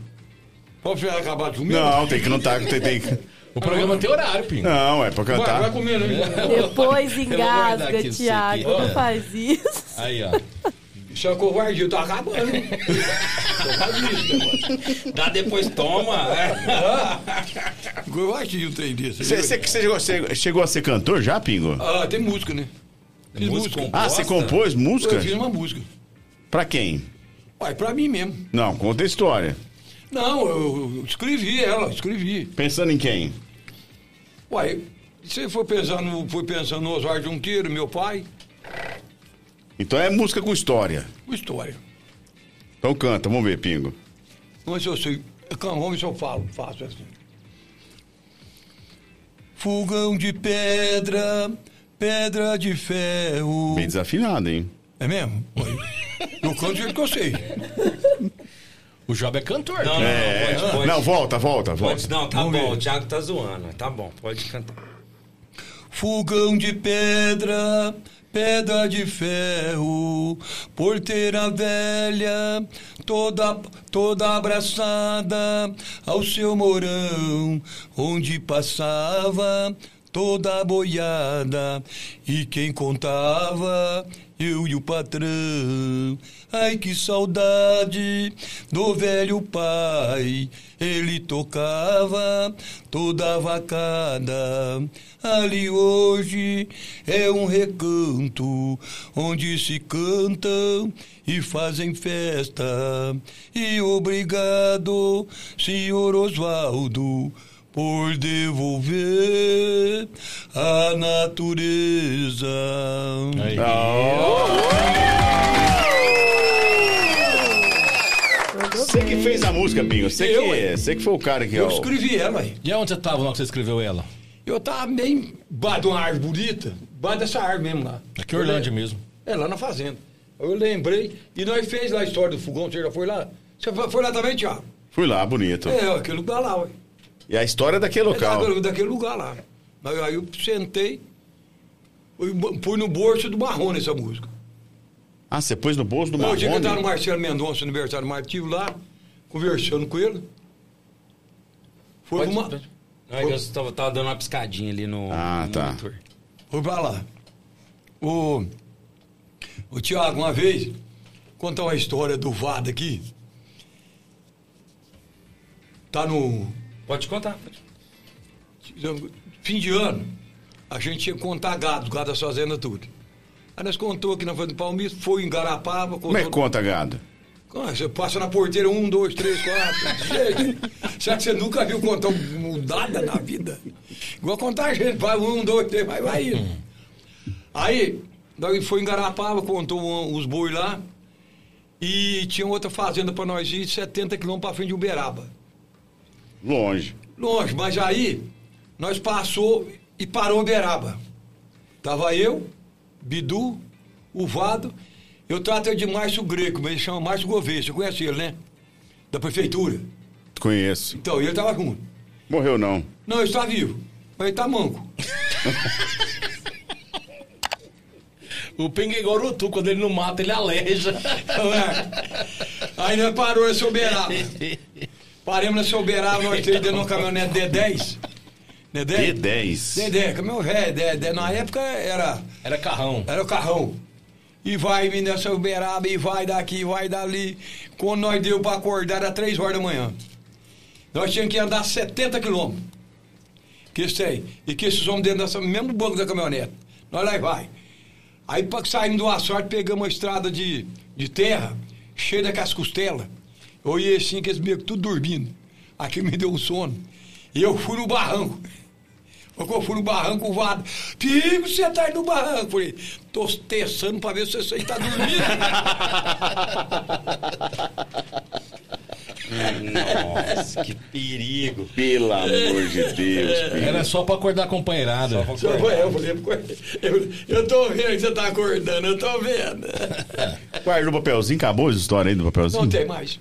Speaker 7: Pode ficar acabado comigo?
Speaker 3: Não, tem que não tá. Tem, tem que-
Speaker 6: O programa tem horário, Pingo.
Speaker 3: Não, é pra
Speaker 4: tá.
Speaker 7: Vai, vai
Speaker 3: cantar.
Speaker 7: comer, né?
Speaker 5: Depois
Speaker 6: Eu Ah, vou guardar
Speaker 5: engasga,
Speaker 6: aqui isso
Speaker 5: Thiago.
Speaker 6: aqui.
Speaker 5: Não faz isso.
Speaker 6: Aí, ó.
Speaker 7: Isso é covardia, tá acabando. Só faz isso, negócio.
Speaker 4: Dá depois, toma. É.
Speaker 7: Covardia não tem disso.
Speaker 3: Você, você- você chegou, você chegou a ser cantor já, Pingo?
Speaker 7: Ah, tem música, né? Fiz música.
Speaker 3: Ah, você compôs música?
Speaker 7: Eu fiz uma música.
Speaker 3: Pra quem?
Speaker 7: Uai, pra mim mesmo.
Speaker 3: Não, conta a história.
Speaker 7: Não, eu, eu escrevi ela, escrevi.
Speaker 3: Pensando em quem?
Speaker 7: Uai, você foi pensando, foi pensando no Oswaldo Junqueiro, meu pai,
Speaker 3: Então é música com história.
Speaker 7: uma história.
Speaker 3: Então canta, vamos ver, Pingo.
Speaker 7: Mas eu sei, é vamos se eu falo, faço assim. Fogão de pedra, pedra de ferro.
Speaker 3: Bem desafinado, hein?
Speaker 7: É mesmo? Oi. Eu canto do jeito que eu sei.
Speaker 6: O Job é cantor.
Speaker 4: Não, não,
Speaker 3: É,
Speaker 4: não, pode, pode.
Speaker 3: não, volta, volta,
Speaker 4: Pode,
Speaker 3: volta.
Speaker 4: não, tá
Speaker 7: Vamos
Speaker 4: bom,
Speaker 7: ver.
Speaker 4: o Thiago tá zoando, tá bom, pode cantar.
Speaker 7: Fogão de pedra, pedra de ferro, porteira velha, toda, toda abraçada ao seu morão, onde passava toda boiada, e quem contava, eu e o patrão. Ai que saudade do velho pai, ele tocava toda a vacada. Ali hoje é um recanto onde se cantam e fazem festa. E obrigado, senhor Oswaldo por devolver a natureza.
Speaker 6: Aí.
Speaker 3: Você que fez a música, Pinho. Você
Speaker 7: Eu,
Speaker 3: que,
Speaker 7: hein?
Speaker 3: você que foi o cara que...
Speaker 7: Eu
Speaker 3: ó,
Speaker 7: escrevi é, ela aí.
Speaker 6: E aonde você tava na hora que você escreveu ela?
Speaker 7: Eu tava bem baixo de uma árvore bonita, baixo dessa árvore mesmo lá.
Speaker 6: Aqui em Orlândia mesmo.
Speaker 7: É, lá na fazenda. Eu lembrei, e nós fez lá a história do fogão, você já foi lá? Você foi foi lá também, Tiago?
Speaker 3: Fui lá, bonito.
Speaker 7: É, ó, aquele lugar lá, ué.
Speaker 3: E a história daquele
Speaker 7: É
Speaker 3: local.
Speaker 7: daquele- daquele lugar lá. Aí, aí eu sentei, eu bo- pus no bolso do Marrone essa música.
Speaker 3: Ah, você pôs no bolso do
Speaker 7: Eu tinha que estar no
Speaker 3: Marrone?
Speaker 7: Marcelo Mendonça, aniversário do Martinho, lá, conversando com ele. Foi pra, uma,
Speaker 4: Não, é que eu tava, tava dando uma piscadinha ali no,
Speaker 3: Ah,
Speaker 4: no
Speaker 3: tá.
Speaker 4: monitor.
Speaker 7: foi pra lá. O, o Tiago, uma vez, contar uma história do Vado aqui. Tá no
Speaker 4: Pode contar. pode.
Speaker 7: fim de ano, a gente tinha que contar gado, gado das fazendas tudo. Aí nós contou aqui na Fazenda do Palmito, foi em Garapava,
Speaker 3: Como é que
Speaker 7: contou
Speaker 3: conta, gado?
Speaker 7: Ah, Você passa na porteira, um, dois, três, quatro, seis. Será que você nunca viu contar mudada na vida? Igual contar a gente, vai um, dois, três, vai, vai indo. Aí, daí foi em Garapava, contou um- os boi lá. E tinha outra fazenda para nós ir, 70 quilômetros para frente de Uberaba.
Speaker 3: Longe.
Speaker 7: Longe, mas aí nós passou e parou Uberaba. Tava eu, Bidu, o Vado, eu trato ele de Márcio Greco, mas ele chama Márcio Gouveia, você conhece ele, né? Da prefeitura.
Speaker 3: Conheço.
Speaker 7: Então, ele tava junto.
Speaker 3: Morreu não.
Speaker 7: Não, ele está vivo, mas ele tá manco.
Speaker 6: O Pinga é igual o Urutu, quando ele não mata, ele aleja.
Speaker 7: Então, é. Aí nós parou em Soberaba. Paramos na Soberaba, nós três dentro de uma caminhonete D10. Né, D10?
Speaker 3: D10.
Speaker 7: D10, caminhão velho, D10. Na época era
Speaker 6: Era carrão.
Speaker 7: Era o carrão. E vai me nessa Uberaba, e vai daqui, vai dali. Quando nós deu pra acordar, era três horas da manhã. Nós tínhamos que andar 70 quilômetros. Que eles têm. E que esses homens dentro dessa, mesmo do banco da caminhonete. Nós lá e vai. Aí pra- saímos do asfalto, pegamos uma estrada de, de terra, cheia daquelas costelas. Eu olhei assim, que eles meio que tudo dormindo. Aqui me deu um sono. E eu fui no barranco. Quando eu fui no barranco, o vado. Perigo, você tá indo no barranco. Falei, tô testando pra ver se você tá dormindo.
Speaker 4: Nossa, que perigo.
Speaker 3: Pelo amor de Deus, Pinho.
Speaker 6: Era só pra acordar a companheirada.
Speaker 7: eu falei, eu, falei, eu, eu tô vendo que você tá acordando, eu tô vendo.
Speaker 3: Guarda é o papelzinho, acabou a história aí do papelzinho?
Speaker 7: Não tem mais.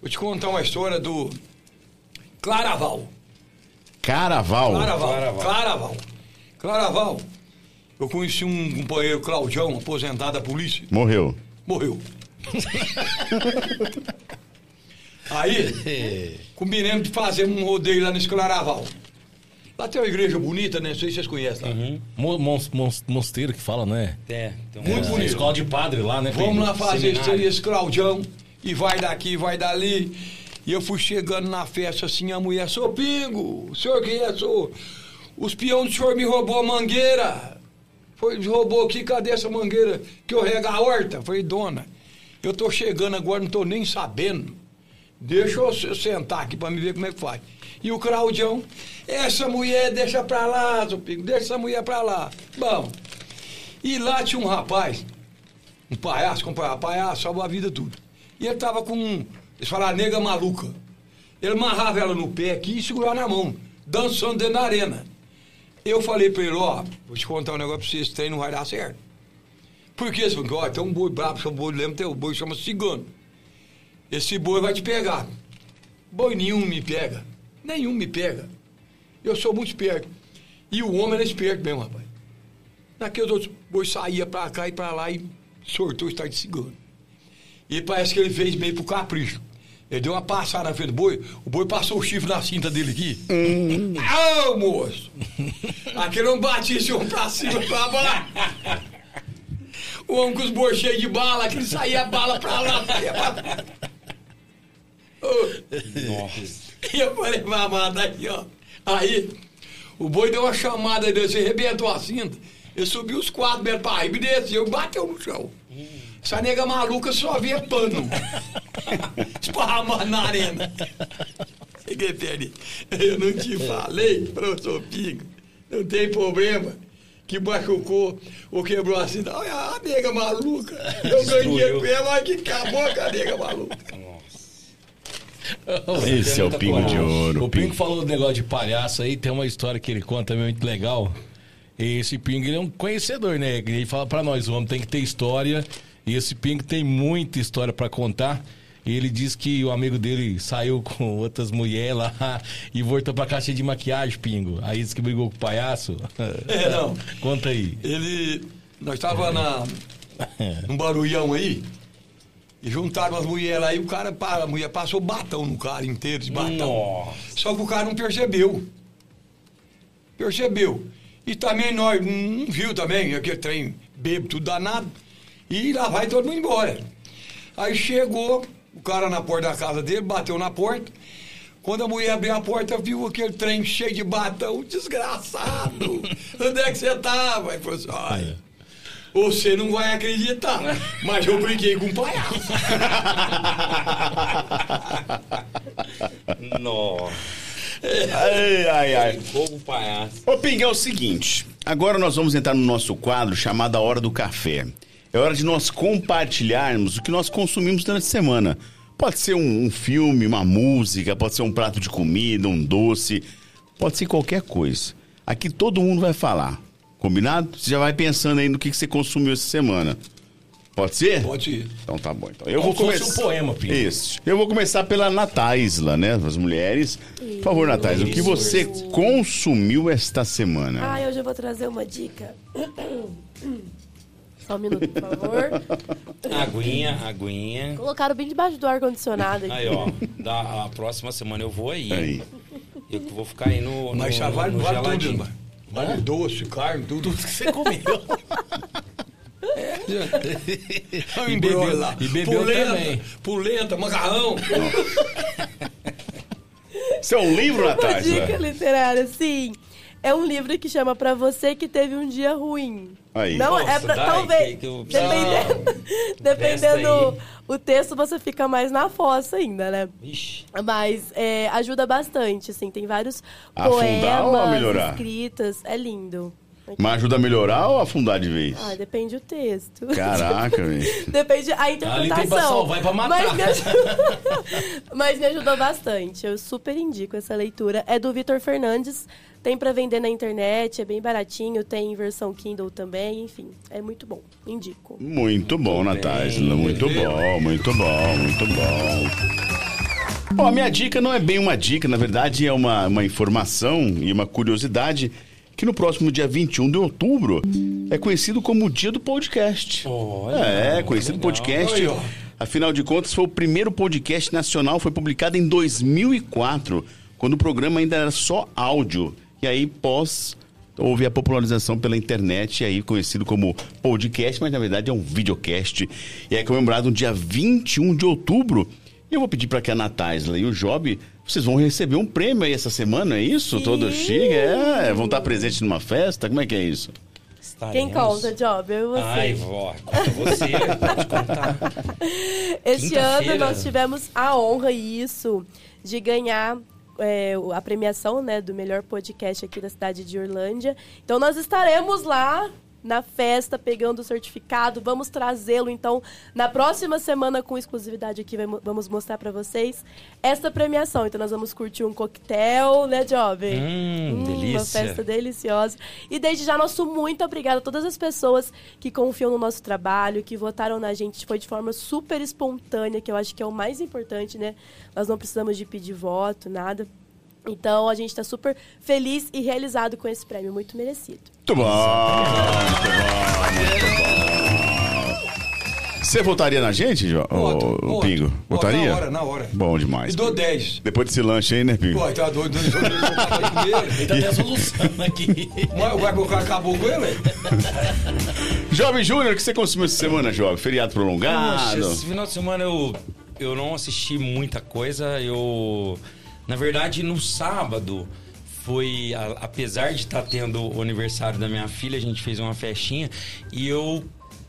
Speaker 7: Vou te contar uma história do Claraval.
Speaker 3: Caraval.
Speaker 7: Claraval. Claraval. Claraval. Eu conheci um companheiro, Claudião, aposentado da polícia.
Speaker 3: Morreu.
Speaker 7: Morreu. Aí, combinamos de fazer um rodeio lá nesse Claraval. Lá tem uma igreja bonita, né? Não sei se vocês conhecem lá.
Speaker 6: Mon, mon, mon- mosteiro que fala, né?
Speaker 4: É, então,
Speaker 7: Muito
Speaker 6: É,
Speaker 7: bonito.
Speaker 6: Escola de padre lá, né?
Speaker 7: Vamos
Speaker 6: Pinga?
Speaker 7: lá fazer isso aí,
Speaker 6: Seminário.
Speaker 7: esse Claudião. E vai daqui, vai dali. E eu fui chegando na festa assim, a mulher, sou pingo, o senhor quem é, sou? Os peões do senhor me roubou a mangueira. Foi, roubou aqui, cadê essa mangueira? Que eu rega a horta. Falei, dona, eu tô chegando agora, não tô nem sabendo. Deixa eu se- sentar aqui pra me ver como é que faz. E o Claudião, essa mulher deixa pra lá, seu pingo, deixa essa mulher pra lá. Bom, e lá tinha um rapaz, um palhaço, com um palhaço, salvou a vida tudo. E ele tava com, um- eles falaram, nega maluca. Ele amarrava ela no pé aqui e segurava na mão, dançando dentro da arena. Eu falei pra ele, ó, vou te contar um negócio pra vocês, esse trem não vai dar certo. Porque eles falaram, ó, tem um boi brabo, chama boi, lembra, tem um boi que chama cigano. Esse boi vai te pegar. Boi nenhum me pega. Nenhum me pega. Eu sou muito esperto. E o homem era esperto mesmo, rapaz. Naqueles outros bois saía pra cá e pra lá e sortou o estado de cigano. E parece que ele fez meio pro capricho. Ele deu uma passada na frente do boi, o boi passou o chifre na cinta dele aqui. Ah, moço! Aquele não batia esse homem pra cima, pra baixo. O homem com os bois cheios de bala, que ele saía a bala pra lá, saía pra cá. Ô, e eu falei, mamado, aí, ó. Aí, o boi deu uma chamada dele, assim, arrebentou a cinta. Ele subiu os quatro metros pra riba e desceu, bateu no chão. Essa nega maluca só via pano. Esparramado na arena. Cheguei, Peri. Eu não te falei, professor Pingo. Não tem problema. Que machucou ou quebrou a cinta. Olha a nega maluca. Eu ganhei dinheiro com ela, olha que acabou com a nega maluca.
Speaker 3: Esse é o pingo de ouro.
Speaker 6: O Pingo falou do negócio de palhaço aí, tem uma história que ele conta também muito legal. E esse Pingo ele é um conhecedor, né? Ele fala pra nós, o homem tem que ter história. E esse Pingo tem muita história pra contar. E ele diz que o amigo dele saiu com outras mulheres lá e voltou pra caixa de maquiagem, Pingo. Aí disse que brigou com o palhaço.
Speaker 7: É, não.
Speaker 6: Conta aí.
Speaker 7: Ele. Nós estávamos num barulhão aí. E juntaram as mulheres lá e o cara para, a mulher passou batão no cara inteiro de batão. Só que o cara não percebeu. Percebeu. E também nós não viu também, aquele trem bebo, tudo danado. E lá vai todo mundo embora. Aí chegou o cara na porta da casa dele, bateu na porta. Quando a mulher abriu a porta, viu aquele trem cheio de batão, desgraçado. Onde é que você tava? Aí falou assim, olha, você não vai acreditar, mas eu briguei com um palhaço.
Speaker 4: Nossa.
Speaker 3: Ai, ai, ai.
Speaker 4: Fogo palhaço.
Speaker 3: Ô, Ping, é o seguinte. Agora nós vamos entrar no nosso quadro chamado A Hora do Café. É hora de nós compartilharmos o que nós consumimos durante a semana. Pode ser um, um filme, uma música, pode ser um prato de comida, um doce, pode ser qualquer coisa. Aqui todo mundo vai falar. Combinado? Você já vai pensando aí no que, que você consumiu essa semana. Pode ser?
Speaker 7: Pode ir.
Speaker 3: Então tá bom. Então. Eu
Speaker 6: Como
Speaker 3: vou
Speaker 6: se
Speaker 3: começar.
Speaker 6: fosse um poema, Pinho.
Speaker 3: Isso. Eu vou começar pela Nataisla, né? As mulheres. Por favor, Natais, o que você consumiu esta semana?
Speaker 5: Ah, hoje eu vou trazer uma dica. Só um minuto, por favor.
Speaker 4: Aguinha, aguinha.
Speaker 5: Colocaram bem debaixo do ar-condicionado aqui.
Speaker 4: Aí, ó. Da, a próxima semana eu vou aí.
Speaker 3: Aí.
Speaker 4: Eu vou ficar aí no.
Speaker 7: Mas
Speaker 4: no,
Speaker 7: já vale,
Speaker 4: no
Speaker 7: vale tudo,
Speaker 4: geladinho.
Speaker 7: mano. Vale doce, carne, tudo. É.
Speaker 6: que você comeu.
Speaker 7: E
Speaker 6: bebeu- e bebeu
Speaker 7: pulenta,
Speaker 6: também.
Speaker 7: Pulenta, macarrão.
Speaker 3: Isso é um livro,
Speaker 5: Uma dica
Speaker 3: Natália?
Speaker 5: literária, sim. É um livro que chama Pra Você que Teve um Dia Ruim.
Speaker 3: Aí.
Speaker 5: Não, é
Speaker 4: Nossa,
Speaker 5: pra.
Speaker 4: dai,
Speaker 5: talvez.
Speaker 4: que- que eu-
Speaker 5: Dependendo, dependendo o texto, você fica mais na fossa ainda, né?
Speaker 4: Ixi.
Speaker 5: Mas é, ajuda bastante, assim. Tem vários
Speaker 3: Afundar ou
Speaker 5: poemas,
Speaker 3: melhorar?
Speaker 5: escritas. É lindo.
Speaker 3: Mas ajuda a melhorar ou afundar de vez?
Speaker 5: Ah, depende do texto.
Speaker 3: Caraca, velho.
Speaker 5: Depende a interpretação.
Speaker 6: tem pra salvar e pra matar.
Speaker 5: Mas me, ajudou, mas me ajudou bastante. Eu super indico essa leitura. É do Vitor Fernandes. Tem pra vender na internet, é bem baratinho, tem em versão Kindle também, enfim, é muito bom. Indico.
Speaker 3: Muito bom, Natália. Muito bom, muito bom, muito bom. Bom, a minha dica não é bem uma dica, na verdade é uma, uma informação e uma curiosidade que no próximo dia 21 de outubro é conhecido como o dia do podcast.
Speaker 4: Olha,
Speaker 3: é, conhecido
Speaker 4: legal.
Speaker 3: podcast.
Speaker 7: Aí, ó.
Speaker 3: Afinal de contas, foi o primeiro podcast nacional, foi publicado em 2004, quando o programa ainda era só áudio. E aí, pós, houve a popularização pela internet, aí conhecido como podcast, mas na verdade é um videocast. E é comemorado no dia 21 de outubro. E eu vou pedir para que a Natasla e o Job, vocês vão receber um prêmio aí essa semana, é isso? Todo chique? É, vão estar presentes numa festa? Como é que é isso?
Speaker 5: Quem
Speaker 4: Estaremos.
Speaker 5: conta, Job? Eu e você.
Speaker 4: Ai, vó. conta Você, pode contar.
Speaker 5: Este
Speaker 4: Quinta-feira.
Speaker 5: ano nós tivemos a honra e isso de ganhar é, o- a premiação né, do melhor podcast aqui da cidade de Orlândia. Então nós estaremos lá na festa pegando o certificado, vamos trazê-lo então na próxima semana com exclusividade aqui vamo- vamos mostrar pra vocês esta premiação. Então nós vamos curtir um coquetel, né, jovem?
Speaker 4: Hum,
Speaker 5: Uma
Speaker 4: delícia.
Speaker 5: festa deliciosa. E desde já, nosso muito obrigado a todas as pessoas que confiam no nosso trabalho, que votaram na gente. Foi de forma super espontânea, que eu acho que é o mais importante, né? Nós não precisamos de pedir voto, nada. Então a gente está super feliz e realizado com esse prêmio, muito merecido.
Speaker 3: Muito bom, muito bom, muito bom. Você votaria na gente, Jo-
Speaker 7: Voto,
Speaker 3: ô- ô
Speaker 7: voto.
Speaker 3: Pingo?
Speaker 7: Voto,
Speaker 3: Votaria?
Speaker 7: na hora, na hora.
Speaker 3: Bom demais.
Speaker 7: E dou 10.
Speaker 3: Depois desse lanche aí, né, Pingo?
Speaker 7: Pô, tá doido, doido, doido, doido, doido, doido.
Speaker 6: Tá até a solução aqui.
Speaker 7: Mas Vai colocar acabou com ele?
Speaker 3: Jovem Júnior, o que você consumiu essa semana, Jovem? Feriado
Speaker 4: Poxa,
Speaker 3: prolongado?
Speaker 4: esse final de semana eu, eu não assisti muita coisa. Eu, na verdade, no sábado foi, a- apesar de estar tendo o aniversário da minha filha, a gente fez uma festinha e eu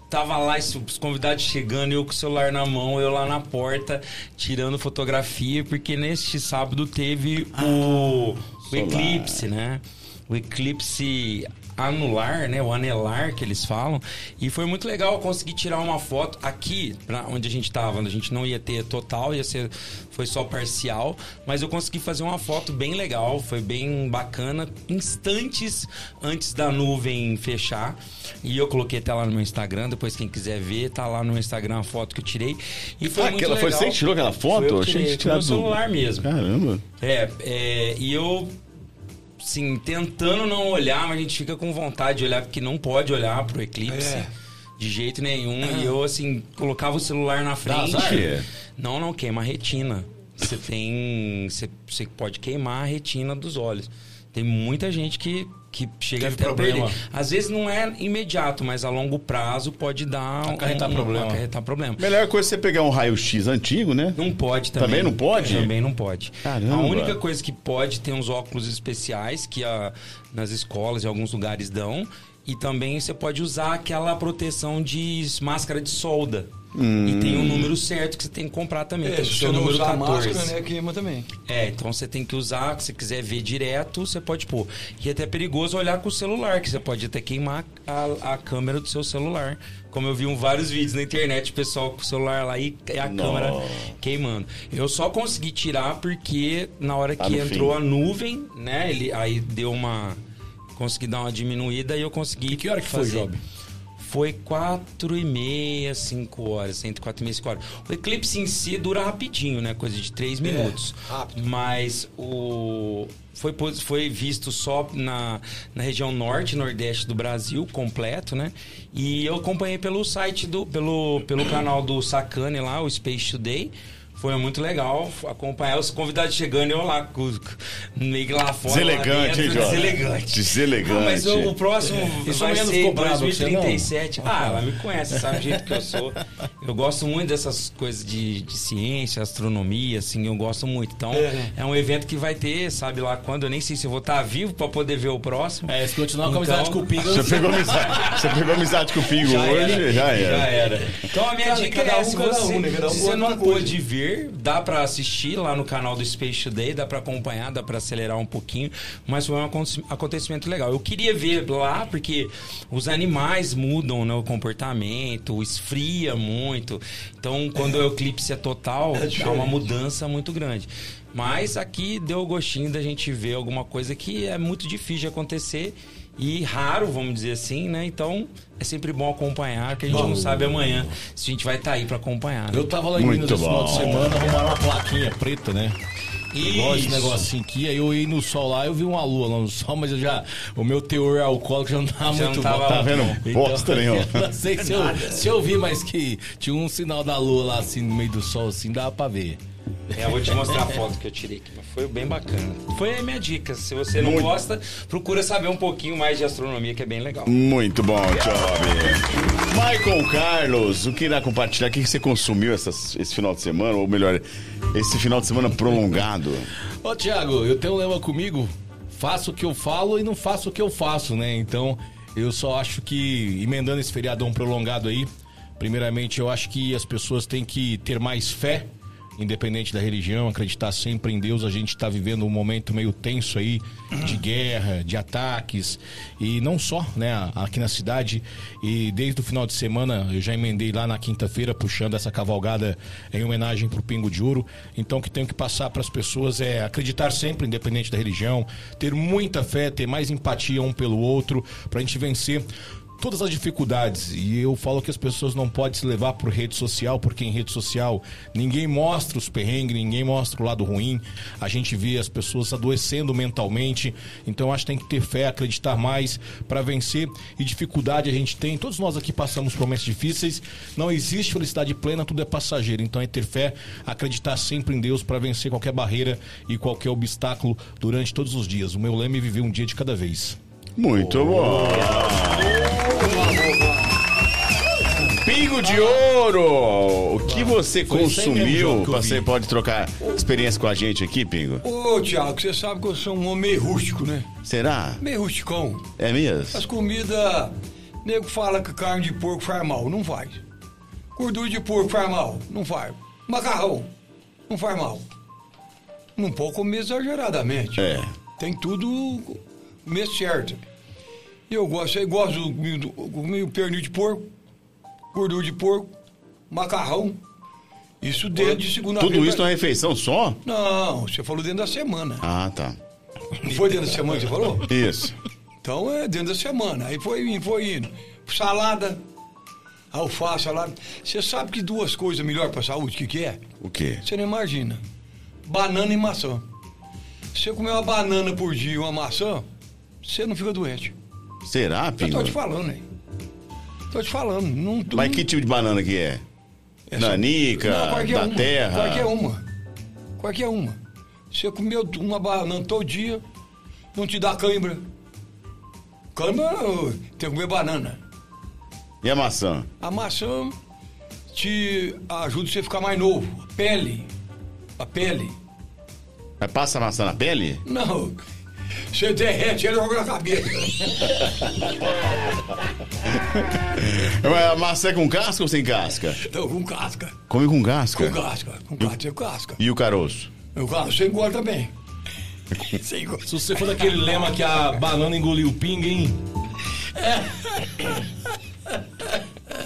Speaker 4: tava lá, esse- os convidados chegando, eu com o celular na mão, eu lá na porta tirando fotografia, porque neste sábado teve o, o eclipse, né? o eclipse anular, né? O anelar que eles falam. E foi muito legal, eu consegui tirar uma foto aqui, pra onde a gente tava. A gente não ia ter total, ia ser foi só parcial, mas eu consegui fazer uma foto bem legal, foi bem bacana, instantes antes da nuvem fechar. E eu coloquei até lá no meu Instagram, depois quem quiser ver, tá lá no Instagram a foto que eu tirei. E foi
Speaker 3: Ah,
Speaker 4: muito
Speaker 3: aquela- foi
Speaker 4: legal.
Speaker 3: você que tirou aquela foto?
Speaker 4: Foi eu que
Speaker 3: Achei que
Speaker 4: tirei,
Speaker 3: tinha
Speaker 4: com meu
Speaker 3: tirado do-
Speaker 4: celular mesmo.
Speaker 3: Caramba.
Speaker 4: É, é, e eu, sim, tentando não olhar, mas a gente fica com vontade de olhar, porque não pode olhar pro eclipse.
Speaker 7: É.
Speaker 4: De jeito nenhum.
Speaker 6: Ah.
Speaker 4: E eu, assim, colocava o celular na frente.
Speaker 3: azar?
Speaker 4: Não, não, queima a retina. Você tem. Você, você pode queimar a retina dos olhos. Tem muita gente que, que chega
Speaker 6: Teve
Speaker 4: até a
Speaker 6: problema.
Speaker 4: perder. Às vezes não é imediato, mas a longo prazo pode dar. um,
Speaker 6: Acarretar problema.
Speaker 4: Acarretar problema.
Speaker 3: Melhor coisa é você pegar um raio-x antigo, né?
Speaker 4: Não pode também.
Speaker 3: Também não pode?
Speaker 4: Também não pode.
Speaker 3: Caramba.
Speaker 4: A única coisa que pode tem uns óculos especiais que a- nas escolas e alguns lugares dão. E também você pode usar aquela proteção de s- máscara de solda.
Speaker 3: Hum.
Speaker 4: E tem um número certo que você tem que comprar também.
Speaker 7: É,
Speaker 4: tem que
Speaker 7: se
Speaker 4: ser o
Speaker 7: eu não
Speaker 4: número
Speaker 7: usar
Speaker 4: 14.
Speaker 7: máscara, né, queima também.
Speaker 4: É, então você tem que usar, se você quiser ver direto, você pode pôr. E é até perigoso olhar com o celular, que você pode até queimar a, a câmera do seu celular. Como eu vi em vários vídeos na internet, o pessoal com o celular lá e é a
Speaker 3: Nó.
Speaker 4: câmera queimando. Eu só consegui tirar porque na hora
Speaker 3: Tá
Speaker 4: que
Speaker 3: no fim.
Speaker 4: entrou a nuvem, né? Ele, aí deu uma. Consegui dar uma diminuída e eu consegui.
Speaker 6: que hora que foi, Job?
Speaker 4: Foi 4 e meia, 5 horas, entre 4 e meia e 5 horas. O eclipse em si dura rapidinho, né? Coisa de
Speaker 6: É,
Speaker 4: 3 minutos.
Speaker 7: rápido.
Speaker 4: Mas o. Foi, pos- foi visto só na, na região norte e nordeste do Brasil, completo, né? E eu acompanhei pelo site do. pelo, pelo canal do Sakane lá, o Space Today. Foi muito legal acompanhar os convidados chegando e eu lá, com- com- meio que lá fora. lá
Speaker 3: Deselegante, hein,
Speaker 4: dentro,
Speaker 3: Jota?
Speaker 4: Deselegante.
Speaker 3: Deselegante. É.
Speaker 4: Ah, mas o, o próximo
Speaker 6: Isso
Speaker 4: vai
Speaker 6: amanhã não
Speaker 4: ser
Speaker 6: ficou bravo com você, não?
Speaker 4: 2037. Ah, ela me conhece, sabe o jeito que eu sou. Eu gosto muito dessas coisas de, de ciência, astronomia, assim, eu gosto muito. Então, é, um evento que vai ter, sabe lá quando, eu nem sei se eu vou estar vivo pra poder ver o próximo.
Speaker 6: É, se continuar com a amizade
Speaker 4: Então-
Speaker 6: com o Pingo,
Speaker 3: Você pegou amizade, você pegou amizade com o Pingo hoje? já era.
Speaker 4: Já era. Então a minha
Speaker 7: Cada-
Speaker 4: dica
Speaker 7: cada
Speaker 4: é
Speaker 7: um,
Speaker 4: se
Speaker 7: cada
Speaker 4: você,
Speaker 7: um, né? Cada um
Speaker 4: se
Speaker 7: gosta
Speaker 4: você
Speaker 7: de
Speaker 4: não
Speaker 7: uma coisa.
Speaker 4: pôde vir, dá pra assistir lá no canal do Space Today, dá pra acompanhar, dá pra acelerar um pouquinho, mas foi um aconte- acontecimento legal. Eu queria ver lá porque os animais mudam né, o comportamento, esfria muito. Então quando o eclipse é total, há uma mudança muito grande. Mas aqui deu o gostinho da gente ver alguma coisa que é muito difícil de acontecer e raro, vamos dizer assim, né? Então é sempre bom acompanhar, que a gente não sabe amanhã se a gente vai estar aí para acompanhar. Né?
Speaker 6: Eu tava lá em
Speaker 3: Muito
Speaker 6: Minas esse final de
Speaker 3: bom.
Speaker 6: semana, arrumaram uma plaquinha preta, né? Igual esse
Speaker 4: Isso.
Speaker 6: negocinho aqui, aí eu ia no sol lá, eu vi uma lua lá no sol, mas eu já. O meu teor alcoólico já não tava
Speaker 4: Já não
Speaker 6: muito
Speaker 4: tava
Speaker 6: bom. Então,
Speaker 4: Tá
Speaker 3: vendo? Bosta nenhuma.
Speaker 6: eu Não sei se eu, se eu vi, mas que tinha um sinal da lua lá assim no meio do sol, assim, dava pra ver.
Speaker 4: É, eu vou te mostrar a foto que eu tirei aqui, mas foi bem bacana. Foi a minha dica. Se você não
Speaker 3: Muito.
Speaker 4: gosta, procura saber um pouquinho mais de astronomia, que é bem legal.
Speaker 3: Muito bom, Job. Michael Carlos, o que irá compartilhar? O que você consumiu essas- esse final de semana? Ou melhor, esse final de semana prolongado?
Speaker 6: Ô, Thiago, eu tenho um lema comigo. Faço o que eu falo e não faço o que eu faço, né? Então, eu só acho que, emendando esse feriadão prolongado aí, primeiramente, eu acho que as pessoas têm que ter mais fé, independente da religião, acreditar sempre em Deus. A gente tá vivendo um momento meio tenso aí, de guerra, de ataques, e não só, né, aqui na cidade. E desde o final de semana, eu já emendei lá na quinta-feira, puxando essa cavalgada em homenagem pro Pingo de Ouro. Então, o que tenho que passar para as pessoas é acreditar sempre, independente da religião, ter muita fé, ter mais empatia um pelo outro, pra gente vencer todas as dificuldades. E eu falo que as pessoas não podem se levar por rede social, porque em rede social ninguém mostra os perrengues, ninguém mostra o lado ruim. A gente vê as pessoas adoecendo mentalmente. Então eu acho que tem que ter fé, acreditar mais para vencer. E dificuldade a gente tem. Todos nós aqui passamos por momentos difíceis. Não existe felicidade plena, tudo é passageiro. Então é ter fé, acreditar sempre em Deus para vencer qualquer barreira e qualquer obstáculo durante todos os dias. O meu lema é viver um dia de cada vez.
Speaker 3: Muito bom. Pingo de ouro! O que você
Speaker 6: Foi isso aí mesmo,
Speaker 3: consumiu?
Speaker 6: João, que eu
Speaker 3: Você
Speaker 6: vi.
Speaker 3: pode trocar experiência com a gente aqui, Pingo?
Speaker 7: Ô, Tiago, você sabe que eu sou um homem meio rústico, né?
Speaker 3: Será?
Speaker 7: Meio rusticão.
Speaker 3: É
Speaker 7: As
Speaker 3: mesmo?
Speaker 7: comidas. Nego fala que carne de porco faz mal, não faz. Gordura de porco faz mal, não faz. Macarrão, não faz mal. Não pode comer exageradamente.
Speaker 3: É.
Speaker 7: Tem tudo o mês certo. Eu gosto, eu gosto do comi- do- comi o pernil de porco, gordura de porco, macarrão. Isso dentro de segunda-feira.
Speaker 3: Tudo isso é- numa refeição só?
Speaker 7: Não, você falou dentro da semana.
Speaker 3: Ah, tá.
Speaker 7: Não foi dentro da semana que você falou?
Speaker 3: Isso.
Speaker 7: Então é dentro da semana. Aí foi indo, foi indo. Salada, alface, salada. Você sabe que duas coisas melhor para saúde, o que, que é?
Speaker 3: O quê?
Speaker 7: Você não imagina. Banana e maçã. Se você comer uma banana por dia e uma maçã, você não fica doente.
Speaker 3: Será,
Speaker 7: Eu
Speaker 3: Pingo?
Speaker 7: tô te falando, hein? Tô te falando. Não, tu-
Speaker 3: Mas que tipo de banana que é?
Speaker 7: essa-
Speaker 3: Nanica, da
Speaker 7: uma,
Speaker 3: terra.
Speaker 7: Qualquer um. uma. Qualquer uma. Você comeu uma banana todo dia, não te dá cãibra. Cãibra, ô, tem que comer banana.
Speaker 3: E a maçã?
Speaker 7: A maçã te ajuda você a ficar mais novo. A pele. A pele.
Speaker 3: Mas passa a maçã na pele?
Speaker 7: Não. Você derrete, ele joga na cabeça.
Speaker 3: Mas A maçã é com casca ou sem casca?
Speaker 7: Então, com casca.
Speaker 3: Come com casca.
Speaker 7: Com casca. Com casca. Com casca.
Speaker 3: E o caroço?
Speaker 7: Eu casca. Você engorda também. Você engorda.
Speaker 6: Se você for daquele lema que a banana engoliu o pinga, hein?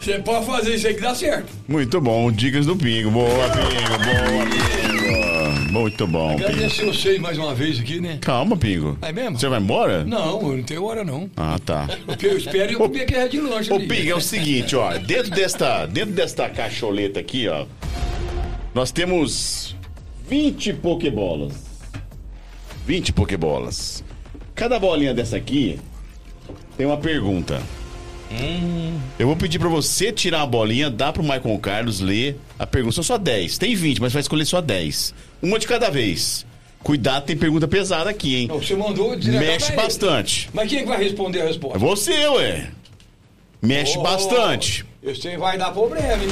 Speaker 7: Você pode fazer isso aí que dá certo.
Speaker 3: Muito bom, dicas do Pingo. Boa, Pingo, boa, Pingo. Muito bom, Pingo.
Speaker 7: Agradecer vocês mais uma vez aqui, né?
Speaker 3: Calma, Pingo.
Speaker 7: É mesmo?
Speaker 3: Você vai embora?
Speaker 7: Não, eu não tenho hora não.
Speaker 3: Ah, tá.
Speaker 7: O que eu espero é comer que é de longe.
Speaker 3: Ô,
Speaker 7: ali.
Speaker 3: Pingo, é o seguinte, ó. Dentro desta, dentro desta cacholeta aqui, ó, nós temos 20 pokebolas. 20 pokebolas. Cada bolinha dessa aqui tem uma pergunta. Eu vou pedir pra você tirar a bolinha, dá pro Maicon Carlos ler a pergunta. São só 10. Tem 20, mas vai escolher só 10. Uma de cada vez. Cuidado, tem pergunta pesada aqui, hein?
Speaker 7: Não, Você mandou... eu dizer-
Speaker 3: Mexe
Speaker 7: Mas-
Speaker 3: bastante.
Speaker 7: Mas quem é que vai responder a
Speaker 3: É
Speaker 7: resposta?
Speaker 3: você, ué. Mexe
Speaker 7: Oh,
Speaker 3: bastante.
Speaker 7: Eu sei, vai dar problema, hein?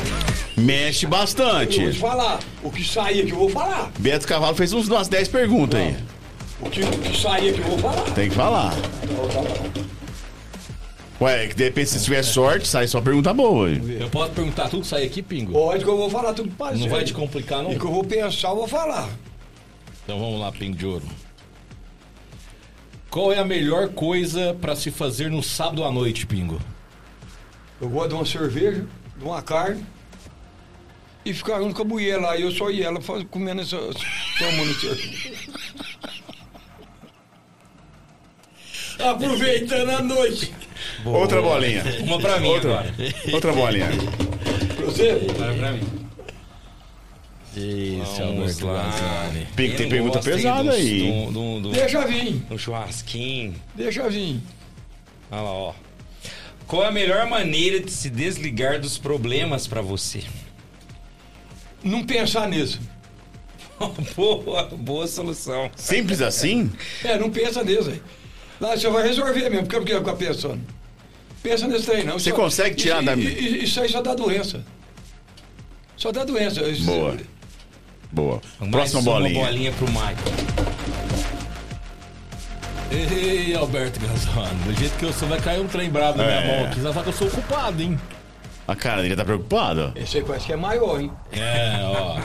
Speaker 3: Mexe
Speaker 7: Eu vou te
Speaker 3: bastante.
Speaker 7: falar. O que sair aqui eu vou falar.
Speaker 3: Beto Cavalo fez uns, umas 10 perguntas aí.
Speaker 7: O que, o que sair aqui eu vou falar. tá
Speaker 3: Tem que falar. Ué, é que de repente se tiver sorte, sai só pergunta boa. hein?
Speaker 6: Eu posso perguntar tudo, sair aqui, pingo?
Speaker 7: Pode que eu vou falar tudo pra
Speaker 6: Não vai te complicar, não?
Speaker 7: E que eu vou pensar, eu vou falar.
Speaker 6: Então vamos lá, pingo de ouro. Qual é a melhor coisa pra se fazer no sábado à noite, pingo?
Speaker 7: Eu gosto de uma cerveja, de uma carne. E ficar junto com a mulher lá, e eu só e ela faz- comendo essa. tomando cerveja. Aproveitando a noite.
Speaker 3: Outra bolinha.
Speaker 4: Uma pra mim
Speaker 3: Outra.
Speaker 4: agora.
Speaker 3: Outra bolinha.
Speaker 7: Pra você?
Speaker 4: Agora pra mim. Isso, Vamos lá.
Speaker 3: Pico, tem
Speaker 4: Eu
Speaker 3: pergunta
Speaker 4: gosto, hein,
Speaker 3: pesada
Speaker 4: dos-
Speaker 3: aí, hein?
Speaker 4: do- do- do-
Speaker 7: Deixa vir,
Speaker 4: do churrasquinho.
Speaker 7: deixa vir.
Speaker 4: Olha lá, ó. Qual é a melhor maneira de se desligar dos problemas pra você?
Speaker 7: Não pensar nisso.
Speaker 4: boa, boa solução.
Speaker 3: Simples assim?
Speaker 7: É, não pensa nisso aí. Lá você vai resolver mesmo, porque eu ficar pensando. Pensa nesse trem, não.
Speaker 3: Você
Speaker 7: Só-
Speaker 3: consegue tirar
Speaker 7: isso,
Speaker 3: da-
Speaker 7: Isso, isso aí só dá doença. Só dá doença. Isso-
Speaker 3: Boa. Boa.
Speaker 4: Mais
Speaker 3: Próxima
Speaker 4: uma
Speaker 3: bolinha.
Speaker 4: bolinha pro Michael.
Speaker 6: Ei, Alberto Gazzano, do jeito que eu sou, vai cair um trem brabo na
Speaker 3: É.
Speaker 6: minha mão aqui. Você vai falar que eu sou o culpado, hein?
Speaker 3: A cara dele tá preocupada.
Speaker 7: Esse aí parece que é maior, hein?
Speaker 6: É, ó.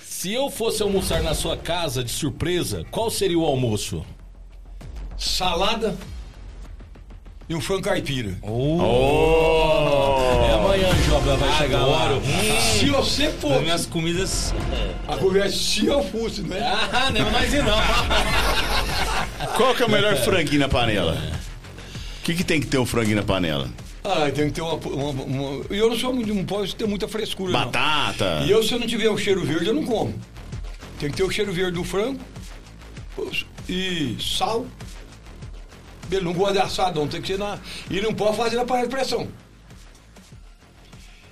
Speaker 6: Se eu fosse almoçar na sua casa de surpresa, qual seria o almoço?
Speaker 7: Salada e um frango caipira.
Speaker 3: Oh!
Speaker 6: É, mãe, Anjoba vai chegar
Speaker 4: Agora.
Speaker 6: lá.
Speaker 7: Se você
Speaker 4: As
Speaker 7: fosse,
Speaker 4: minhas comidas.
Speaker 7: a conversa, se eu fosse, né?
Speaker 6: Ah, não, mas e não.
Speaker 3: Qual que é o melhor franguinho na panela? O que, que tem que ter o franguinho na panela?
Speaker 7: Ah, tem que ter uma. uma- uma- E eu não sou muito. Não posso ter muita frescura. não.
Speaker 3: Batata.
Speaker 7: E eu, se eu não tiver o cheiro verde, eu não como. Tem que ter o cheiro verde do frango e sal. Ele não gosta de assado, não. Tem que ser na. E não pode fazer na panela de pressão.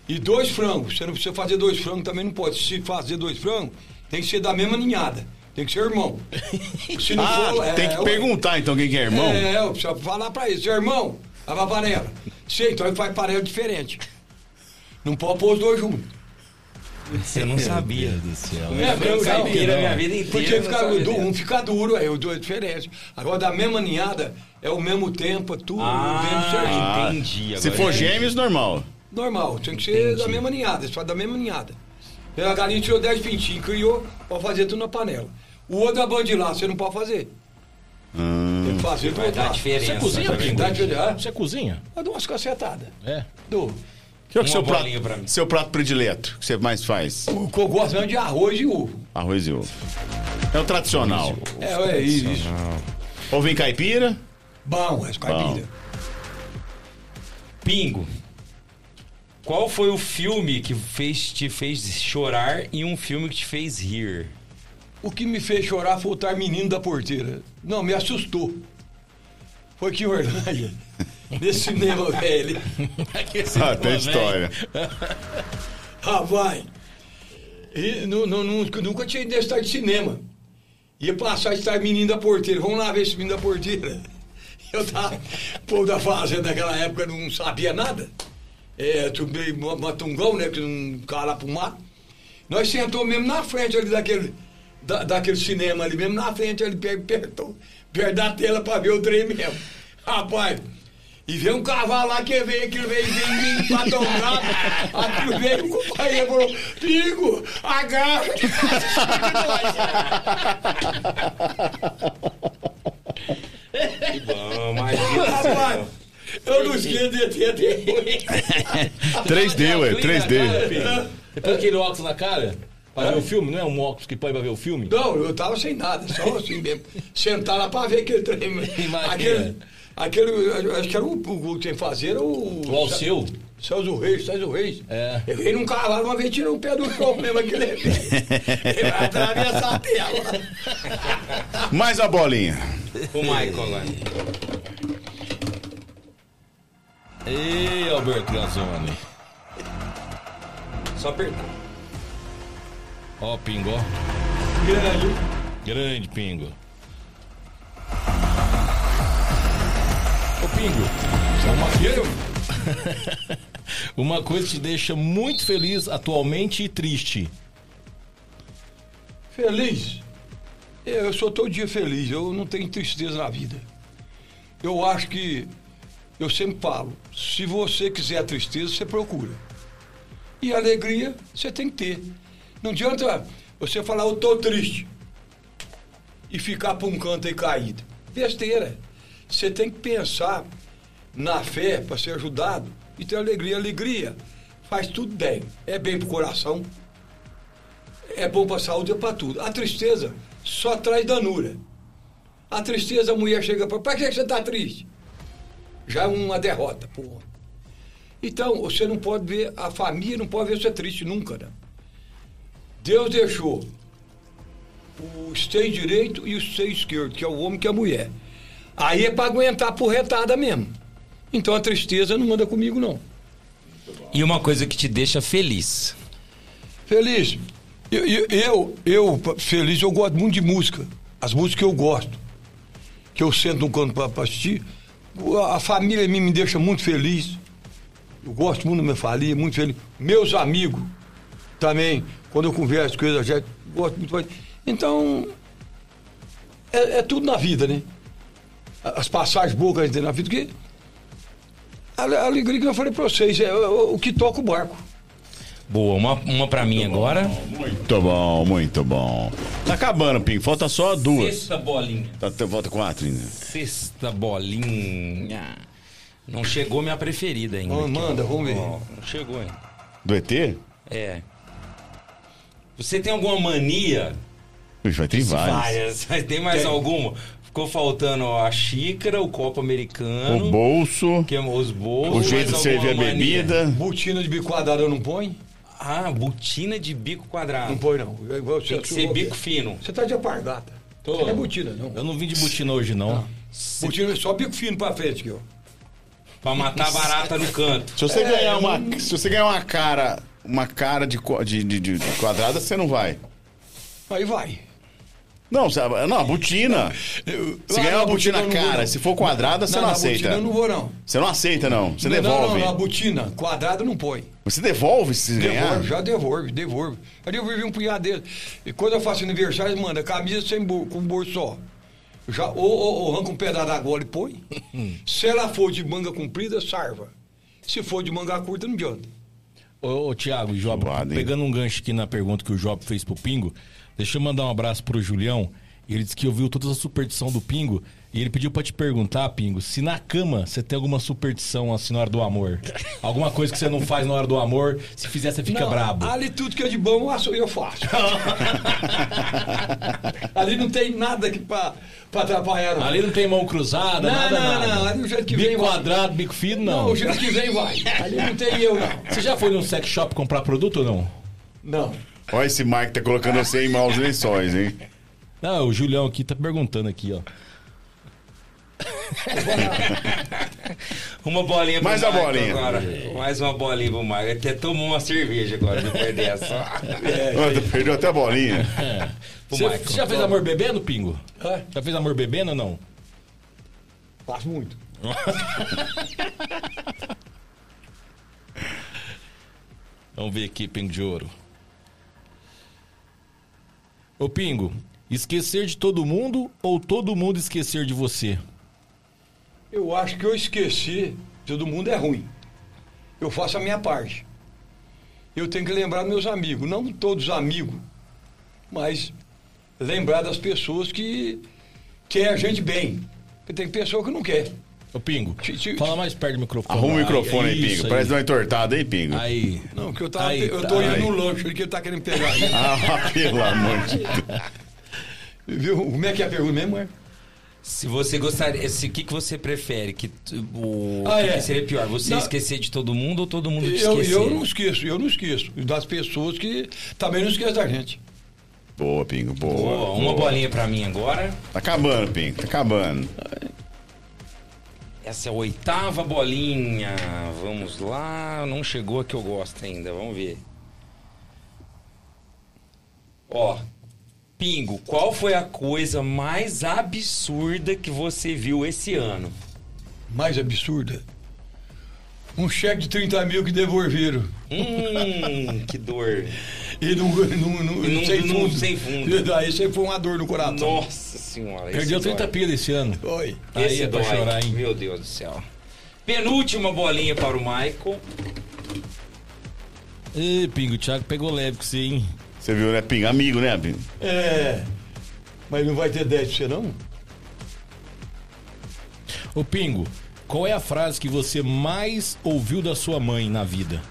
Speaker 7: E dois frangos. Você não precisa fazer dois frangos, também não pode. Se fazer dois frangos, tem que ser da mesma ninhada. Tem que ser irmão. Se não for,
Speaker 3: Ah,
Speaker 7: é,
Speaker 3: tem que
Speaker 7: é,
Speaker 3: perguntar então quem que é irmão.
Speaker 7: é, eu preciso falar pra ele, seu irmão, vai pra panela. Sei, então ele faz panela diferente. Não pode pôr os dois juntos.
Speaker 4: Você não sabia.
Speaker 7: É, porque eu
Speaker 4: Caipira,
Speaker 7: não.
Speaker 4: minha vida inteira,
Speaker 7: Porque
Speaker 4: eu
Speaker 7: fica,
Speaker 4: não sabia
Speaker 7: du-
Speaker 4: dessa.
Speaker 7: um fica duro, aí os dois é diferente. Agora, da mesma ninhada, é o mesmo tempo, é tudo dentro certinho.
Speaker 4: Ah, entendi.
Speaker 3: Se
Speaker 4: agora.
Speaker 3: for gêmeos, normal.
Speaker 7: Normal, tem que ser da mesma ninhada, é só da mesma ninhada. Aí A galinha tirou 10 pintinhos, criou, pode fazer tudo na panela. O outro da banda de lá, você não pode fazer. tem que fazer do
Speaker 4: vai
Speaker 7: outro
Speaker 4: dar
Speaker 7: lado.
Speaker 4: diferença
Speaker 7: Você cozinha,
Speaker 4: também,
Speaker 7: Pinho? Dá
Speaker 4: né?
Speaker 7: diferença.
Speaker 6: Ah,
Speaker 7: Ah,
Speaker 6: Você cozinha?
Speaker 7: Eu dou umas cacetadas.
Speaker 6: É.
Speaker 7: Dou.
Speaker 3: Que é o seu
Speaker 4: Uma bolinha
Speaker 3: prato,
Speaker 4: pra mim.
Speaker 3: seu prato predileto que você mais faz?
Speaker 7: O que eu gosto mesmo é de arroz e ovo.
Speaker 3: Arroz e ovo. É o tradicional.
Speaker 7: É, é isso.
Speaker 3: Ovo em caipira?
Speaker 7: Bom, é caipira.
Speaker 4: Pingo. Qual foi o filme que fez, te fez chorar e um filme que te fez rir?
Speaker 7: O que me fez chorar foi o tar menino da porteira. Não, me assustou. Foi que em Orlândia, nesse cinema velho.
Speaker 3: Ah, tem história.
Speaker 7: Ah, vai! E nu- nu- nu- nunca tinha ido nesse tar de cinema. Ia passar esse tar menino da porteira. Vamos lá ver esse menino da porteira. Eu tava. O povo da fazenda naquela época não sabia nada. É, tu meio ma- matungão, né? Que não ficava lá pro mar. Nós sentou mesmo na frente ali daquele, da- daquele cinema ali, mesmo na frente ali, perto, perto, perto da tela pra ver o trem mesmo. Rapaz, e veio um cavalo lá que veio, aquilo veio, veio em mim, patongado, aquilo veio, o companheiro falou, Pico, agarra.
Speaker 4: Bom, imagina.
Speaker 7: Rapaz, eu não esqueço de ter até hoje. Tá
Speaker 3: 3D, ué, 3D.
Speaker 6: Você põe aquele óculos na cara pra ver o filme? Não é um óculos que põe pra ver o filme?
Speaker 7: Não, eu tava sem nada, só assim mesmo. Sentar lá pra ver aquele trem. Aquele, aquele, acho que era o, o, o que tem que fazer, era o...
Speaker 6: O Alceu?
Speaker 7: Celso Reis, Celso Reis.
Speaker 6: É.
Speaker 7: Eu vi num cavalo, uma vez tirou o pé do chão mesmo, aquele Ele vai atravessar a tela.
Speaker 3: Mais uma bolinha.
Speaker 4: O Michael agora.
Speaker 6: Ei, Alberto Gazzoni.
Speaker 4: Só apertar.
Speaker 6: Ó, o Pingo, ó. Grande. Grande Pingo. Ô, Pingo. Uma, uma coisa que te deixa muito feliz atualmente e triste.
Speaker 7: Feliz? É, Eu sou todo dia feliz, eu não tenho tristeza na vida. Eu acho que, eu sempre falo, se você quiser a tristeza, você procura. E a alegria, você tem que ter. Não adianta você falar, eu tô triste, e ficar pra um canto aí caído. Besteira. Você tem que pensar na fé para ser ajudado e ter alegria. Alegria faz tudo bem. É bem pro coração, é bom para saúde, é para tudo. A tristeza só traz danura. A tristeza, a mulher chega para. Para que você está triste? Já é uma derrota, porra. Então, você não pode ver, a família não pode ver você triste nunca, né? Deus deixou os seis direito e os seis esquerdo, que é o homem que é a mulher. Aí é para aguentar por retada mesmo. Então a tristeza não anda comigo, não.
Speaker 4: E uma coisa que te deixa feliz.
Speaker 7: Feliz. Eu, eu, eu, eu, pa- feliz, eu gosto muito de música. As músicas que eu gosto. Que eu sento num canto para assistir. O- A a família me, me deixa muito feliz. Eu gosto muito da minha família, muito feliz. Meus amigos também, quando eu converso com eles, eu gosto muito. mais. Então, é, é tudo na vida, né? A- As passagens boas que a gente tem na vida. Porque a ale- a alegria que eu falei para vocês é o- o- o que toca o barco.
Speaker 4: Boa, uma, uma pra mim agora.
Speaker 3: Muito bom, muito bom. Tá acabando, Pingo. Falta só duas.
Speaker 4: Sexta bolinha.
Speaker 3: Tá, tá- falta quatro ainda.
Speaker 4: Sexta bolinha. Não chegou minha preferida ainda.
Speaker 7: Ó,
Speaker 4: aqui, ó.
Speaker 7: manda, vamos ver.
Speaker 4: Ó, não chegou ainda.
Speaker 3: Do ET?
Speaker 4: É. Você tem alguma mania?
Speaker 3: Ixi, vai ter vários.
Speaker 4: Várias. Mas tem mais alguma? Ficou faltando ó, a xícara, o copo americano,
Speaker 3: O bolso,
Speaker 4: que é os bolsos.
Speaker 3: o jeito de
Speaker 4: mais
Speaker 3: servir a
Speaker 4: alguma mania?
Speaker 3: bebida.
Speaker 7: Botina de biquadrada eu não põe?
Speaker 4: Ah, botina de bico quadrado.
Speaker 7: Não
Speaker 3: Um
Speaker 7: põe, não. É Eu- eu-
Speaker 4: Tem que
Speaker 7: eu-
Speaker 4: ser
Speaker 7: eu-
Speaker 4: bico fino.
Speaker 7: Você tá de apargata.
Speaker 6: Tô.
Speaker 7: Você Não é botina, não.
Speaker 6: Eu não vim de botina hoje, não.
Speaker 4: Ah.
Speaker 7: Botina é só bico fino pra frente aqui, ó.
Speaker 4: Pra matar a barata no canto.
Speaker 3: Se
Speaker 7: É,
Speaker 3: você, ganhar uma, se você ganhar uma cara, uma cara de, co- de, de- de- de quadrada, você não vai.
Speaker 7: Aí vai.
Speaker 3: Não, sabe- não, a botina.
Speaker 7: Eu-
Speaker 3: Se
Speaker 7: Ah,
Speaker 3: ganhar
Speaker 7: na
Speaker 3: uma botina
Speaker 7: eu não vou,
Speaker 3: cara,
Speaker 7: não.
Speaker 3: se for quadrada, você não
Speaker 7: na botina
Speaker 3: aceita.
Speaker 7: eu não vou, não.
Speaker 3: Você não aceita, não. Você
Speaker 7: Não,
Speaker 3: devolve.
Speaker 7: Não, não, na botina, quadrada não põe.
Speaker 3: Você devolve se ganhar?
Speaker 7: Devolve, já devolve, devolve. Eu devolvi um punhado dele. E quando eu faço aniversário, eles mandam camisa sem bol- com bolso só. Já, ou, ou, ou arranca um pedaço da gola e põe. Se ela for de manga comprida, sarva. Se for de manga curta, não adianta.
Speaker 6: Ô, ô Tiago, Job,
Speaker 3: Zoado, hein?
Speaker 6: pegando um gancho aqui na pergunta que o Job fez pro Pingo, deixa eu mandar um abraço pro Julião. Ele disse que ouviu toda a superstição do Pingo e ele pediu pra te perguntar, Pingo, se na cama você tem alguma superstição assim na hora do amor. Alguma coisa que você não faz na hora do amor, se fizer você fica
Speaker 7: Não,
Speaker 6: brabo.
Speaker 7: Ali tudo que é de bom, eu aço- eu faço. ali não tem nada que pra, pra atrapalhar. não.
Speaker 6: Ali não tem mão cruzada,
Speaker 7: Não,
Speaker 6: nada,
Speaker 7: não,
Speaker 6: nada.
Speaker 7: não, ali o jeito que
Speaker 6: bico
Speaker 7: vem, vai.
Speaker 6: quadrado, bico fino, não.
Speaker 7: Não, o jeito que vem vai. Ali não tem eu, não.
Speaker 6: Você já foi num sex shop comprar produto ou não?
Speaker 7: Não.
Speaker 3: Olha esse Mike tá colocando você em maus lençóis, hein?
Speaker 6: Não, o Julião aqui tá perguntando aqui, ó.
Speaker 4: Uma bolinha pro
Speaker 3: Mais uma
Speaker 4: Marco
Speaker 3: bolinha.
Speaker 4: agora. É. Mais uma bolinha pro Marco. Até tomou uma cerveja agora depois dessa. É
Speaker 3: Olha, Perdeu até a bolinha.
Speaker 4: Pro
Speaker 6: Você
Speaker 4: Marco.
Speaker 6: já fez amor bebendo, Pingo?
Speaker 7: Hã?
Speaker 6: Já fez amor bebendo ou não?
Speaker 7: Faço muito.
Speaker 6: Vamos ver aqui, Pingo de Ouro. Ô, Pingo, esquecer de todo mundo ou todo mundo esquecer de você?
Speaker 7: Eu acho que eu esqueci. Todo mundo é ruim. Eu faço a minha parte. Eu tenho que lembrar meus amigos. Não todos amigos, mas lembrar das pessoas que quer a gente bem. Porque tem pessoa que não quer.
Speaker 6: Ô, Pingo,
Speaker 7: Ti- ti-
Speaker 6: fala mais perto do microfone.
Speaker 3: Arruma o
Speaker 6: Aí,
Speaker 3: microfone
Speaker 6: é
Speaker 3: aí,
Speaker 6: isso
Speaker 3: Pingo. Parece dar uma entortada, hein, Pingo?
Speaker 6: Aí.
Speaker 7: Não, que eu tava.
Speaker 6: Aí,
Speaker 7: eu
Speaker 6: tá.
Speaker 7: tô
Speaker 3: Aí.
Speaker 7: indo no lanche ali que ele tá querendo pegar.
Speaker 3: Ah, pelo amor de Deus.
Speaker 7: Viu? Como é que é a pergunta mesmo, é?
Speaker 4: Se você gostaria. se- O que, que você prefere? Que, t- o
Speaker 7: Ah,
Speaker 4: o que,
Speaker 7: é.
Speaker 4: que seria pior? Você
Speaker 7: Não.
Speaker 4: esquecer de todo mundo ou todo mundo te
Speaker 7: Eu,
Speaker 4: esquecer?
Speaker 7: eu não esqueço, eu não esqueço. Das pessoas que também não esquecem da gente.
Speaker 3: Boa, Pingo, boa.
Speaker 4: Boa, uma bolinha pra mim agora.
Speaker 3: Tá acabando, Pingo, tá acabando.
Speaker 4: Essa é a oitava bolinha. Vamos lá. Não chegou a que eu gosto ainda. Vamos ver. Ó. Pingo, qual foi a coisa mais absurda que você viu esse ano?
Speaker 7: mais absurda. Um cheque de 30 mil que devolveram.
Speaker 4: Hum, que dor.
Speaker 7: E não, não, não,
Speaker 4: E não-
Speaker 7: sem
Speaker 4: não-
Speaker 7: fundo.
Speaker 4: sem fundo.
Speaker 7: E daí sempre foi uma dor no coração.
Speaker 4: Nossa senhora. esse
Speaker 6: Perdeu 30
Speaker 4: dói.
Speaker 6: pila esse ano.
Speaker 7: Oi.
Speaker 4: Esse
Speaker 6: Aí é pra
Speaker 4: dói.
Speaker 6: chorar, hein?
Speaker 4: Meu Deus do céu. Penúltima bolinha para o Michael.
Speaker 6: Ê, Pingo, o Thiago pegou leve com você, hein?
Speaker 3: Você viu, né, Pingo? Amigo, né, Pingo?
Speaker 7: É. Mas não vai ter 10 pra você não?
Speaker 6: Ô, Pingo, qual é a frase que você mais ouviu da sua mãe na vida?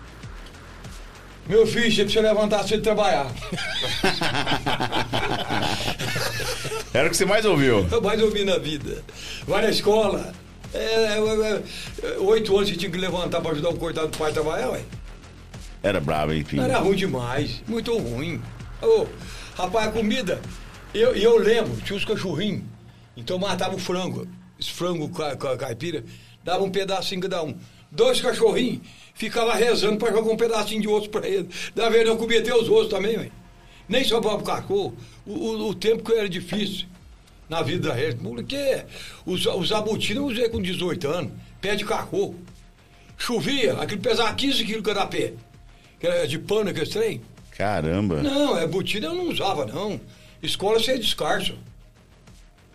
Speaker 7: Meu filho, você precisa levantar cedo e trabalhar.
Speaker 3: Era o que você mais ouviu.
Speaker 7: Eu mais ouvi na vida. Vai na escola. É, é, é, é, oito anos você tinha que levantar pra ajudar o coitado do pai a trabalhar, ué.
Speaker 3: Era brabo, hein, Pingo?
Speaker 7: Era ruim demais, muito ruim. Ô, rapaz, a comida, eu, eu lembro, tinha uns cachorrinhos, então matava o frango, esse frango com a caipira, dava um pedacinho cada um. Dois cachorrinhos, ficava rezando pra jogar um pedacinho de osso pra ele. Da vez eu comia até os ossos também, ué. Nem só para o cachorro, o, o, o tempo que era difícil na vida da gente. Porque os, os abutinos eu usei com 18 anos, pé de cachorro. Chovia, aquilo pesava 15 quilos cada pé. Que era de pano aquele trem?
Speaker 3: Caramba.
Speaker 7: Não, é botina eu não usava, não. Escola você é descarso.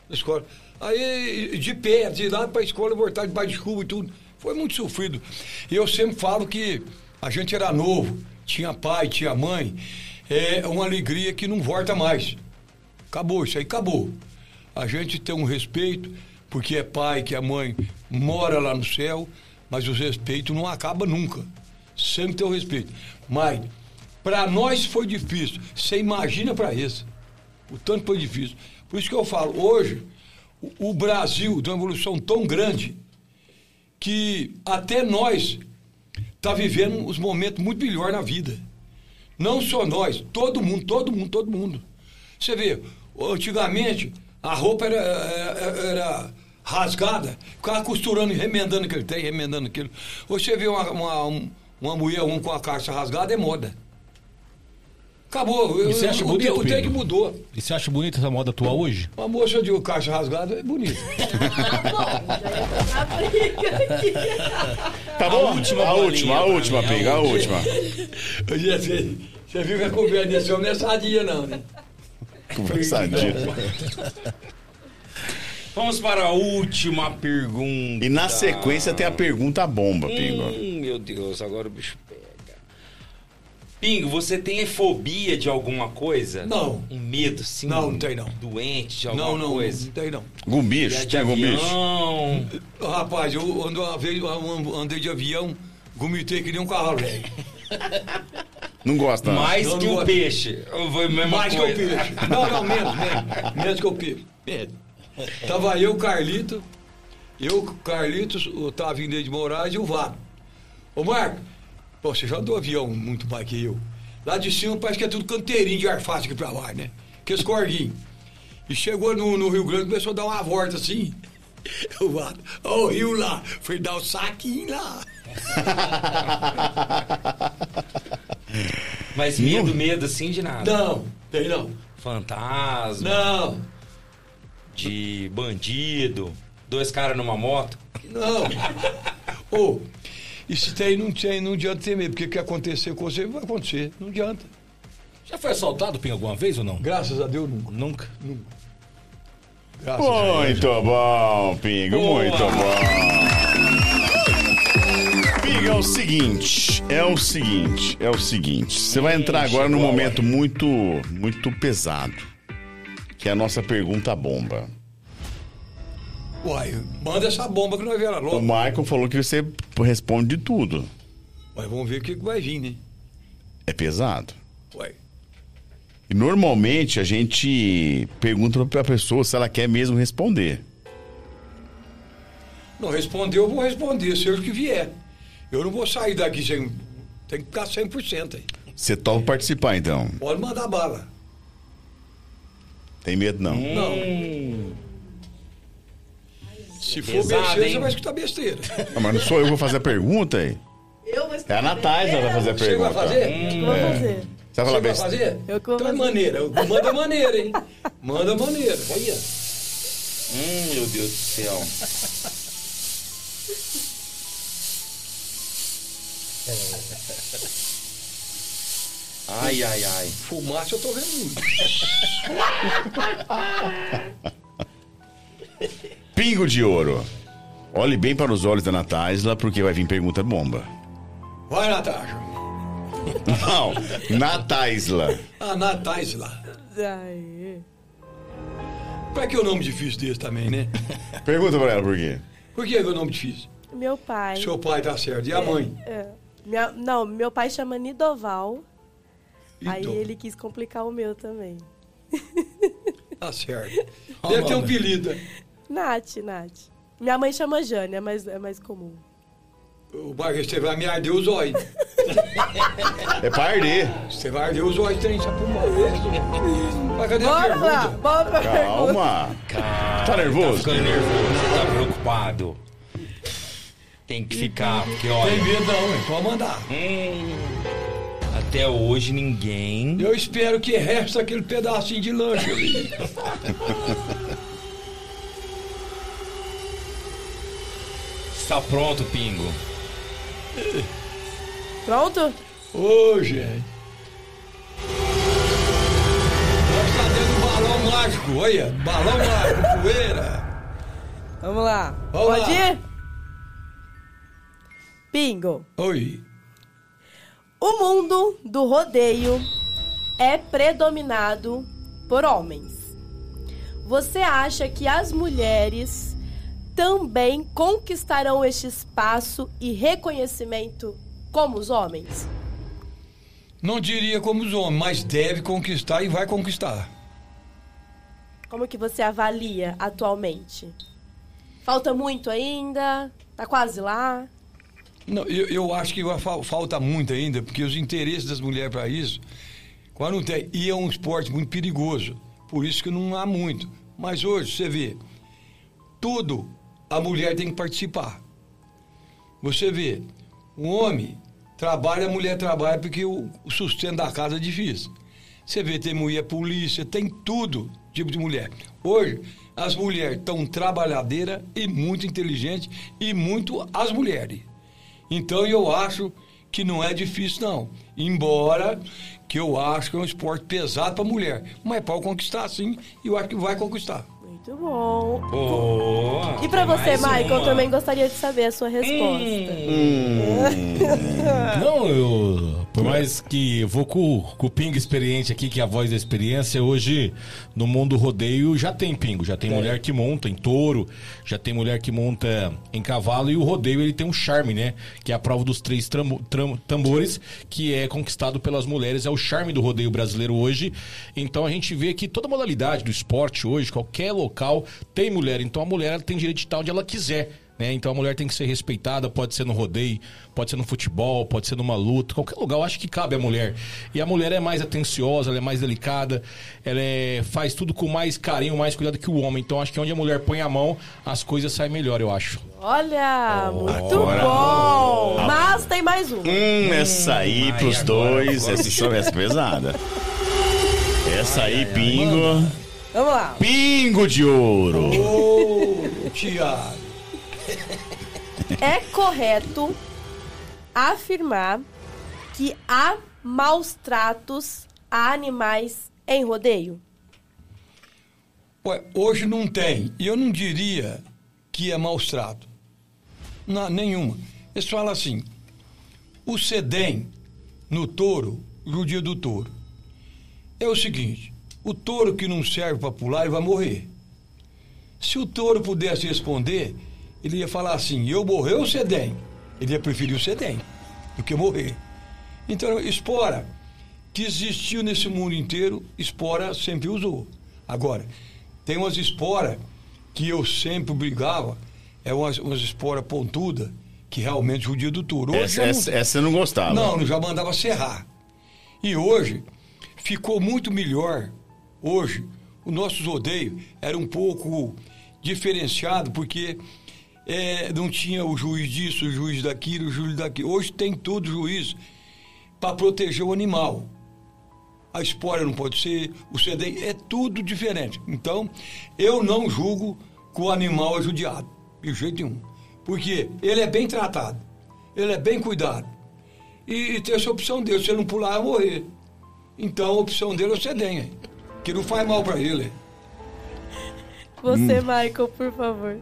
Speaker 7: Escola. Aí, de pé, de lá pra escola, voltar debaixo de chuva e tudo. Foi muito sofrido. E eu sempre falo que a gente era novo, tinha pai, tinha mãe. É uma alegria que não volta mais. Acabou, isso aí acabou. A gente tem um respeito, porque é pai, que é mãe, mora lá no céu, Mas o respeito não acaba nunca. Sempre tem o respeito. Mas, para nós foi difícil. Você imagina para isso. O tanto foi difícil. Por isso que eu falo, hoje, o, o Brasil tem uma evolução tão grande que até nós está vivendo os momentos muito melhores na vida. Não só nós, todo mundo, todo mundo, todo mundo. Você vê, antigamente a roupa era, era, era rasgada, ficava costurando, e remendando aquele trem, remendando aquilo. Hoje você vê uma, uma, um- uma mulher um com a caixa rasgada, é moda. Acabou.
Speaker 6: E você acha
Speaker 7: o,
Speaker 6: bonito,
Speaker 7: o, o trem que
Speaker 6: Pedro?
Speaker 7: mudou.
Speaker 6: E você acha bonita essa moda atual hoje?
Speaker 7: Uma moça de caixa rasgada é bonita.
Speaker 5: Tá bom, já ia comprar briga aqui.
Speaker 3: Tá bom? A
Speaker 4: última
Speaker 3: última, a
Speaker 4: bolinha
Speaker 3: última, a última,
Speaker 4: pra mim, a
Speaker 3: Pinga, a última.
Speaker 7: E assim, você viu que a conversa desse homem não é sadia, não, né?
Speaker 3: Conversadinho.
Speaker 4: Vamos para a última pergunta.
Speaker 3: E na sequência tem a pergunta bomba, Pingo.
Speaker 4: Hum, meu Deus, agora o bicho pega. Pingo, você tem fobia de alguma coisa?
Speaker 7: Não.
Speaker 4: Um medo, sim?
Speaker 7: Não, não tem, não.
Speaker 4: Doente de alguma
Speaker 7: Não, não,
Speaker 4: coisa?
Speaker 7: não tem não.
Speaker 3: Algum bicho? Tem algum bicho?
Speaker 4: Não.
Speaker 7: Rapaz, eu ando uma vez, eu andei de avião, gomitei que nem um carro velho.
Speaker 3: Não gosta, não.
Speaker 4: Mais
Speaker 7: Não,
Speaker 4: que
Speaker 7: não
Speaker 4: o
Speaker 7: gosto.
Speaker 4: peixe. Eu vou- é mesma
Speaker 7: Mais que eu
Speaker 4: coisa.
Speaker 7: peixe. Não, não, menos, menos. Menos que eu peixe. Menos. Tava eu, Carlito, eu, Carlitos, o Otávio Inês de Moraes e o Vado. Ô, Marco, pô, você já andou avião muito mais que eu. Lá de cima parece que é tudo canteirinho de ar fácil aqui pra lá, né? Que escorguinho. E chegou no, no Rio Grande, começou a dar uma volta assim. O Vado, ó o rio lá. Foi dar o saquinho lá.
Speaker 4: Mas medo, medo, assim, de nada.
Speaker 7: Não, tem não.
Speaker 4: Fantasma,
Speaker 7: Não,
Speaker 4: de bandido, dois caras numa moto.
Speaker 7: Não. Ô, e se tem, não tem, não adianta ter medo, porque o que acontecer com você vai acontecer. Não adianta.
Speaker 6: Já foi assaltado, Pinho, alguma vez ou não?
Speaker 7: Graças a Deus, nunca.
Speaker 6: Nunca.
Speaker 7: Graças a Deus.
Speaker 3: Muito bom, Pingo,
Speaker 4: Boa.
Speaker 3: muito bom. Pingo, é o seguinte, é o seguinte, é o seguinte. Você vai entrar agora num
Speaker 4: chegou a
Speaker 3: momento muito, muito pesado, que é a nossa pergunta bomba.
Speaker 7: Uai, manda essa bomba que nós vemos
Speaker 3: O
Speaker 7: logo.
Speaker 3: Michael falou que você responde de tudo.
Speaker 7: Mas vamos ver o que, que vai vir, né?
Speaker 3: É pesado.
Speaker 7: Uai.
Speaker 3: E normalmente a gente pergunta pra pessoa se ela quer mesmo responder.
Speaker 7: Não respondeu, eu vou responder, seja o que vier. Eu não vou sair daqui sem. Tem que ficar 100% aí.
Speaker 3: Você topa participar, então?
Speaker 7: Pode mandar bala.
Speaker 3: Tem medo, não?
Speaker 7: Não. Se for
Speaker 4: Hum. Pesado,
Speaker 7: besteira,
Speaker 4: hein?
Speaker 7: você vai escutar besteira.
Speaker 3: Ah, mas não sou eu que vou fazer a pergunta aí?
Speaker 5: Eu vou
Speaker 3: É a Natália que vai fazer a
Speaker 7: Você
Speaker 3: pergunta.
Speaker 7: vai fazer?
Speaker 4: Hum.
Speaker 5: Vou fazer.
Speaker 3: Você vai falar
Speaker 7: Você vai
Speaker 3: besteira?
Speaker 7: fazer?
Speaker 5: Eu que vou
Speaker 7: então é
Speaker 5: fazer.
Speaker 7: maneira. Manda maneira, hein? Manda maneira. Olha.
Speaker 4: Hum, meu Deus do céu. Ai, ai, ai.
Speaker 7: Fumaça eu tô vendo muito.
Speaker 3: Pingo de ouro. Olhe bem para os olhos da Natália, porque vai vir pergunta bomba.
Speaker 7: Vai, Natasha.
Speaker 3: Não, Natália.
Speaker 7: A Natais lá.
Speaker 5: Aê.
Speaker 7: Pra que o nome difícil desse também, né?
Speaker 3: Pergunta pra ela por quê.
Speaker 7: Por que é o nome difícil?
Speaker 5: Meu pai.
Speaker 7: Seu pai tá certo. E a mãe?
Speaker 5: É. Minha- não, meu pai chama Nidoval. Aí
Speaker 7: Então,
Speaker 5: ele quis complicar o meu também.
Speaker 7: Tá certo. Deve ter um apelido.
Speaker 5: Nath, Nath. Minha mãe chama Jane, é mais, é mais comum.
Speaker 7: O bairro você vai me arder os olhos.
Speaker 3: É pra arder.
Speaker 7: Você vai arder os olhos, trem, sabe é? por mal. Mas cadê a
Speaker 5: Bora lá,
Speaker 7: pergunta?
Speaker 5: bora pra pergunta.
Speaker 3: Calma. Tá nervoso?
Speaker 4: Ficando nervoso, tá preocupado. Tem que ficar, porque
Speaker 7: Tem
Speaker 4: olha,
Speaker 7: medo não, hein? Pode mandar.
Speaker 4: até hoje ninguém.
Speaker 7: Eu espero que resta aquele pedacinho de lanche ali.
Speaker 4: Está pronto, Pingo.
Speaker 5: Pronto?
Speaker 7: Ô, gente. Nós tá dentro do balão mágico, olha. Balão mágico, poeira.
Speaker 5: Vamos lá.
Speaker 7: Vamos
Speaker 5: Pode
Speaker 7: lá.
Speaker 5: ir? Bingo.
Speaker 7: Oi.
Speaker 5: O mundo do rodeio é predominado por homens. Você acha que as mulheres também conquistarão este espaço e reconhecimento como os homens?
Speaker 7: Não diria como os homens, mas deve conquistar e vai conquistar.
Speaker 5: Como que você avalia atualmente? Falta muito ainda? Tá quase lá?
Speaker 7: Não, eu, eu acho que vai fal- falta muito ainda, porque os interesses das mulheres para isso, quando não tem, e é um esporte muito perigoso, por isso que não há muito. Mas hoje, você vê, tudo a mulher tem que participar. Você vê, o homem trabalha, a mulher trabalha, porque o, o sustento da casa é difícil. Você vê, tem mulher polícia, tem tudo tipo de mulher. Hoje, as mulheres estão trabalhadeiras e muito inteligentes, e muito as mulheres. Então eu acho que não é difícil não. Embora que eu acho que é um esporte pesado para mulher, mas pode conquistar sim, e eu acho que vai conquistar.
Speaker 5: Muito bom.
Speaker 4: Boa.
Speaker 5: E pra você,
Speaker 4: Mais
Speaker 5: Michael,
Speaker 4: uma.
Speaker 5: também gostaria de saber a sua resposta.
Speaker 6: Não, eu. Por mais que eu vou com, com o Pingo experiente aqui, que é a voz da experiência, hoje no mundo rodeio já tem Pingo. Já tem mulher que monta em touro, já tem mulher que monta em cavalo e o rodeio ele tem um charme, né? Que é a prova dos três trambo- tram- tambores, que é conquistado pelas mulheres. É o charme do rodeio brasileiro hoje. Então a gente vê que toda modalidade do esporte hoje, qualquer local, tem mulher. Então a mulher ela tem direito de estar onde ela quiser né? Então a mulher tem que ser respeitada, pode ser no rodeio, pode ser no futebol, pode ser numa luta, qualquer lugar, eu acho que cabe a mulher. E a mulher é mais atenciosa, ela é mais delicada, ela é- faz tudo com mais carinho, mais cuidado que o homem. Então acho que onde a mulher põe a mão, as coisas saem melhor, eu acho.
Speaker 5: Olha, muito bom. Mas tem mais um.
Speaker 3: Hum, essa aí
Speaker 4: ai,
Speaker 3: pros
Speaker 4: agora,
Speaker 3: dois,
Speaker 4: agora.
Speaker 3: essa, história- essa é pesada. Essa aí, pingo.
Speaker 5: Vamos lá.
Speaker 3: Pingo de ouro.
Speaker 7: Ô, Tiago,
Speaker 5: É correto afirmar que há maus tratos a animais em rodeio?
Speaker 7: ué, hoje não tem, e eu não diria que é maus trato. Não, nenhuma. Eles falam assim, o sedem no touro, judia do touro, é o seguinte, o touro que não serve para pular, ele vai morrer. Se o touro pudesse responder, ele ia falar assim: eu morrer ou sedem? Ele ia preferir o sedem do que morrer. Então, espora que existiu nesse mundo inteiro, espora sempre usou. Agora, tem umas esporas que eu sempre brigava, é umas, umas esporas pontudas, que realmente judia do touro. Hoje é
Speaker 3: Essa,
Speaker 7: eu
Speaker 3: essa, essa eu não gostava.
Speaker 7: não, não, já mandava serrar. E hoje ficou muito melhor. Hoje, o nosso rodeio era um pouco diferenciado, porque eh, não tinha o juiz disso, o juiz daquilo, o juiz daquilo. Hoje tem todo juiz para proteger o animal. A espora não pode ser, o sedem, é tudo diferente. Então, eu não julgo que o animal é judiado, de jeito nenhum. Porque ele é bem tratado, ele é bem cuidado. E, e tem essa opção dele, se ele não pular, vai morrer. Então, a opção dele é o sedem, hein? que não faz mal para ele.
Speaker 5: Você, Michael, por favor.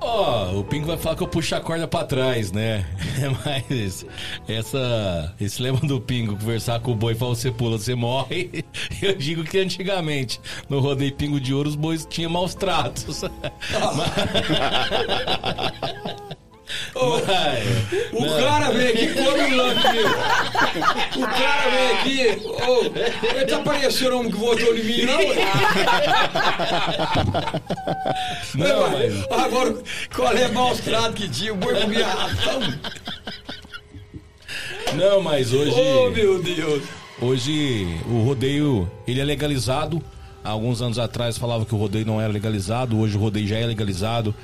Speaker 6: Ó, o Pingo vai falar que eu puxo a corda pra trás, né? Mas essa, esse lema do Pingo, conversar com o boi e falar você pula, você morre. Eu digo que antigamente, no rodeio Pingo de Ouro, os bois tinham maus tratos. Mas-
Speaker 7: O cara veio aqui, come um lanche meu. O cara veio aqui, ô, ele tá parecendo o homem que votou em mim, não?
Speaker 6: não, mas...
Speaker 7: Agora, qual é o maus trato que tinha? O boi comia ratão.
Speaker 6: Não, mas hoje.
Speaker 7: Oh, meu Deus.
Speaker 6: Hoje o rodeio ele é legalizado. Há alguns anos atrás falava que o rodeio não era legalizado, hoje o rodeio já é legalizado.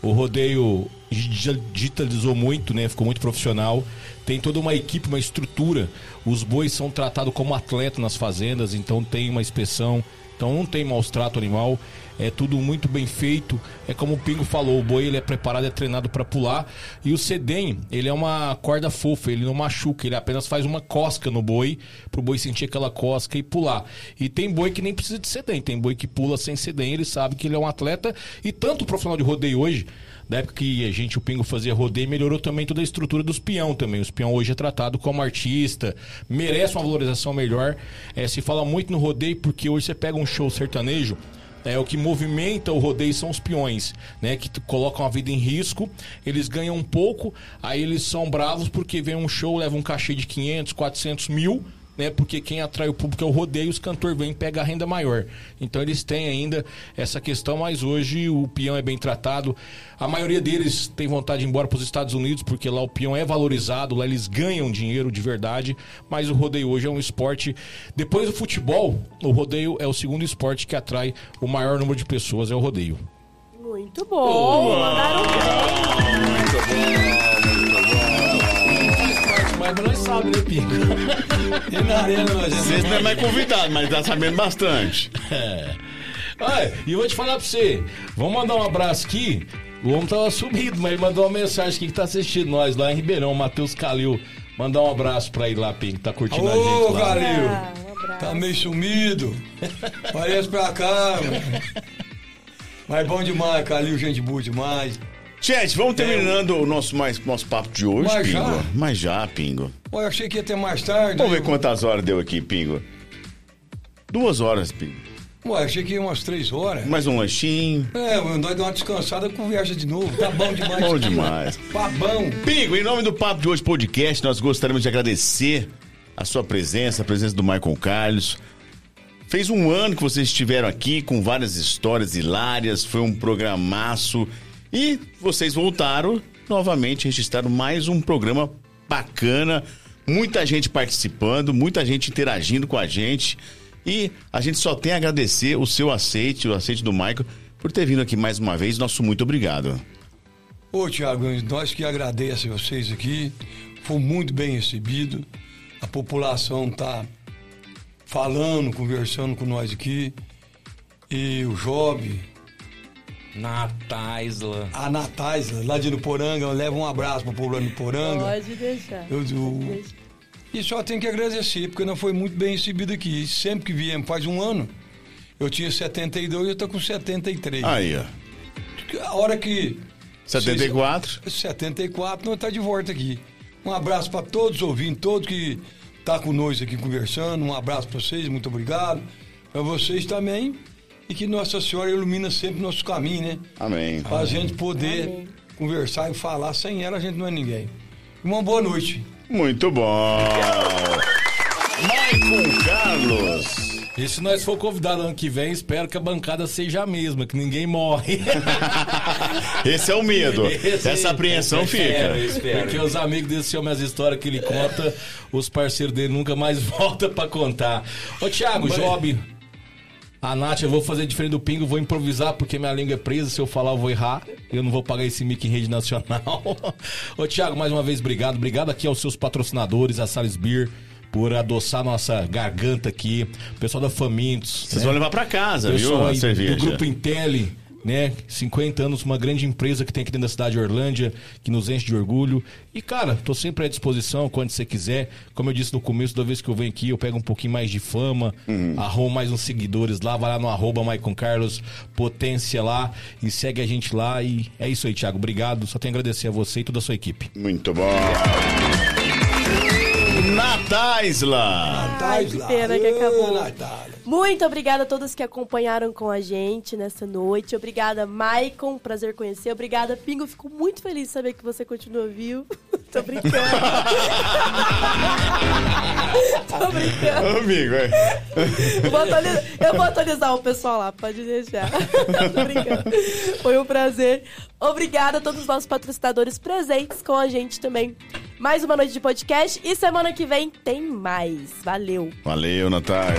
Speaker 6: O rodeio digi- digitalizou muito, né? Ficou muito profissional. Tem toda uma equipe, uma estrutura. Os bois são tratados como atleta nas fazendas, então tem uma inspeção. Então não tem maus trato animal, é tudo muito bem feito. É como o Pingo falou, o boi ele é preparado, é treinado para pular. E o sedem, ele é uma corda fofa, ele não machuca, ele apenas faz uma cosca no boi, pro boi sentir aquela cosca e pular. E tem boi que nem precisa de sedem, tem boi que pula sem sedem, ele sabe que ele é um atleta. E tanto o profissional de rodeio hoje, da época que a gente, o Pingo fazia rodeio, melhorou também toda a estrutura dos peão também. Os peão hoje é tratado como artista, É, merece uma valorização melhor. Eh, se fala muito no rodeio, porque hoje você pega um show sertanejo, É, o que movimenta o rodeio são os peões, né? Que t- colocam a vida em risco, eles ganham um pouco, aí eles são bravos porque vem um show, leva um cachê de 500, 400 mil, né? Porque quem atrai o público é o rodeio, os cantores vêm e pegam a renda maior. Então eles têm ainda essa questão, mas hoje o peão é bem tratado. A maioria deles tem vontade de ir embora para os Estados Unidos, porque lá o peão é valorizado, lá eles ganham dinheiro de verdade, mas o rodeio hoje é um esporte. Depois do futebol, o rodeio é o segundo esporte que atrai o maior número de pessoas, é o rodeio.
Speaker 5: Muito bom. Mandaram bem.
Speaker 6: Mas nós sabemos, né, Pica?
Speaker 7: E na arena nós
Speaker 8: Vocês não é mais convidado, mas tá sabendo bastante.
Speaker 6: Ah, e eu vou te falar pra você. Vamos mandar um abraço aqui. O homem tava sumido, mas ele mandou uma mensagem aqui que tá assistindo nós lá em Ribeirão, Matheus Calil. Mandar um abraço pra ele lá, Pim, que tá curtindo a
Speaker 7: Ô,
Speaker 6: gente lá.
Speaker 7: Galil,
Speaker 5: Ah, um abraço.
Speaker 7: tá meio sumido. Parece pra cá, mano. Mas bom demais, Calil, gente boa demais.
Speaker 3: Gente, vamos terminando É, o nosso, mais, nosso papo de hoje,
Speaker 7: Mas
Speaker 3: Pingo.
Speaker 7: já?
Speaker 3: Mas já, Pingo.
Speaker 7: Pô, eu achei que ia ter mais tarde.
Speaker 3: Vamos ver quantas horas deu aqui, Pingo. Duas horas, Pingo.
Speaker 7: Pô, achei que ia umas três horas.
Speaker 3: Mais um lanchinho.
Speaker 7: É, mano, nós dá uma descansada, conversa de novo. Tá bom demais.
Speaker 3: Bom demais.
Speaker 7: Babão.
Speaker 3: Pingo, em nome do Papo de Hoje Podcast, nós gostaríamos de agradecer a sua presença, a presença do Maicon Carlos. Fez um ano que vocês estiveram aqui com várias histórias hilárias, foi um programaço. E vocês voltaram novamente, registraram mais um programa bacana. Muita gente participando, muita gente interagindo com a gente. E a gente só tem a agradecer o seu aceite, o aceite do Maicon, por ter vindo aqui mais uma vez. Nosso muito obrigado.
Speaker 7: Ô, Tiago, nós que agradecemos vocês aqui. Foi muito bem recebido. A população tá falando, conversando com nós aqui. E o Job,
Speaker 4: Na Taisla.
Speaker 7: a Natais, lá de Nuporanga, leva um abraço pro povo lá de Nuporanga.
Speaker 5: Pode deixar.
Speaker 7: Eu, o- E só tenho que agradecer, porque não foi muito bem recebido aqui. Sempre que viemos, faz um ano, eu tinha 72 e eu tô com 73.
Speaker 3: Aí, ó.
Speaker 7: A hora que
Speaker 3: 74.
Speaker 7: 74, nós tá de volta aqui. Um abraço para todos os ouvintes, todos que tá conosco aqui conversando. Um abraço para vocês, muito obrigado. Para vocês também. E que Nossa Senhora ilumina sempre nosso caminho, né?
Speaker 3: Amém.
Speaker 7: Para a gente poder conversar e falar. Sem ela a gente não é ninguém. Uma boa noite.
Speaker 3: Muito bom. Maicon Carlos.
Speaker 6: E se nós for convidado ano que vem, espero que a bancada seja a mesma, que ninguém morre.
Speaker 3: Esse é o medo.
Speaker 6: Esse- é
Speaker 3: Essa apreensão fica.
Speaker 4: espero, eu espero.
Speaker 6: Porque os amigos desse homem, as histórias que ele conta, os parceiros dele nunca mais voltam pra contar. Ô, Thiago, Job. A Nath, eu vou fazer diferente do Pingo, vou improvisar porque minha língua é presa. Se eu falar, eu vou errar. Eu não vou pagar esse mic em rede nacional. Ô, Thiago, mais uma vez, obrigado. Obrigado aqui aos seus patrocinadores, a Sales Beer, por adoçar nossa garganta aqui. O pessoal da Famintos.
Speaker 3: Vocês
Speaker 6: né?
Speaker 3: vão levar pra casa,
Speaker 6: pessoal
Speaker 3: viu? A
Speaker 6: aí
Speaker 3: cerveja.
Speaker 6: do Grupo Intelli, né? 50 anos, uma grande empresa que tem aqui dentro da cidade de Orlândia, que nos enche de orgulho. E, cara, tô sempre à disposição quando você quiser. Como eu disse no começo, da vez que eu venho aqui, eu pego um pouquinho mais de fama, arrumo mais uns seguidores lá, vai lá no arroba Maicon Carlos Potência lá e segue a gente lá. E é isso aí, Thiago. Obrigado. Só tenho a agradecer a você e toda a sua equipe.
Speaker 3: Muito bom. Nataisla.
Speaker 5: Ai,
Speaker 7: tá
Speaker 5: que pena que
Speaker 7: Ô,
Speaker 5: acabou.
Speaker 7: Natália.
Speaker 5: Muito obrigada a todos que acompanharam com a gente nessa noite. Obrigada, Maicon. Prazer conhecer. Obrigada, Pingo. Fico muito feliz de saber que você continua vivo. Tô brincando. Tô brincando.
Speaker 3: Amigo, é.
Speaker 5: Vou atualizar- eu vou atualizar o pessoal lá, pode deixar. Tô brincando. Foi um prazer. Obrigada a todos os nossos patrocinadores presentes com a gente também. Mais uma noite de podcast e semana que vem tem mais. Valeu!
Speaker 3: Valeu, Nataisla.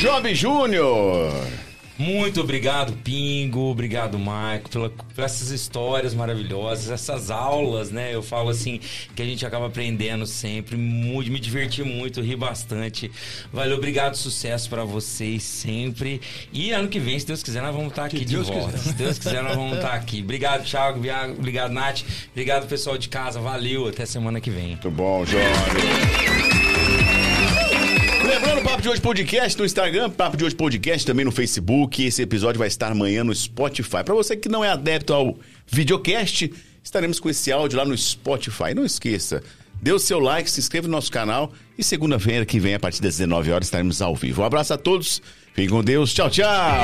Speaker 3: Job Júnior.
Speaker 4: Muito obrigado, Pingo. Obrigado, Marco, pela, por essas histórias maravilhosas, essas aulas, né? Eu falo assim, que a gente acaba aprendendo sempre. Muito, me diverti muito, ri bastante. Valeu, obrigado, sucesso pra vocês sempre. E ano que vem, se Deus quiser, nós vamos estar aqui de
Speaker 7: Deus
Speaker 4: volta.
Speaker 7: quiser.
Speaker 4: Se Deus quiser, nós vamos estar aqui. Obrigado, Thiago. Bia- Obrigado, Nath. Obrigado, pessoal de casa. Valeu, até semana que vem.
Speaker 3: Muito bom, Jorge. Lembrando, Papo de Hoje Podcast no Instagram, Papo de Hoje Podcast também no Facebook. Esse episódio vai estar amanhã no Spotify. Para você que não é adepto ao videocast, estaremos com esse áudio lá no Spotify. Não esqueça, Dê o seu like, se inscreva no nosso canal. E segunda-feira que vem, a partir das 19 horas, estaremos ao vivo. Um abraço a todos. Fiquem com Deus. Tchau, tchau.